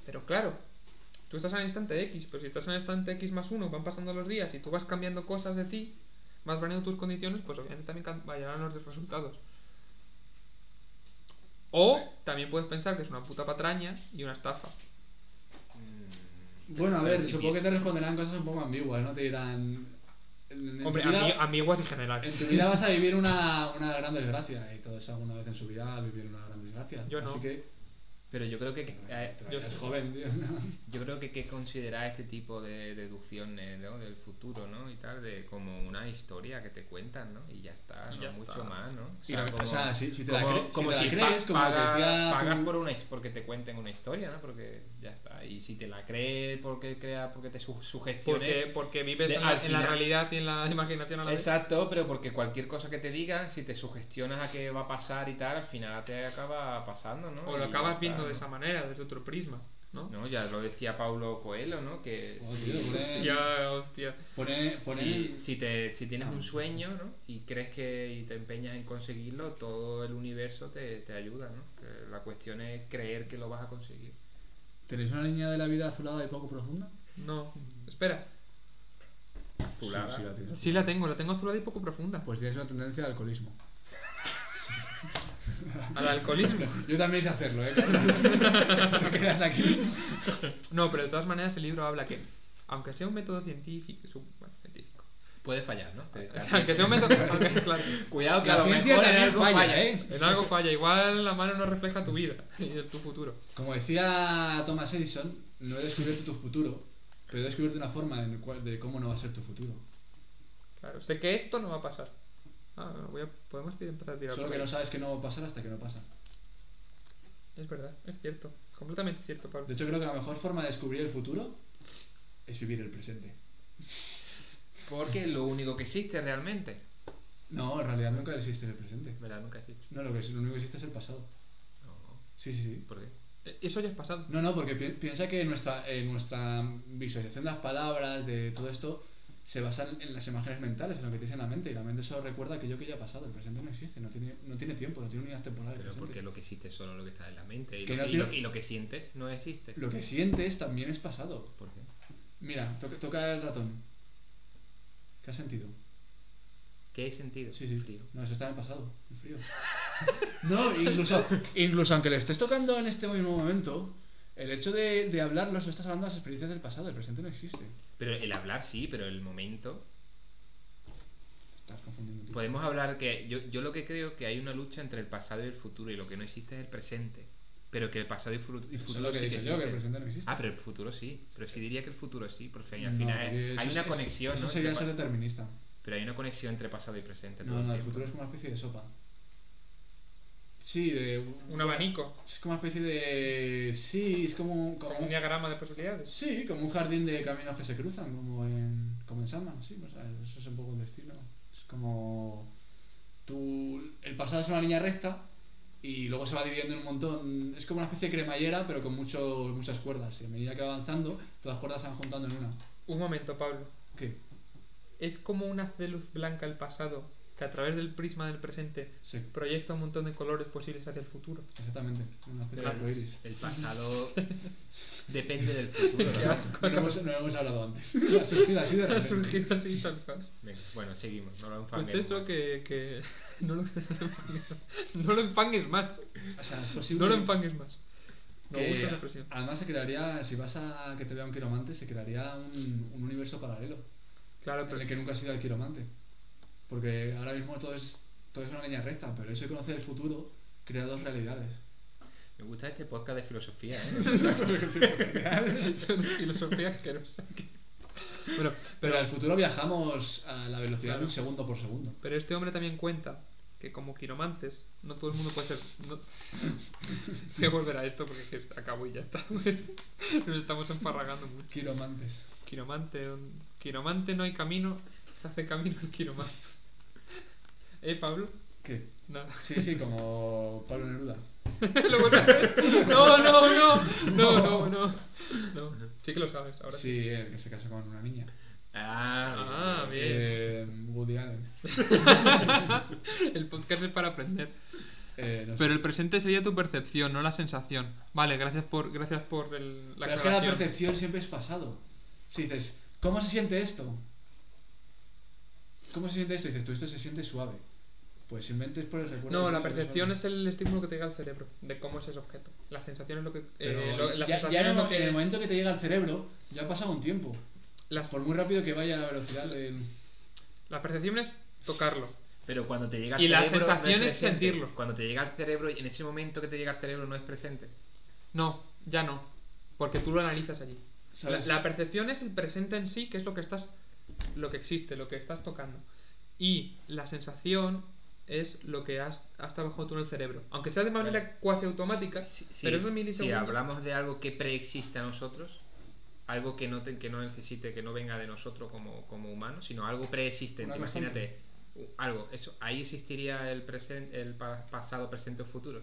Pero claro, tú estás en el instante X, pero si estás en el instante X más uno, van pasando los días y tú vas cambiando cosas de ti, vas variando tus condiciones, pues obviamente también cam- variarán los resultados. O también puedes pensar que es una puta patraña y una estafa. Bueno, a ver, Pero si supongo que bien. te responderán cosas un poco ambiguas, ¿no? Te dirán. en- en Hombre, tu vida- ami- amiguas y general. En tu vida vas a vivir una, una gran desgracia y todos alguna vez en su vida vivieron una gran desgracia. Yo Así no. Eh, que Pero yo creo que... eh, yo todavía eres sí. joven, tío. Yo creo que hay que considerar este tipo de deducciones ¿no? del futuro, ¿no? Y tal, de como una historia que te cuentan, ¿no? Y ya está, Y no ya mucho está. más, ¿no? Y lo que- o sea, si- si te la como, cre- si como te la si crees, pa- como lo que pagas- decía tu- pagas por una his- porque te cuenten una historia, ¿no? Porque ya está. Y si te la crees porque crea, porque te su- Porque, sugestiones. pues, porque vives de- en, la, al en la final- realidad y en la imaginación a la vez. Exacto, pero porque cualquier cosa que te digan, si te sugestionas a qué va a pasar y tal, al final te acaba pasando, ¿no? O lo Y ya acabas está, viendo ¿no? de esa manera, desde otro prisma, ¿no? No, ya lo decía Paulo Coelho, ¿no? Que Oh, si- tío, ponen- Hostia, hostia. ponen- ponen- Si, si te, si tienes Ah. un sueño ¿no? y crees que y te empeñas en conseguirlo, todo el universo te, te ayuda. ¿no? Que la cuestión es creer que lo vas a conseguir. ¿Tenéis una línea de la vida azulada y poco profunda? No, espera. Azulada. Sí, sí la tienes. Sí la tengo, la tengo azulada y poco profunda. Pues tienes una tendencia al alcoholismo. Al alcoholismo. Yo también sé hacerlo, ¿eh? No te quedas aquí. No, pero de todas maneras el libro habla que, aunque sea un método científico, su- bueno, científico. Puede fallar, ¿no? Te- te- aunque sea un método, aunque- claro, Ah, Cuidado que La a lo ciencia mejor en también algo falla, falla, ¿eh? ¿eh? en algo falla. Igual la mano no refleja tu vida y tu futuro. Como decía Thomas Edison, no he descubierto tu futuro, pero he descubierto una forma en el cual- de cómo no va a ser tu futuro. Claro, sé que esto no va a pasar. Ah, bueno, voy a- podemos ir- empezar a tirar. Solo por que ahí. no sabes que no va a pasar hasta que no pasa. Es verdad, es cierto. Completamente cierto, Pablo. De hecho, creo que la mejor forma de descubrir el futuro es vivir el presente. Porque es lo único que existe realmente. No, en realidad nunca existe el presente. ¿Verdad? Nunca existe. No, lo, que, lo único que existe es el pasado. No. Sí, sí, sí. ¿Por qué? Eh, Eso ya es pasado. No, no, porque pi- piensa que nuestra, eh, nuestra visualización de las palabras, de todo esto, se basa en en las imágenes mentales, en lo que tienes en la mente. Y la mente solo recuerda aquello que ya ha pasado. El presente no existe, no tiene, no tiene tiempo, no tiene unidad temporal. el Pero presente. porque lo que existe es solo lo que está en la mente. Y, Que lo, no y tiene- lo- y lo que sientes no existe. Lo que sientes también es pasado. ¿Por qué? Mira, toca, toca el ratón. ¿Qué has sentido? ¿Qué sentido? Sí, sí. Frío. No, eso está en el pasado, el frío. no, incluso, incluso aunque lo estés tocando en este mismo momento, el hecho de, de hablarlo, eso estás hablando de las experiencias del pasado, el presente no existe. Pero el hablar sí, pero el momento Te estás confundiendo. tío. Podemos hablar que yo, yo lo que creo que hay una lucha entre el pasado y el futuro y lo que no existe es el presente. Pero que el pasado y, fru- Eso y es futuro lo que sí he dicho yo, que el existe. presente no existe. Ah, pero el futuro sí. Pero sí diría que el futuro sí, porque al No, final porque hay eso es- una eso- conexión, Eso ¿no? sería Entre ser pa- determinista. Pero hay una conexión entre pasado y presente. todo No, el no, el tiempo. futuro es como una especie de sopa. Sí, de... Un abanico, Es como una especie de... Sí, es como... como- como un diagrama de posibilidades. Sí, como un jardín de caminos que se cruzan, como en, como en Sandman, sí, o sea, eso es un poco el destino. Es como. Tú, el pasado es una línea recta y luego se va dividiendo en un montón. Es como una especie de cremallera, pero con mucho, muchas cuerdas. Y a medida que va avanzando, todas las cuerdas se van juntando en una. Un momento, Pablo. ¿Qué? ¿Es como un haz de luz blanca el pasado que a través del prisma del presente Sí, proyecta un montón de colores posibles hacia el futuro. exactamente. Una especie de Gracias. arcoiris. El pasado depende del futuro. Qué ¿no? asco, No lo hemos, no lo hemos hablado antes. Ha surgido así de Ha repente. surgido así tal cual. Venga, bueno, seguimos. No lo Pues enfanguemos. eso que, que no, lo, no lo enfangues más. O sea, es posible. No lo enfangues más. Me que- gusta esa expresión. Además, se crearía, si vas a que te vea un quiromante, se crearía un, un universo paralelo Claro, en pero el que nunca has sido el quiromante. Porque ahora mismo todo es, todo es una línea recta, pero eso de conocer el futuro crea dos realidades. Me gusta este podcast de filosofía, ¿eh? son filosofías que no sé qué. Bueno, Pero pero, al futuro viajamos a la velocidad de Claro. un segundo por segundo. pero este hombre también cuenta que como quiromantes no todo el mundo puede ser... No... Voy a volver a esto porque es que acabo y ya está. Nos estamos emparragando mucho. Quiromantes. Quiromante, un- quiromante no hay camino, se hace camino el quiromante. ¿Eh, Pablo? ¿Qué? Nada. Sí, sí, como Pablo Neruda. Lo vuelvo a hacer. No, no, no, no, no, no, no. Sí que lo sabes ahora. sí. Sí, el que se casó con una niña. Ah, Ah, bien. bien. Eh, Woody Allen. El podcast es para aprender. Eh, no sé. Pero el presente sería tu percepción, no la sensación. Vale, gracias por, gracias por el, la Pero es que la aclaración. percepción siempre es pasado. Si dices, ¿cómo se siente esto? ¿Cómo se siente esto? Y dices, tú esto se siente suave. Pues inventes por el recuerdo. No, que la tienes de percepción suave. es eh, el estímulo que te llega al cerebro de cómo es ese objeto. La sensación es lo que. eh, Pero lo- la ya, sensación ya en, es el, lo mo- en el que. momento que te llega al cerebro, ya ha pasado un tiempo. las- Por muy rápido que vaya la velocidad del. la percepción es tocarlo. Pero cuando te llega al Y la cerebro. sensación no es presente. sentirlo. Cuando te llega al cerebro y en ese momento que te llega al cerebro no es presente. No, ya no. Porque tú lo analizas allí. La, ¿sabes? la percepción es el presente en sí, que es lo que estás. lo que existe, lo que estás tocando. Y la sensación es lo que has, has trabajado tú en el cerebro. Aunque sea de manera cuasi automática, pero esos si milisegundos. hablamos de algo que preexiste a nosotros, algo que no, te- que no necesite, que no venga de nosotros como, como humanos, sino algo preexistente. Una Imagínate, u- algo, eso, ahí existiría el, presente, el pa- pasado, presente o futuro.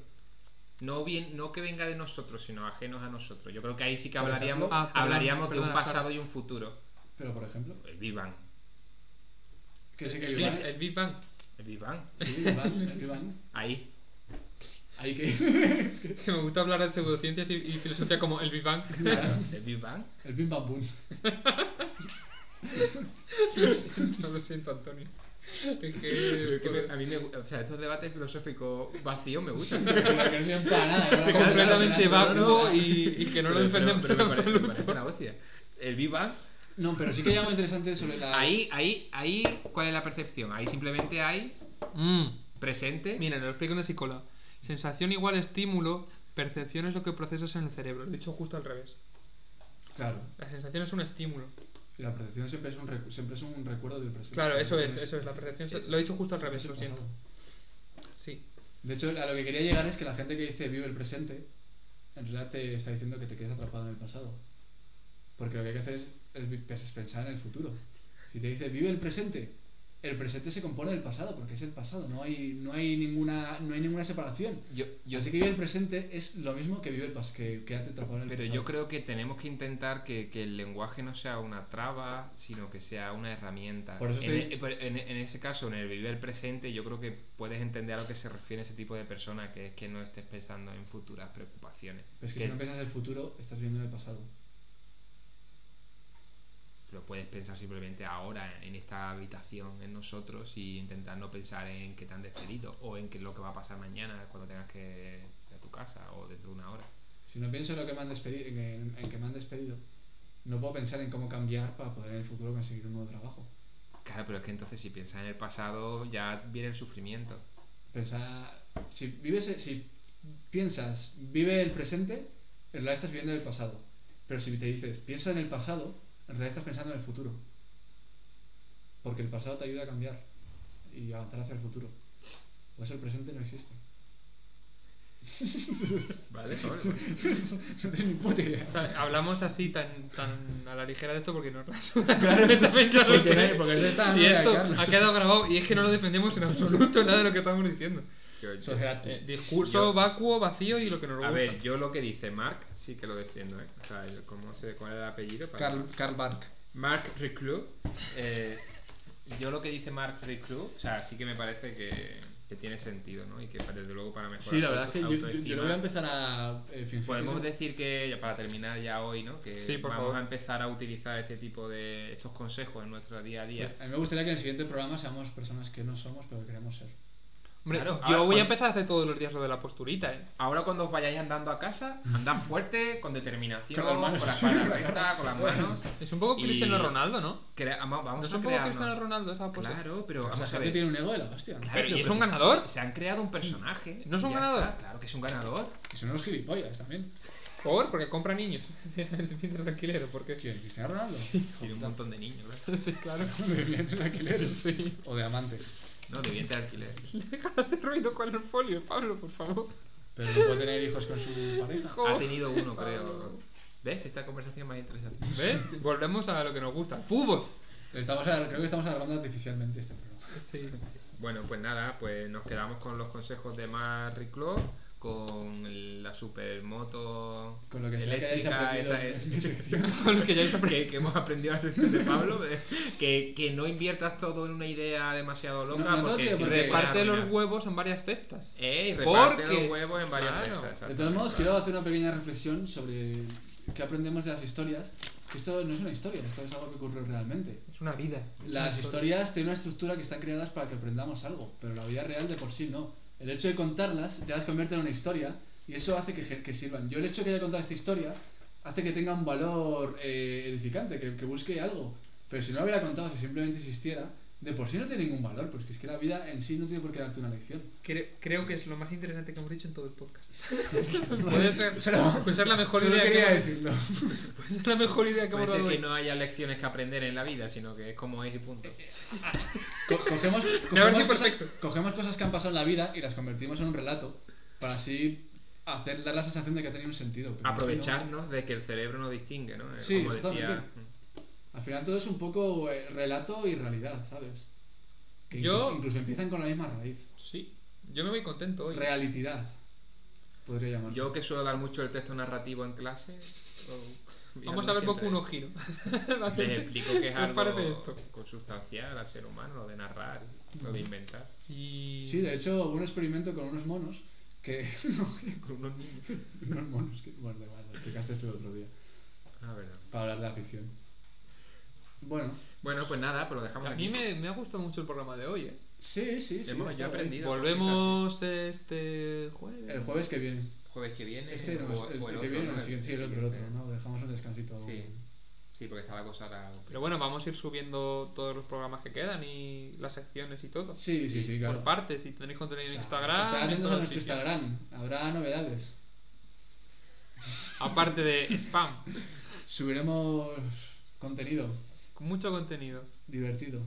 No, bien, no que venga de nosotros, sino ajenos a nosotros. Yo creo que ahí sí que Por hablaríamos, ejemplo- Ah, perdón, hablaríamos de perdona, un Sara. pasado y un futuro. Pero por ejemplo. El Big Bang. Que dice que El, el Iván. Big- el Big Bang. El Big Bang. Sí, el Iván, el Iván. Ahí. Hay que. Que me gusta hablar de pseudociencias y, y filosofía como el Big Bang. El Big Bang. El Bim Bam Boom. lo siento, lo siento, Antonio. Es que. Es que me- a mí me gu- o sea, estos debates filosóficos vacíos me gustan. Pero que no sirven para nada. ¿verdad? completamente Pero no- vacuo y, y que no lo Pero- pero- defendemos pero en me parece- me absoluto. parece la hostia. El Big Bang, No, pero sí que hay algo interesante sobre la. ahí, ahí, ahí, ¿cuál es la percepción? Ahí simplemente hay Mm. presente. Mira, lo explico en la psicola. Sensación igual estímulo, percepción es lo que procesas en el cerebro. Lo he dicho justo al revés. Claro. La sensación es un estímulo. Y La percepción siempre es un, recu- siempre es un recuerdo del presente. Claro, eso No es, eso es. La percepción. Lo he dicho justo al revés, lo siento. Sí. De hecho, a lo que quería llegar es que la gente que dice vive el presente, en realidad te está diciendo que te quedes atrapado en el pasado. Porque lo que hay que hacer es, es vi- pues, es pensar en el futuro. Si te dice vive el presente, el presente se compone del pasado, porque es el pasado, no hay, no hay, ninguna, no hay ninguna separación. Yo, yo- Así que vive el presente es lo mismo que vive el pas que quedarte atrapado en el pero pasado. yo creo que tenemos que intentar que, que el lenguaje no sea una traba, sino que sea una herramienta. Por eso en, estoy- e- por- en e- en ese caso, en el vivir el presente, yo creo que puedes entender a lo que se refiere ese tipo de persona, que es que no estés pensando en futuras preocupaciones. Pero es que Que si no piensas el futuro, estás viviendo en el pasado. lo puedes pensar simplemente ahora en esta habitación en nosotros y intentar no pensar en que te han despedido o en que lo que va a pasar mañana cuando tengas que ir a tu casa o dentro de una hora Si no pienso en, lo que me han despedido, en, en- en que me han despedido, no puedo pensar en cómo cambiar para poder en el futuro conseguir un nuevo trabajo. claro pero es que entonces si piensas en el pasado ya viene el sufrimiento Pensar, si vives, si piensas, vive el presente, en realidad estás viviendo el pasado. Pero si te dices, piensa en el pasado, en realidad estás pensando en el futuro. Porque el pasado te ayuda a cambiar y avanzar hacia el futuro. Por eso el presente no existe. vale no tengo ni puta idea. O sea, hablamos así tan, tan a la ligera de esto porque nos Claro, completamente a los porque- tres. porque eso está en Y medio de esto Ah, Carlos. ha quedado grabado y es que no lo defendemos en absoluto nada de lo que estamos diciendo. Eso será tú. Eh, discurso Yo- vacuo, vacío y lo que nos a gusta. ver yo lo que dice Mark sí que lo defiendo ¿eh? o sea yo- cómo se cuál es el apellido para- Carl, Carl Bark. Mark Reclus eh, yo lo que dice Mark Recruit, o sea, sí que me parece que, que tiene sentido, ¿no? Y que desde luego para mejorar Sí, la tu verdad es que yo, yo- yo autoestima- lo voy a empezar a. eh, fingir que Podemos soy- decir que, ya para terminar ya hoy, ¿no? Que Sí, por vamos favor. a empezar a utilizar este tipo de estos consejos en nuestro día a día. A mí me gustaría que en el siguiente programa seamos personas que no somos, pero que queremos ser. Hombre, Claro, yo ahora voy cuando- a empezar a hacer todos los días lo de la posturita, ¿eh? Ahora cuando os vayáis andando a casa, andad fuerte, con determinación, Con las con, manos la así. espalda recta, con las manos. Es un poco Y- Cristiano Ronaldo, ¿no? Crea- vamos No es vamos a un poco crearnos. Cristiano Ronaldo esa pose. Claro, pero O sea, vamos a gente ver. tiene un ego de la hostia. Claro, Pero, ¿y pero es un que se- ganador? Se, se han creado un personaje. ¿No es un y ya ganador? está, claro que es un ganador. Y son unos gilipollas también. Por, porque compra niños. El fin del alquilero, porque... ¿Quién? ¿Cristiano Ronaldo? Tiene un montón de niños, ¿verdad? Sí, claro. De clientes de alquileres. O de amantes. No, de vientre de alquiler. Deja de hacer ruido con el folio, Pablo, por favor. Pero no puede tener hijos con su pareja. Jo. Ha tenido uno, creo. ¿Ves? Esta conversación es más interesante. Oh. ¿Ves? Volvemos a lo que nos gusta. ¡Fútbol! Estamos alar- creo que estamos alargando artificialmente este programa. Sí. Bueno, pues nada, pues nos quedamos con los consejos de Mark Riclo, con la supermoto Con lo que sea que hayáis eléctrica aprendido esa, eh, en mi sección. Con lo que ya hizo que, que hemos aprendido la sección de Pablo, de- que, que no inviertas todo en una idea demasiado loca No, no, porque tío, si porque- te puede Reparte los arruinar. huevos en varias cestas. Eh, y reparte Porque- los huevos en varias claro. cestas, De todos modos, exactamente. quiero hacer una pequeña reflexión sobre qué aprendemos de las historias. Que esto no es una historia, esto es algo que ocurrió realmente. Es una vida. Las historias tienen una estructura que están creadas para que aprendamos algo, pero la vida real de por sí no. El hecho de contarlas ya las convierte en una historia y eso hace que, ge- que sirvan. Yo el hecho de que haya contado esta historia hace que tenga un valor eh, edificante, que, que busque algo. Pero si no la hubiera contado, si simplemente existiera, de por sí no tiene ningún valor, porque es que la vida en sí no tiene por qué darte una lección. Creo, creo que es lo más interesante que hemos dicho en todo el podcast. Puede ser, Solo- puede ser la mejor Solo idea que quería hemos hecho. decirlo. Puede ser la mejor idea que Puede hemos ser dado. que hoy. no haya lecciones que aprender en la vida, sino que es como es y punto. Co- cogemos, Me parece cogemos, cosas, perfecto. cogemos cosas que han pasado en la vida y las convertimos en un relato para así hacer dar la sensación de que ha tenido un sentido. pero si no- Aprovecharnos de que el cerebro no distingue, ¿no? Eh, Sí, como decía. mm. exactamente. al final todo es un poco eh, relato y realidad, ¿sabes? Que inclu- Yo- incluso empiezan con la misma raíz. Sí. Yo me voy contento hoy. Realitidad. Podría llamarse. Yo que suelo dar mucho el texto narrativo en clase. Vamos a ver poco uno giro. Les explico que ¿Qué es os algo parece esto? consustancial al ser humano, lo de narrar, lo de inventar. Y... Sí, de hecho hubo un experimento con unos monos que... Con unos niños. unos monos que... Bueno, da igual, lo explicaste esto el otro día. Ah, verdad. Para hablar de la ficción. Bueno, Bueno, pues nada, pues lo dejamos A aquí. mí me, me ha gustado mucho el programa de hoy. ¿eh? sí, sí, sí. Hemos- yo está guay. aprendí. Sí, la Volvemos este jueves. El jueves que viene. Jueves que viene. Este no, es o- el, o el que viene, no, otro, ¿no? el siguiente, sí, el otro, el otro, ¿no? Dejamos un descansito. Sí. Sí, porque está la cosa ahora. Pero bueno, vamos a ir subiendo todos los programas que quedan y las secciones y todo. Sí, sí, sí, claro. Por partes, si tenéis contenido en O sea, Instagram. Estad en atentos a todos nuestro sitios. Instagram, habrá novedades. Aparte de spam, Subiremos contenido con mucho contenido. divertido.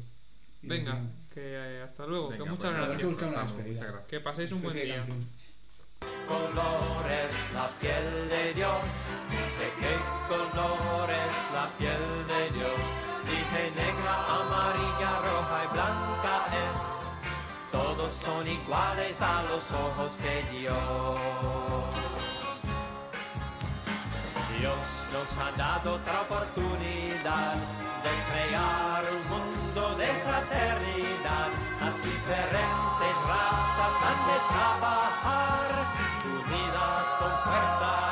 Y Venga, emocionante. que eh, hasta luego, Venga, que pues muchas nada, gracias. que buscar una vamos, despedida. muchas gracias. Que paséis un buen Especie de día. canción. color es la piel de Dios? ¿De qué color es la piel de Dios? Dije negra, amarilla, roja y blanca es. Todos son iguales a los ojos de Dios. Dios nos ha dado otra oportunidad de crear un mundo de fraternidad. Las diferentes razas han de trabajar, unidas con fuerza